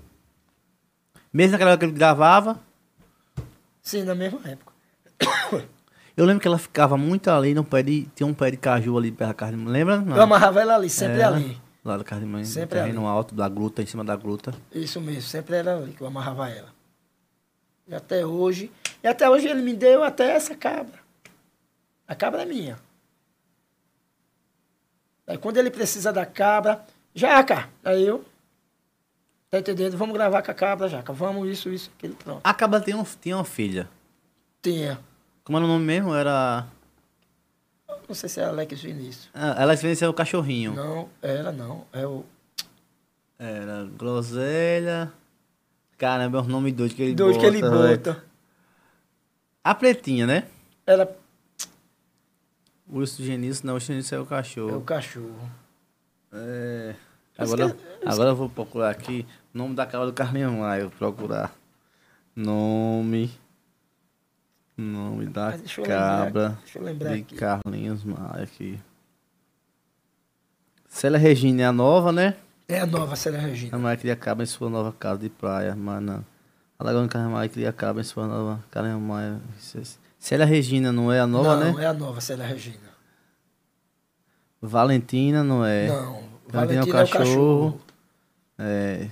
Speaker 2: Mesmo naquela época que ele gravava,
Speaker 3: Sim, na mesma época.
Speaker 2: eu lembro que ela ficava muito ali no pé de. Tinha um pé de caju ali perto da casa de mãe. Lembra? Não.
Speaker 3: Eu amarrava ela ali, sempre
Speaker 2: Era,
Speaker 3: ali.
Speaker 2: Lá da casa de mãe. no
Speaker 3: Sempre
Speaker 2: terreno alto, da gruta, em cima da gruta.
Speaker 3: Isso mesmo, sempre era ali que eu amarrava ela. E até hoje. E até hoje ele me deu até essa cabra. A cabra é minha. Aí quando ele precisa da cabra, Jaca! Aí eu. Tá entendendo? Vamos gravar com a cabra, Jaca. Vamos isso, isso, aquilo, pronto.
Speaker 2: A cabra tinha, um, tinha uma filha.
Speaker 3: Tinha.
Speaker 2: Como era o nome mesmo? Era.
Speaker 3: Não sei se é Alex Vinícius.
Speaker 2: ah, Ela influenciava o cachorrinho.
Speaker 3: Não, era não. É o.
Speaker 2: Era groselha. Caramba, é um nome doido que ele
Speaker 3: Doido
Speaker 2: bota. né?
Speaker 3: que ele
Speaker 2: velho.
Speaker 3: bota.
Speaker 2: A pretinha, né?
Speaker 3: Era
Speaker 2: O urso genício, não, o genício é o
Speaker 3: é o
Speaker 2: cachorro.
Speaker 3: cachorro.
Speaker 2: É.
Speaker 3: Eu
Speaker 2: Agora,
Speaker 3: esque- eu
Speaker 2: agora eu vou procurar aqui o nome da cabra do Carlinhos Maia. Eu vou procurar. Nome. Nome da
Speaker 3: Mas deixa eu lembrar-
Speaker 2: cabra
Speaker 3: deixa eu lembrar
Speaker 2: de
Speaker 3: aqui.
Speaker 2: Carlinhos Maia aqui. Célia Regina é a nova, né?
Speaker 3: É a nova Célia
Speaker 2: A
Speaker 3: Regina.
Speaker 2: Maia cria cabra em sua nova casa de praia, mano. A Lagoa do Carlinhos Maia cria cabra em sua nova Carlinhos Maia. é- Célia Regina não é a nova,
Speaker 3: não,
Speaker 2: né?
Speaker 3: é a nova Célia Regina.
Speaker 2: Valentina não é.
Speaker 3: Não,
Speaker 2: Valentina é o
Speaker 3: Valentina é o
Speaker 2: cachorro.
Speaker 3: cachorro.
Speaker 2: É.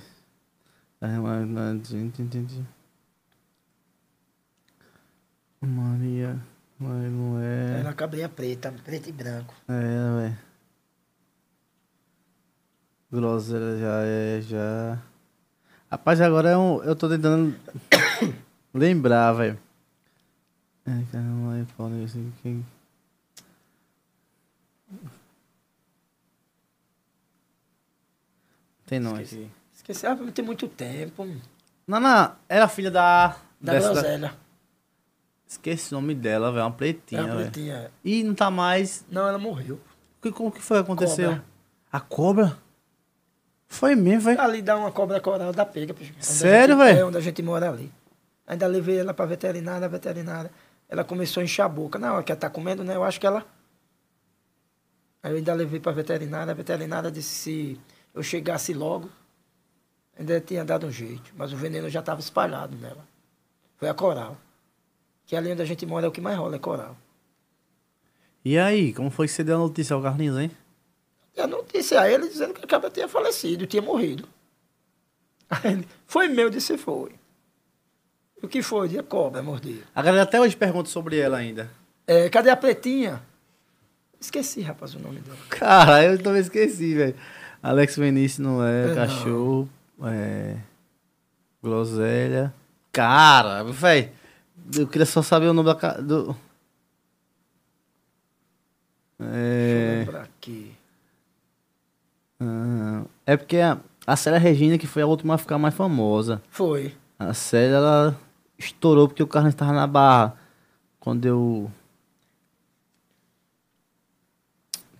Speaker 2: É, mas- mas- entendi, entendi. Maria. Mas não
Speaker 3: Era
Speaker 2: é.
Speaker 3: uma cabrinha preta, preto e branco.
Speaker 2: É, ué. Groselha já é, já. Rapaz, agora é um, eu tô tentando lembrar, velho. É, caramba, aí foda isso aqui. Tem nome aqui.
Speaker 3: Esqueci, ah, tem muito tempo. hum.
Speaker 2: Nana era filha da.
Speaker 3: Da
Speaker 2: dessa-
Speaker 3: Groselha.
Speaker 2: Esqueci o nome dela, velho. é Uma pretinha,
Speaker 3: Era
Speaker 2: velho.
Speaker 3: É pretinha.
Speaker 2: E não tá mais.
Speaker 3: Não, ela morreu.
Speaker 2: Que- Como que foi que aconteceu?
Speaker 3: Cobra.
Speaker 2: A cobra? Foi mesmo, velho.
Speaker 3: Ali dá uma cobra coral da pega. bicho. Onde a
Speaker 2: Sério,
Speaker 3: gente-
Speaker 2: velho?
Speaker 3: É onde a gente mora ali. Ainda levei ela pra veterinária, a veterinária. Ela começou a encher a boca. Na hora que ela tá comendo, né? Eu acho que ela. Aí eu ainda levei pra veterinária, a veterinária disse se eu chegasse logo, ainda tinha dado um jeito. Mas o veneno já estava espalhado nela. Foi a coral. Que ali onde a gente mora é o que mais rola, é coral.
Speaker 2: E aí, como foi que você deu a notícia ao Carlinhos, hein?
Speaker 3: E a notícia a ele dizendo que a cabra tinha falecido, tinha morrido. Aí ele, foi meu, eu disse foi. O que foi? Disse, A cobra mordeu.
Speaker 2: A galera até hoje pergunta sobre ela ainda.
Speaker 3: É, cadê a pretinha? Esqueci, rapaz, o nome dela.
Speaker 2: Cara, eu também esqueci, velho. Alex Vinícius não é,
Speaker 3: É,
Speaker 2: cachorro, é. Groselha. Cara, velho. Eu queria só saber o nome da. ca- Do...
Speaker 3: Deixa eu
Speaker 2: É.
Speaker 3: lembrar aqui.
Speaker 2: Ah, é porque a, a Célia Regina, que foi a última a ficar mais famosa.
Speaker 3: Foi.
Speaker 2: A Célia, ela estourou porque o Carlinhos estava na barra. Quando eu.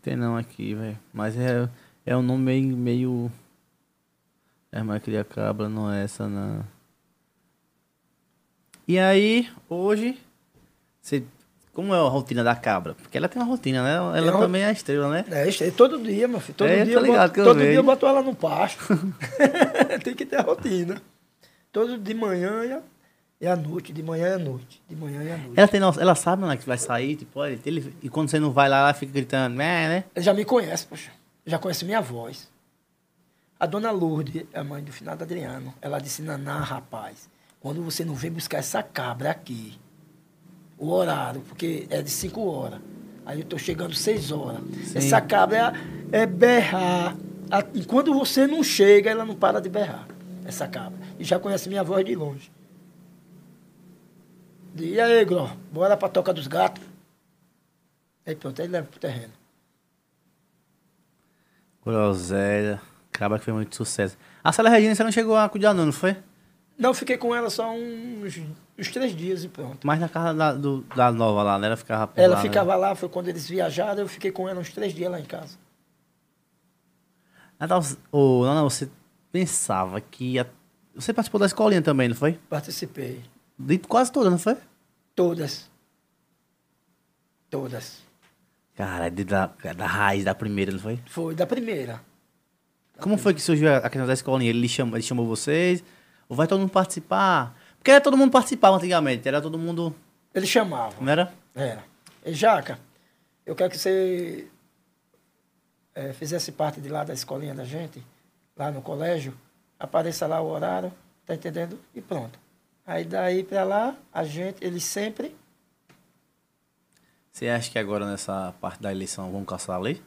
Speaker 2: Tem não aqui, velho. Mas é, é um nome meio. meio... É, mas cria cabra, não é essa, não. E aí, hoje. Você... Como é a rotina da cabra? Porque ela tem uma rotina, né? Ela
Speaker 3: uma-
Speaker 2: também é a estrela, né?
Speaker 3: É, isso aí, todo dia, meu filho. Todo,
Speaker 2: É,
Speaker 3: dia,
Speaker 2: tô
Speaker 3: eu boto,
Speaker 2: ligado que eu
Speaker 3: todo
Speaker 2: vejo.
Speaker 3: dia eu boto ela no pasto. Tem que ter a rotina. Todo de manhã e à- e à noite, de manhã e à noite. De manhã e à noite.
Speaker 2: Ela, tem noção- ela sabe né, que vai sair, tipo, olha, ele- e quando você não vai lá, ela fica gritando, né, né?
Speaker 3: Ele já me conhece, poxa. Já conhece minha voz. A dona Lourdes, é a mãe do finado Adriano, ela disse, Naná, rapaz, quando você não vem buscar essa cabra aqui, o horário, porque é de 5 horas. Aí eu tô chegando 6 horas. Essa cabra é, é berrar. A- E quando você não chega, ela não para de berrar, essa cabra. E já conhece minha voz de longe. E aí, Gro, bora pra Toca dos Gatos. Aí pronto, aí leva pro terreno.
Speaker 2: Groselha. Cabra que foi muito sucesso. A Célia Regina, você não chegou a cuidar não, não foi?
Speaker 3: Não, eu fiquei com ela só uns, uns três dias e pronto.
Speaker 2: Mas na casa da, do- da nova lá, né? Ela ficava por
Speaker 3: Ela
Speaker 2: lá, né?
Speaker 3: ficava lá, foi quando eles viajaram, eu fiquei com ela uns três dias lá em casa.
Speaker 2: Natal, ô, não, não, você pensava que ia... Você participou da escolinha também, não foi?
Speaker 3: Participei.
Speaker 2: De quase toda, não foi?
Speaker 3: Todas. Todas.
Speaker 2: Cara, de, da, da raiz da primeira, não foi?
Speaker 3: Foi da primeira.
Speaker 2: Como foi que surgiu a a questão da escolinha? Ele chamou, ele chamou vocês? Ou vai todo mundo participar? Porque era todo mundo participava antigamente, era todo mundo.
Speaker 3: Ele chamava.
Speaker 2: Não era?
Speaker 3: Era. É. E Jaca, eu quero que você eh, fizesse parte de lá da escolinha da gente, lá no colégio, apareça lá o horário, tá entendendo? E pronto. Aí daí pra lá, a gente, ele sempre.
Speaker 2: Você acha que agora nessa parte da eleição vão caçar a lei?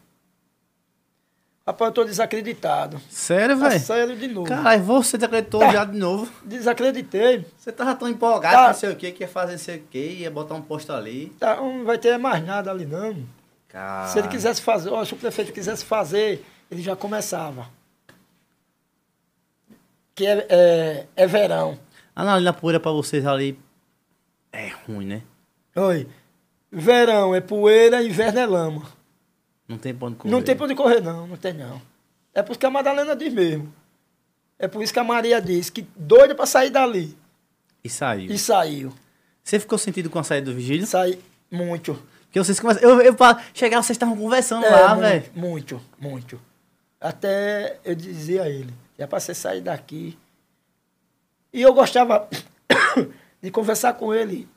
Speaker 3: Rapaz, eu tô desacreditado.
Speaker 2: Sério,
Speaker 3: Tá
Speaker 2: velho?
Speaker 3: sério de novo.
Speaker 2: Caralho, você desacreditou
Speaker 3: Tá.
Speaker 2: já de novo.
Speaker 3: Desacreditei.
Speaker 2: Você tava tão empolgado,
Speaker 3: Tá.
Speaker 2: não sei o que, que ia fazer não sei o que, ia botar um posto ali.
Speaker 3: Tá, não vai ter mais nada ali não.
Speaker 2: Cara.
Speaker 3: Se ele quisesse fazer, ó, se o prefeito quisesse fazer, ele já começava. Que é, é, é verão.
Speaker 2: A Analina poeira pra vocês ali é ruim, né?
Speaker 3: Oi. Verão é poeira, inverno é lama.
Speaker 2: Não tem ponto
Speaker 3: Não tem pra onde correr, não, não tem não. É por isso que a Madalena diz mesmo. É por isso que a Maria diz que doida pra sair dali.
Speaker 2: E saiu.
Speaker 3: E saiu.
Speaker 2: Você ficou sentido com a saída do vigílio?
Speaker 3: Sai muito.
Speaker 2: Porque vocês começaram. Eu, eu, pra chegar, vocês estavam conversando
Speaker 3: É,
Speaker 2: lá,
Speaker 3: muito,
Speaker 2: velho.
Speaker 3: Muito, muito. Até eu dizia a ele, já pra você sair daqui. E eu gostava de conversar com ele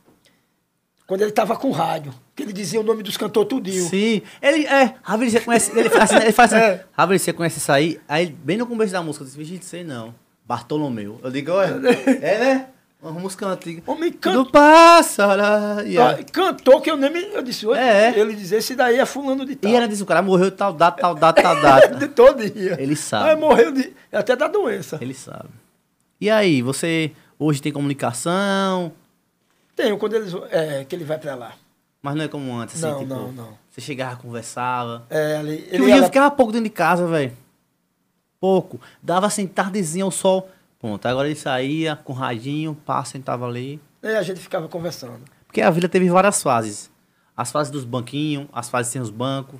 Speaker 3: quando ele tava com rádio. Que ele dizia o nome dos cantores tudinho.
Speaker 2: Sim. Ele é. Ravel, você conhece. Ele faz assim, ele faz assim.
Speaker 3: É.
Speaker 2: Ravel, você conhece isso aí? Aí, bem no começo da música, eu disse, "Vixe, gente, sei não. Bartolomeu. Eu digo, olha. É, né? Uma música antiga.
Speaker 3: Homem
Speaker 2: Do
Speaker 3: can...
Speaker 2: passará. E era-
Speaker 3: cantou que eu nem me... Eu disse, "Oi?"
Speaker 2: É.
Speaker 3: ele dizia, esse daí é fulano de tal.
Speaker 2: E ela disse, o cara morreu tal data, tal data, tal
Speaker 3: de
Speaker 2: data.
Speaker 3: todo dia.
Speaker 2: Ele sabe.
Speaker 3: Aí morreu de, até da doença.
Speaker 2: Ele sabe. E aí, você hoje tem comunicação,
Speaker 3: Tem, quando eles, é, que ele vai pra lá.
Speaker 2: mas não é como antes, assim,
Speaker 3: Não,
Speaker 2: tipo,
Speaker 3: não, não.
Speaker 2: Você chegava, conversava.
Speaker 3: É, ele,
Speaker 2: Ele
Speaker 3: ele
Speaker 2: eu
Speaker 3: era-
Speaker 2: ficava pouco dentro de casa, velho. Pouco. Dava assim, tardezinha o sol. Pronto, agora ele saía com o radinho, pá, sentava ali.
Speaker 3: é, a gente ficava conversando.
Speaker 2: Porque a vila teve várias fases. As fases dos banquinhos, as fases sem os bancos.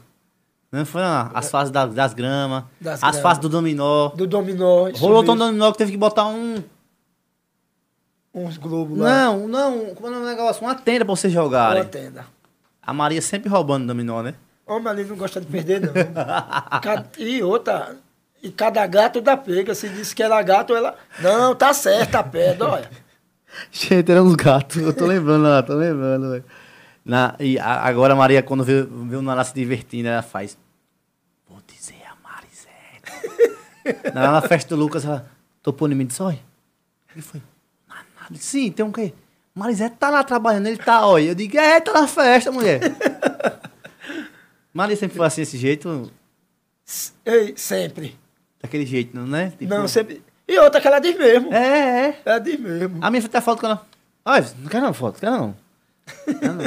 Speaker 2: Não foi não, as fases da- das gramas,
Speaker 3: É. Das
Speaker 2: as
Speaker 3: gramas.
Speaker 2: fases do dominó.
Speaker 3: Do dominó. isso
Speaker 2: Rolou tão
Speaker 3: mesmo.
Speaker 2: dominó que teve que botar um.
Speaker 3: Uns globos lá.
Speaker 2: Não, não, como é o nome do negócio? Uma tenda pra você jogar.
Speaker 3: Uma tenda.
Speaker 2: A Maria sempre roubando dominó, né?
Speaker 3: Homem ali não gosta de perder, não. Cada- e outra. E cada gato dá pega. Se disse que era gato, ela. Não, tá certo, a pedra, olha.
Speaker 2: Gente, eram uns gatos. Eu tô lembrando, ó, tô lembrando, velho. Na, e a- agora a Maria, quando vê, vê o Naná se divertindo, ela faz. Vou dizer a Marisete. Naná, na festa do Lucas, ela topou em mim e disse: Olha, o que foi? Naná, disse, sim, tem um quê? Marisete tá lá trabalhando, ele tá, olha. Eu digo: É, tá na festa, mulher. Maria sempre foi assim, desse jeito,
Speaker 3: S- Ei, sempre.
Speaker 2: daquele jeito, não é? Tipo,
Speaker 3: Não, sempre. E outra que ela diz mesmo.
Speaker 2: É, é.
Speaker 3: Ela diz mesmo.
Speaker 2: A minha filha tá foto com ela. Olha, não quero não foto, quero não. Quero não,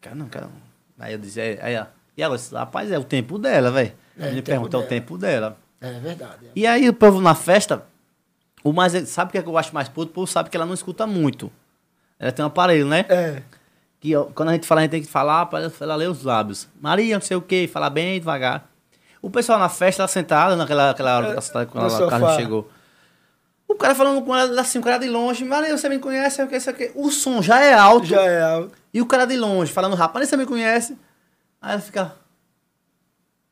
Speaker 2: quero não. Quero não. Aí eu disse, aí, aí, ó. E ela disse, rapaz, é o tempo dela, velho. A
Speaker 3: É,
Speaker 2: menina
Speaker 3: o tempo
Speaker 2: pergunta, é o
Speaker 3: dela.
Speaker 2: tempo dela.
Speaker 3: É verdade. é.
Speaker 2: E aí o povo na festa, o mais, sabe o que, é que eu acho mais puto? O povo sabe que ela não escuta muito. Ela tem um aparelho, né?
Speaker 3: É.
Speaker 2: Que ó, quando a gente fala, a gente tem que falar para ela ler os lábios. Maria, não sei o quê, falar bem devagar. O pessoal na festa, ela sentada, naquela aquela hora que ela sentada quando
Speaker 3: É, no
Speaker 2: ela- a Carmen
Speaker 3: sofá.
Speaker 2: chegou. O cara falando com ela assim, o cara de longe, Maria, você me conhece, sei o que, sei o que. O som já é alto.
Speaker 3: Já é algo.
Speaker 2: E o cara de longe, falando rápido, Maria, você me conhece. Aí ela fica.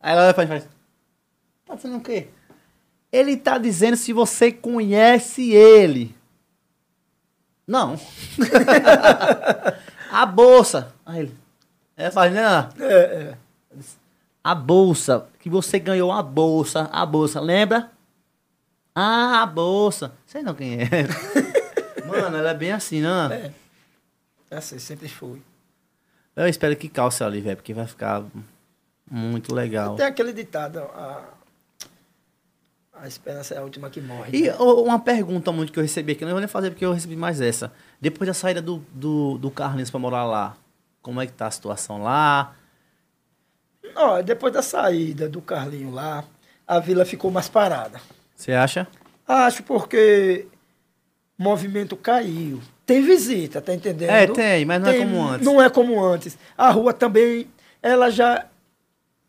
Speaker 2: Aí ela olha pra gente e faz. Tá dizendo o quê? Ele tá dizendo se você conhece ele. Não. a bolsa. Aí ele. Ela faz, né?
Speaker 3: É, é.
Speaker 2: A bolsa. Que você ganhou a bolsa. A bolsa, lembra? Ah, a bolsa. Sei não quem é. Mano, ela é bem assim, não?
Speaker 3: É. Essa aí Assim, sempre foi.
Speaker 2: Eu espero que calce ali, velho, porque vai ficar muito legal.
Speaker 3: Tem aquele ditado, a, a esperança é a última que morre.
Speaker 2: E
Speaker 3: né?
Speaker 2: ô, uma pergunta muito que eu recebi aqui, não vou nem fazer porque eu recebi mais essa. Depois da saída do, do, do Carlinhos pra morar lá, como é que tá a situação lá?
Speaker 3: Ó, depois da saída do Carlinho lá, a vila ficou mais parada.
Speaker 2: Você acha?
Speaker 3: Acho porque movimento caiu. Tem visita, tá entendendo?
Speaker 2: É, tem, mas não é como antes.
Speaker 3: Não é como antes. A rua também, ela já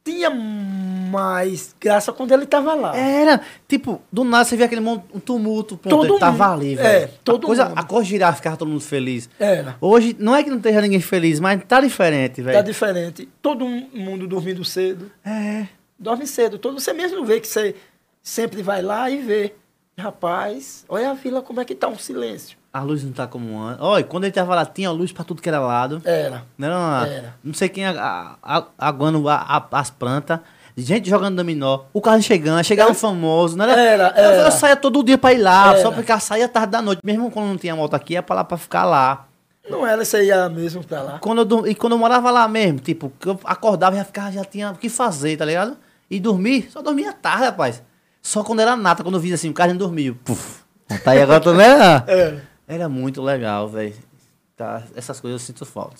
Speaker 3: tinha mais graça quando ele tava lá.
Speaker 2: Era, tipo, do nada você vê aquele mon- um tumulto, pronto,
Speaker 3: Todo
Speaker 2: ele tava
Speaker 3: mundo,
Speaker 2: ali,
Speaker 3: é,
Speaker 2: velho.
Speaker 3: todo
Speaker 2: a coisa,
Speaker 3: mundo.
Speaker 2: A cor girava, ficava todo mundo feliz.
Speaker 3: Era.
Speaker 2: Hoje, não é que não esteja ninguém feliz, mas tá diferente,
Speaker 3: Tá
Speaker 2: velho.
Speaker 3: diferente. Todo mundo dormindo cedo.
Speaker 2: É.
Speaker 3: Dorme cedo. Todo você mesmo vê que você sempre vai lá e vê. Rapaz, olha a vila como é que tá um silêncio.
Speaker 2: A luz não tá como antes. Olha, quando ele tava lá, tinha luz pra tudo que era lado.
Speaker 3: Era.
Speaker 2: Não, era uma-
Speaker 3: Era.
Speaker 2: não sei quem a- a- a- aguando a- a- as plantas. Gente jogando dominó, o carro chegando, chegava
Speaker 3: Era-
Speaker 2: um famoso, não era?
Speaker 3: É. Era,
Speaker 2: eu,
Speaker 3: era.
Speaker 2: eu saía todo dia pra ir lá,
Speaker 3: Era.
Speaker 2: só porque eu saía tarde da noite, mesmo quando não tinha moto aqui, ia pra lá pra ficar lá.
Speaker 3: Não era você ia mesmo pra lá.
Speaker 2: Quando eu, dur- e quando eu morava lá mesmo, tipo, que eu acordava e já ficava, já tinha o que fazer, tá ligado? E dormir, só dormia tarde, rapaz. Só quando era nata, quando eu vi assim, o cara não dormiu. Puf, tá aí agora também.
Speaker 3: Era.
Speaker 2: Era muito legal, velho. Tá, essas coisas eu sinto falta.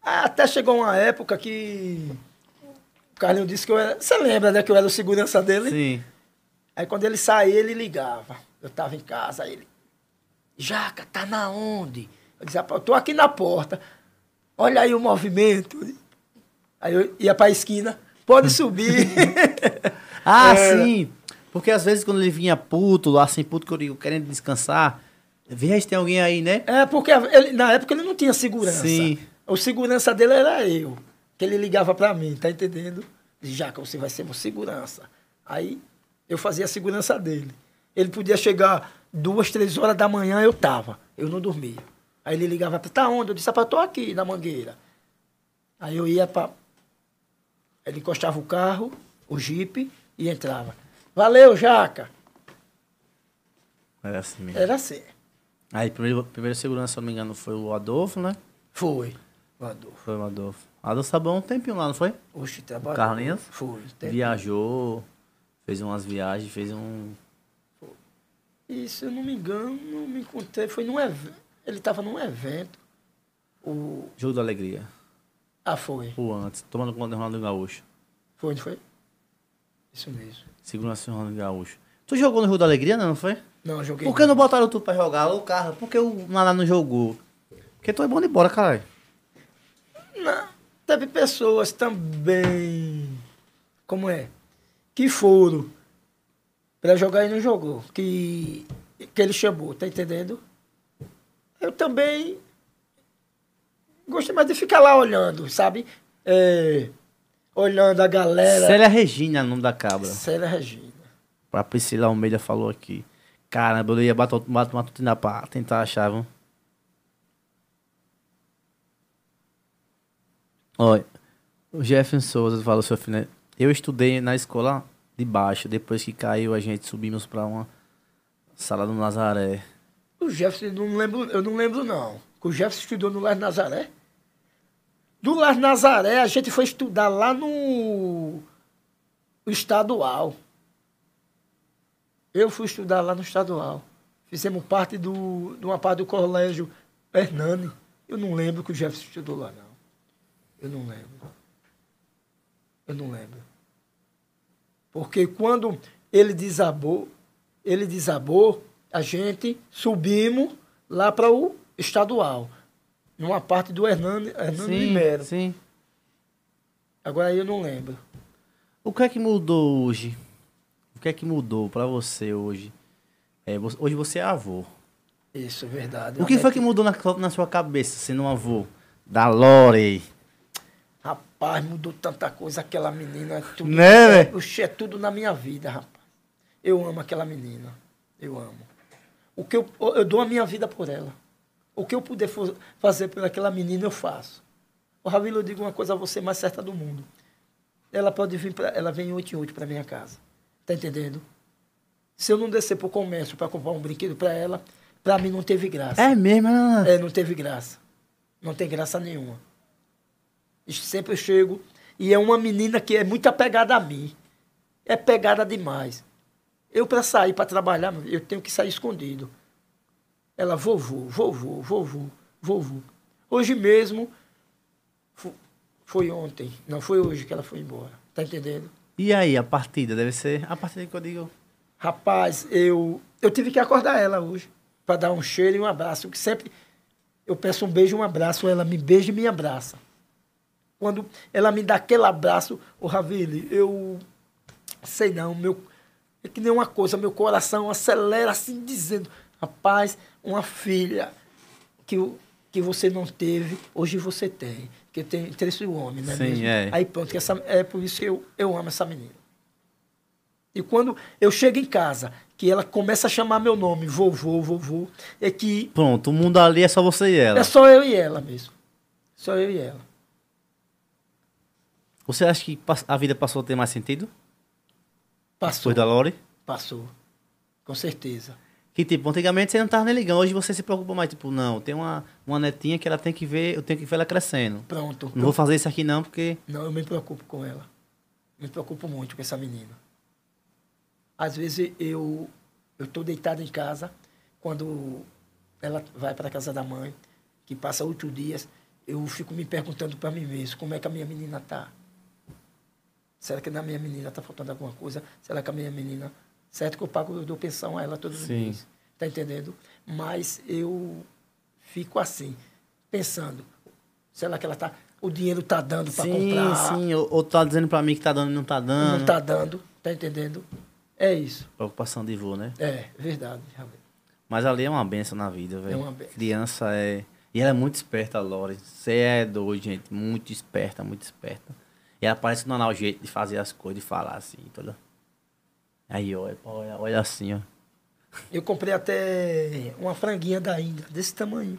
Speaker 3: Ah, Até chegou uma época que o Carlinho disse que eu era. Você lembra, né? Que eu era o segurança dele?
Speaker 2: Sim.
Speaker 3: Aí quando ele saía, ele ligava. Eu tava em casa, aí ele. Jaca, tá na onde? Eu dizia, "Rapaz, eu tô aqui na porta. Olha aí o movimento. Aí eu ia pra esquina, pode subir.
Speaker 2: Ah,
Speaker 3: Era.
Speaker 2: sim. Porque às vezes quando ele vinha puto, lá assim, puto que eu digo, querendo descansar, veja se tem alguém aí, né?
Speaker 3: é, porque ele- na época ele não tinha segurança.
Speaker 2: Sim.
Speaker 3: O segurança dele era eu. Que ele ligava pra mim, tá entendendo? Diz, Jaca, você vai ser meu segurança. Aí eu fazia a segurança dele. Ele podia chegar duas, três horas da manhã, eu tava. Eu não dormia. Aí ele ligava, tá onde? Eu disse, rapaz, tô aqui na mangueira. Aí eu ia pra. Ele encostava o carro, o jipe, e entrava. Valeu, Jaca.
Speaker 2: Era assim mesmo.
Speaker 3: Era assim.
Speaker 2: Aí, primeiro, primeiro segurança, se eu não me engano, foi o Adolfo, né?
Speaker 3: Foi. O Adolfo.
Speaker 2: Foi o Adolfo. Adolfo tá bom um tempinho lá, não foi?
Speaker 3: Oxe, trabalhou.
Speaker 2: Carlinhos?
Speaker 3: Foi. Tem-
Speaker 2: Viajou, fez umas viagens, fez um.
Speaker 3: E se eu não me engano, eu me encontrei, foi num evento. Ele estava num evento. O...
Speaker 2: Jogo da Alegria.
Speaker 3: Ah, foi.
Speaker 2: Ou antes, tomando conta do Ronaldo Gaúcho.
Speaker 3: Foi, não foi? Isso mesmo.
Speaker 2: Segurança do Ronaldo Gaúcho. Tu jogou no Jogo da Alegria, não, não foi?
Speaker 3: Não, joguei.
Speaker 2: Por que não botaram tu pra jogar? Ô, Carla, por que o Naná não jogou? Porque tu é bom de bola, caralho.
Speaker 3: Não, teve pessoas também. Como é? Que foram pra jogar e não jogou. Que, que ele chamou, tá entendendo? Eu também gostei mais de ficar lá olhando, sabe? É, olhando a galera.
Speaker 2: Célia Regina, é nome da cabra.
Speaker 3: Célia Regina.
Speaker 2: A Priscila Almeida falou aqui. Caramba, eu ia bater bater uma tutina pra tentar achar, viu? Olha, o Jefferson Souza falou, seu filho, né? Eu estudei na escola de baixo. Depois que caiu, a gente subimos pra uma sala do Nazaré.
Speaker 3: O Jefferson, eu não lembro, eu não lembro não. Que O Jefferson estudou no Lar Nazaré. Do Lar Nazaré, a gente foi estudar lá no no estadual. Eu fui estudar lá no estadual. Fizemos parte do, de uma parte do colégio Hernani. Eu não lembro que o Jefferson estudou lá, não. Eu não lembro. Eu não lembro. Porque quando ele desabou, ele desabou, a gente subimos lá para o estadual, numa parte do Hernani, Hernani Limero.
Speaker 2: sim.
Speaker 3: Agora aí eu não lembro.
Speaker 2: O que é que mudou hoje? O que é que mudou pra você hoje? É, vo- hoje você é avô.
Speaker 3: Isso, é verdade.
Speaker 2: O que foi que mudou na, na sua cabeça, sendo um avô? Da Lore.
Speaker 3: Rapaz, mudou tanta coisa aquela menina. É tudo,
Speaker 2: Né,
Speaker 3: é,
Speaker 2: véi?
Speaker 3: oxe, é tudo na minha vida, rapaz. Eu amo aquela menina. Eu amo. O que eu, eu dou a minha vida por ela. O que eu puder fo- fazer por aquela menina, eu faço. O Ravilo, eu digo uma coisa a você mais certa do mundo. Ela pode vir, pra, ela vem 8 em 8 para minha casa. Tá entendendo? Se eu não descer pro comércio para comprar um brinquedo para ela, para mim não teve graça.
Speaker 2: É mesmo, ela...
Speaker 3: É, não teve graça. Não tem graça nenhuma. E Sempre eu chego. E é uma menina que é muito apegada a mim. É pegada demais. Eu, para sair, para trabalhar, meu, eu tenho que sair escondido. Ela, vovô, vovô, vovô, vovô. Hoje mesmo, fo- foi ontem, não foi hoje que ela foi embora. Tá entendendo?
Speaker 2: E aí, a partida deve ser. A partida que eu digo.
Speaker 3: Rapaz, eu, eu tive que acordar ela hoje para dar um cheiro e um abraço. Que sempre eu peço um beijo e um abraço, ela me beija e me abraça. Quando ela me dá aquele abraço, ô Ravili, eu sei não, meu é que nem uma coisa, meu coração acelera assim dizendo, rapaz, uma filha que, o- que você não teve, hoje você tem, que tem interesse do homem, né?
Speaker 2: Sim, é.
Speaker 3: Aí pronto, que essa, é por isso que eu, eu amo essa menina. E quando eu chego em casa, que ela começa a chamar meu nome, vovô, vovô, é que
Speaker 2: Pronto, o mundo ali é só você e ela.
Speaker 3: é só eu e ela mesmo. Só eu e ela.
Speaker 2: Você acha que pass- a vida passou a ter mais sentido?
Speaker 3: Passou,
Speaker 2: Depois da Lore?
Speaker 3: passou. Com certeza.
Speaker 2: Que tipo, antigamente você não tava nem ligando, hoje você se preocupa mais. Tipo, não, tem uma, uma netinha que ela tem que ver, eu tenho que ver ela crescendo.
Speaker 3: Pronto.
Speaker 2: Não vou fazer isso aqui não, porque.
Speaker 3: Não, eu me preocupo com ela. Me preocupo muito com essa menina. Às vezes eu eu tô deitado em casa quando ela vai para casa da mãe, que passa oito dias, eu fico me perguntando para mim mesmo como é que a minha menina tá. Será que na minha menina tá faltando alguma coisa? Será que a minha menina certo que eu pago eu dou pensão a ela todos os
Speaker 2: Sim.
Speaker 3: dias, tá entendendo? Mas eu fico assim pensando, será que ela tá o dinheiro tá dando para
Speaker 2: Sim,
Speaker 3: comprar?
Speaker 2: sim. Ou, ou tá dizendo pra mim que tá dando e não tá dando.
Speaker 3: não tá dando, tá entendendo? É isso.
Speaker 2: Preocupação de vô, né?
Speaker 3: É, verdade, realmente.
Speaker 2: Mas ali é uma benção na vida, velho.
Speaker 3: uma benção.
Speaker 2: Criança é. E ela é muito esperta, a Lore. Você é doido, gente. Muito esperta, muito esperta. E ela parece que não dá o jeito de fazer as coisas, de falar assim, toda. Aí, olha, olha, olha assim, ó.
Speaker 3: Eu comprei até uma franguinha da Índia, desse tamanho.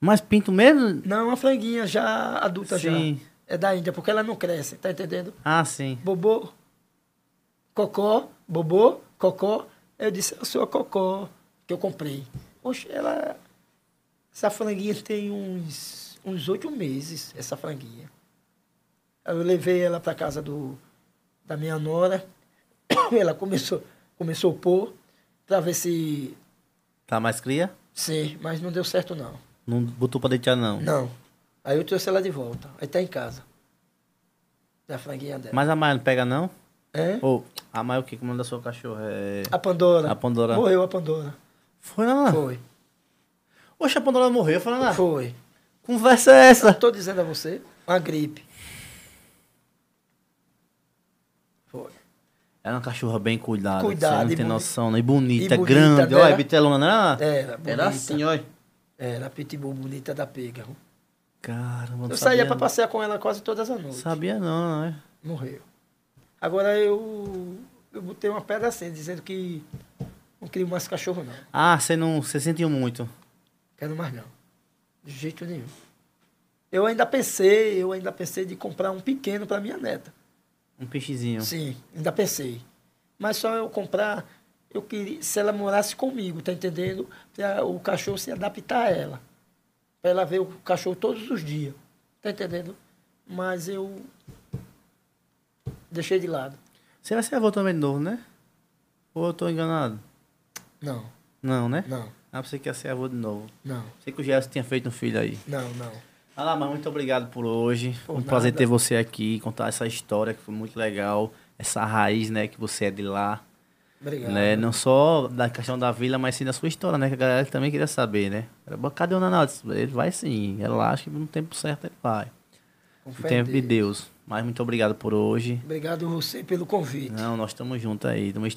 Speaker 2: Mas pinto mesmo?
Speaker 3: Não, uma franguinha já adulta
Speaker 2: Sim.
Speaker 3: já. É da Índia, porque ela não cresce, tá entendendo?
Speaker 2: Ah, sim.
Speaker 3: Bobô, cocó, bobô, cocó. Eu disse, eu sou a cocó que eu comprei. Oxe, ela... Essa franguinha tem uns uns oito meses, essa franguinha. Aí Eu levei ela para casa do, da minha nora. Ela começou, começou a pôr para ver se...
Speaker 2: Tá mais cria?
Speaker 3: Sim, mas não deu certo não.
Speaker 2: Não botou pra deitar, não.
Speaker 3: Não. Aí eu trouxe ela de volta. Aí tá em casa. Da franguinha dela.
Speaker 2: Mas a Maia não pega, não?
Speaker 3: É?
Speaker 2: Ou, a Maia o que? Como é da sua cachorra? É...
Speaker 3: A Pandora.
Speaker 2: A Pandora.
Speaker 3: Morreu a Pandora.
Speaker 2: Foi, Ana?
Speaker 3: Foi.
Speaker 2: Oxe, a Pandora morreu, foi, Ana?
Speaker 3: Foi.
Speaker 2: Conversa é essa?
Speaker 3: Estou dizendo a você, uma gripe. Foi.
Speaker 2: Ela é uma cachorra bem cuidada. Você
Speaker 3: Cuidada
Speaker 2: não tem
Speaker 3: e boni-
Speaker 2: noção, né? E
Speaker 3: e
Speaker 2: bonita,
Speaker 3: bonita,
Speaker 2: grande.
Speaker 3: né?
Speaker 2: Olha, bitelona, né?
Speaker 3: Era bonita.
Speaker 2: Era assim, olha.
Speaker 3: Era a pitbull bonita da pega.
Speaker 2: Caramba, não
Speaker 3: Eu saía
Speaker 2: sabia
Speaker 3: para
Speaker 2: não.
Speaker 3: passear com ela quase todas as noites.
Speaker 2: Sabia não, né?
Speaker 3: Morreu. Agora eu, eu botei uma pedra assim, dizendo que não crio mais cachorro, não.
Speaker 2: Ah, você não... Você sentiu muito.
Speaker 3: Quero mais não. De jeito nenhum. Eu ainda pensei, eu ainda pensei de comprar um pequeno para minha neta.
Speaker 2: Um peixezinho.
Speaker 3: Sim, ainda pensei. Mas só eu comprar, eu queria, se ela morasse comigo, tá entendendo? Pra o cachorro se adaptar a ela. Pra ela ver o cachorro todos os dias. Tá entendendo? Mas eu deixei de lado.
Speaker 2: Você vai ser avô também de novo, né? Ou eu tô enganado?
Speaker 3: Não,
Speaker 2: Não, né?
Speaker 3: não,
Speaker 2: Ah, você quer ser avô de novo.
Speaker 3: não,
Speaker 2: Sei que o Gerson tinha feito um filho aí.
Speaker 3: não, não.
Speaker 2: Ah, mas muito obrigado por hoje. Foi
Speaker 3: Por
Speaker 2: um prazer
Speaker 3: nada.
Speaker 2: ter você aqui, contar essa história que foi muito legal. Essa raiz, né, que você é de lá.
Speaker 3: Obrigado.
Speaker 2: Né? Não só da questão da vila, mas sim da sua história, né? Que a galera também queria saber, né? Era, "Bom, Cadê o Nanaldo? Ele vai sim. Relaxa que no tempo certo ele vai.
Speaker 3: Com
Speaker 2: No
Speaker 3: fé em
Speaker 2: tempo de
Speaker 3: Deus.
Speaker 2: Deus. Mas muito obrigado por hoje.
Speaker 3: Obrigado a você pelo convite.
Speaker 2: Não, nós estamos juntos aí, estamos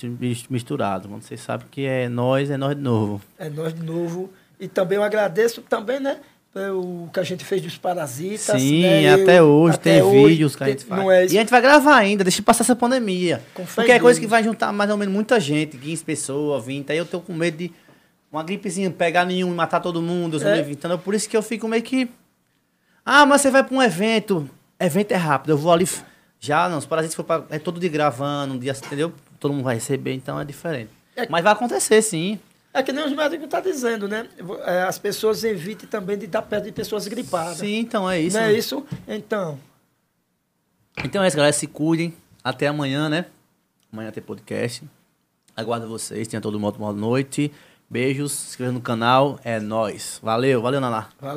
Speaker 2: misturados. Quando vocês sabem que é nós, é nós de novo.
Speaker 3: É nós de novo. E também eu agradeço também, né? pelo que a gente fez dos parasitas.
Speaker 2: Sim,
Speaker 3: né, eu-
Speaker 2: até hoje
Speaker 3: até
Speaker 2: tem
Speaker 3: hoje,
Speaker 2: vídeos que a
Speaker 3: tem-
Speaker 2: gente faz.
Speaker 3: Não é
Speaker 2: E a gente vai gravar ainda, deixa passar essa pandemia.
Speaker 3: Com fé
Speaker 2: porque
Speaker 3: em
Speaker 2: é coisa
Speaker 3: Deus.
Speaker 2: que vai juntar mais ou menos muita gente, 15 pessoas, 20. Aí eu tô com medo de uma gripezinha pegar nenhum e matar todo mundo, os
Speaker 3: É.
Speaker 2: é. Então é por isso que eu fico meio que. Ah, mas você vai pra um evento. Evento é rápido, eu vou ali. f- Já não, os parasitas foi pra, é todo dia gravando, um dia, entendeu? todo mundo vai receber, então é diferente.
Speaker 3: É-
Speaker 2: Mas vai acontecer, sim.
Speaker 3: É que nem os médicos estão dizendo, né? Vo- é, As pessoas evitem também de estar perto de pessoas gripadas.
Speaker 2: Sim, então é isso.
Speaker 3: Não é isso? Então,
Speaker 2: Então é isso, galera. Se cuidem. Até amanhã, né? Amanhã tem podcast. Aguardo vocês. Tenha todo mundo uma ótima noite. Beijos. Se inscreva no canal. É nóis. Valeu. Valeu, Naná.
Speaker 3: valeu.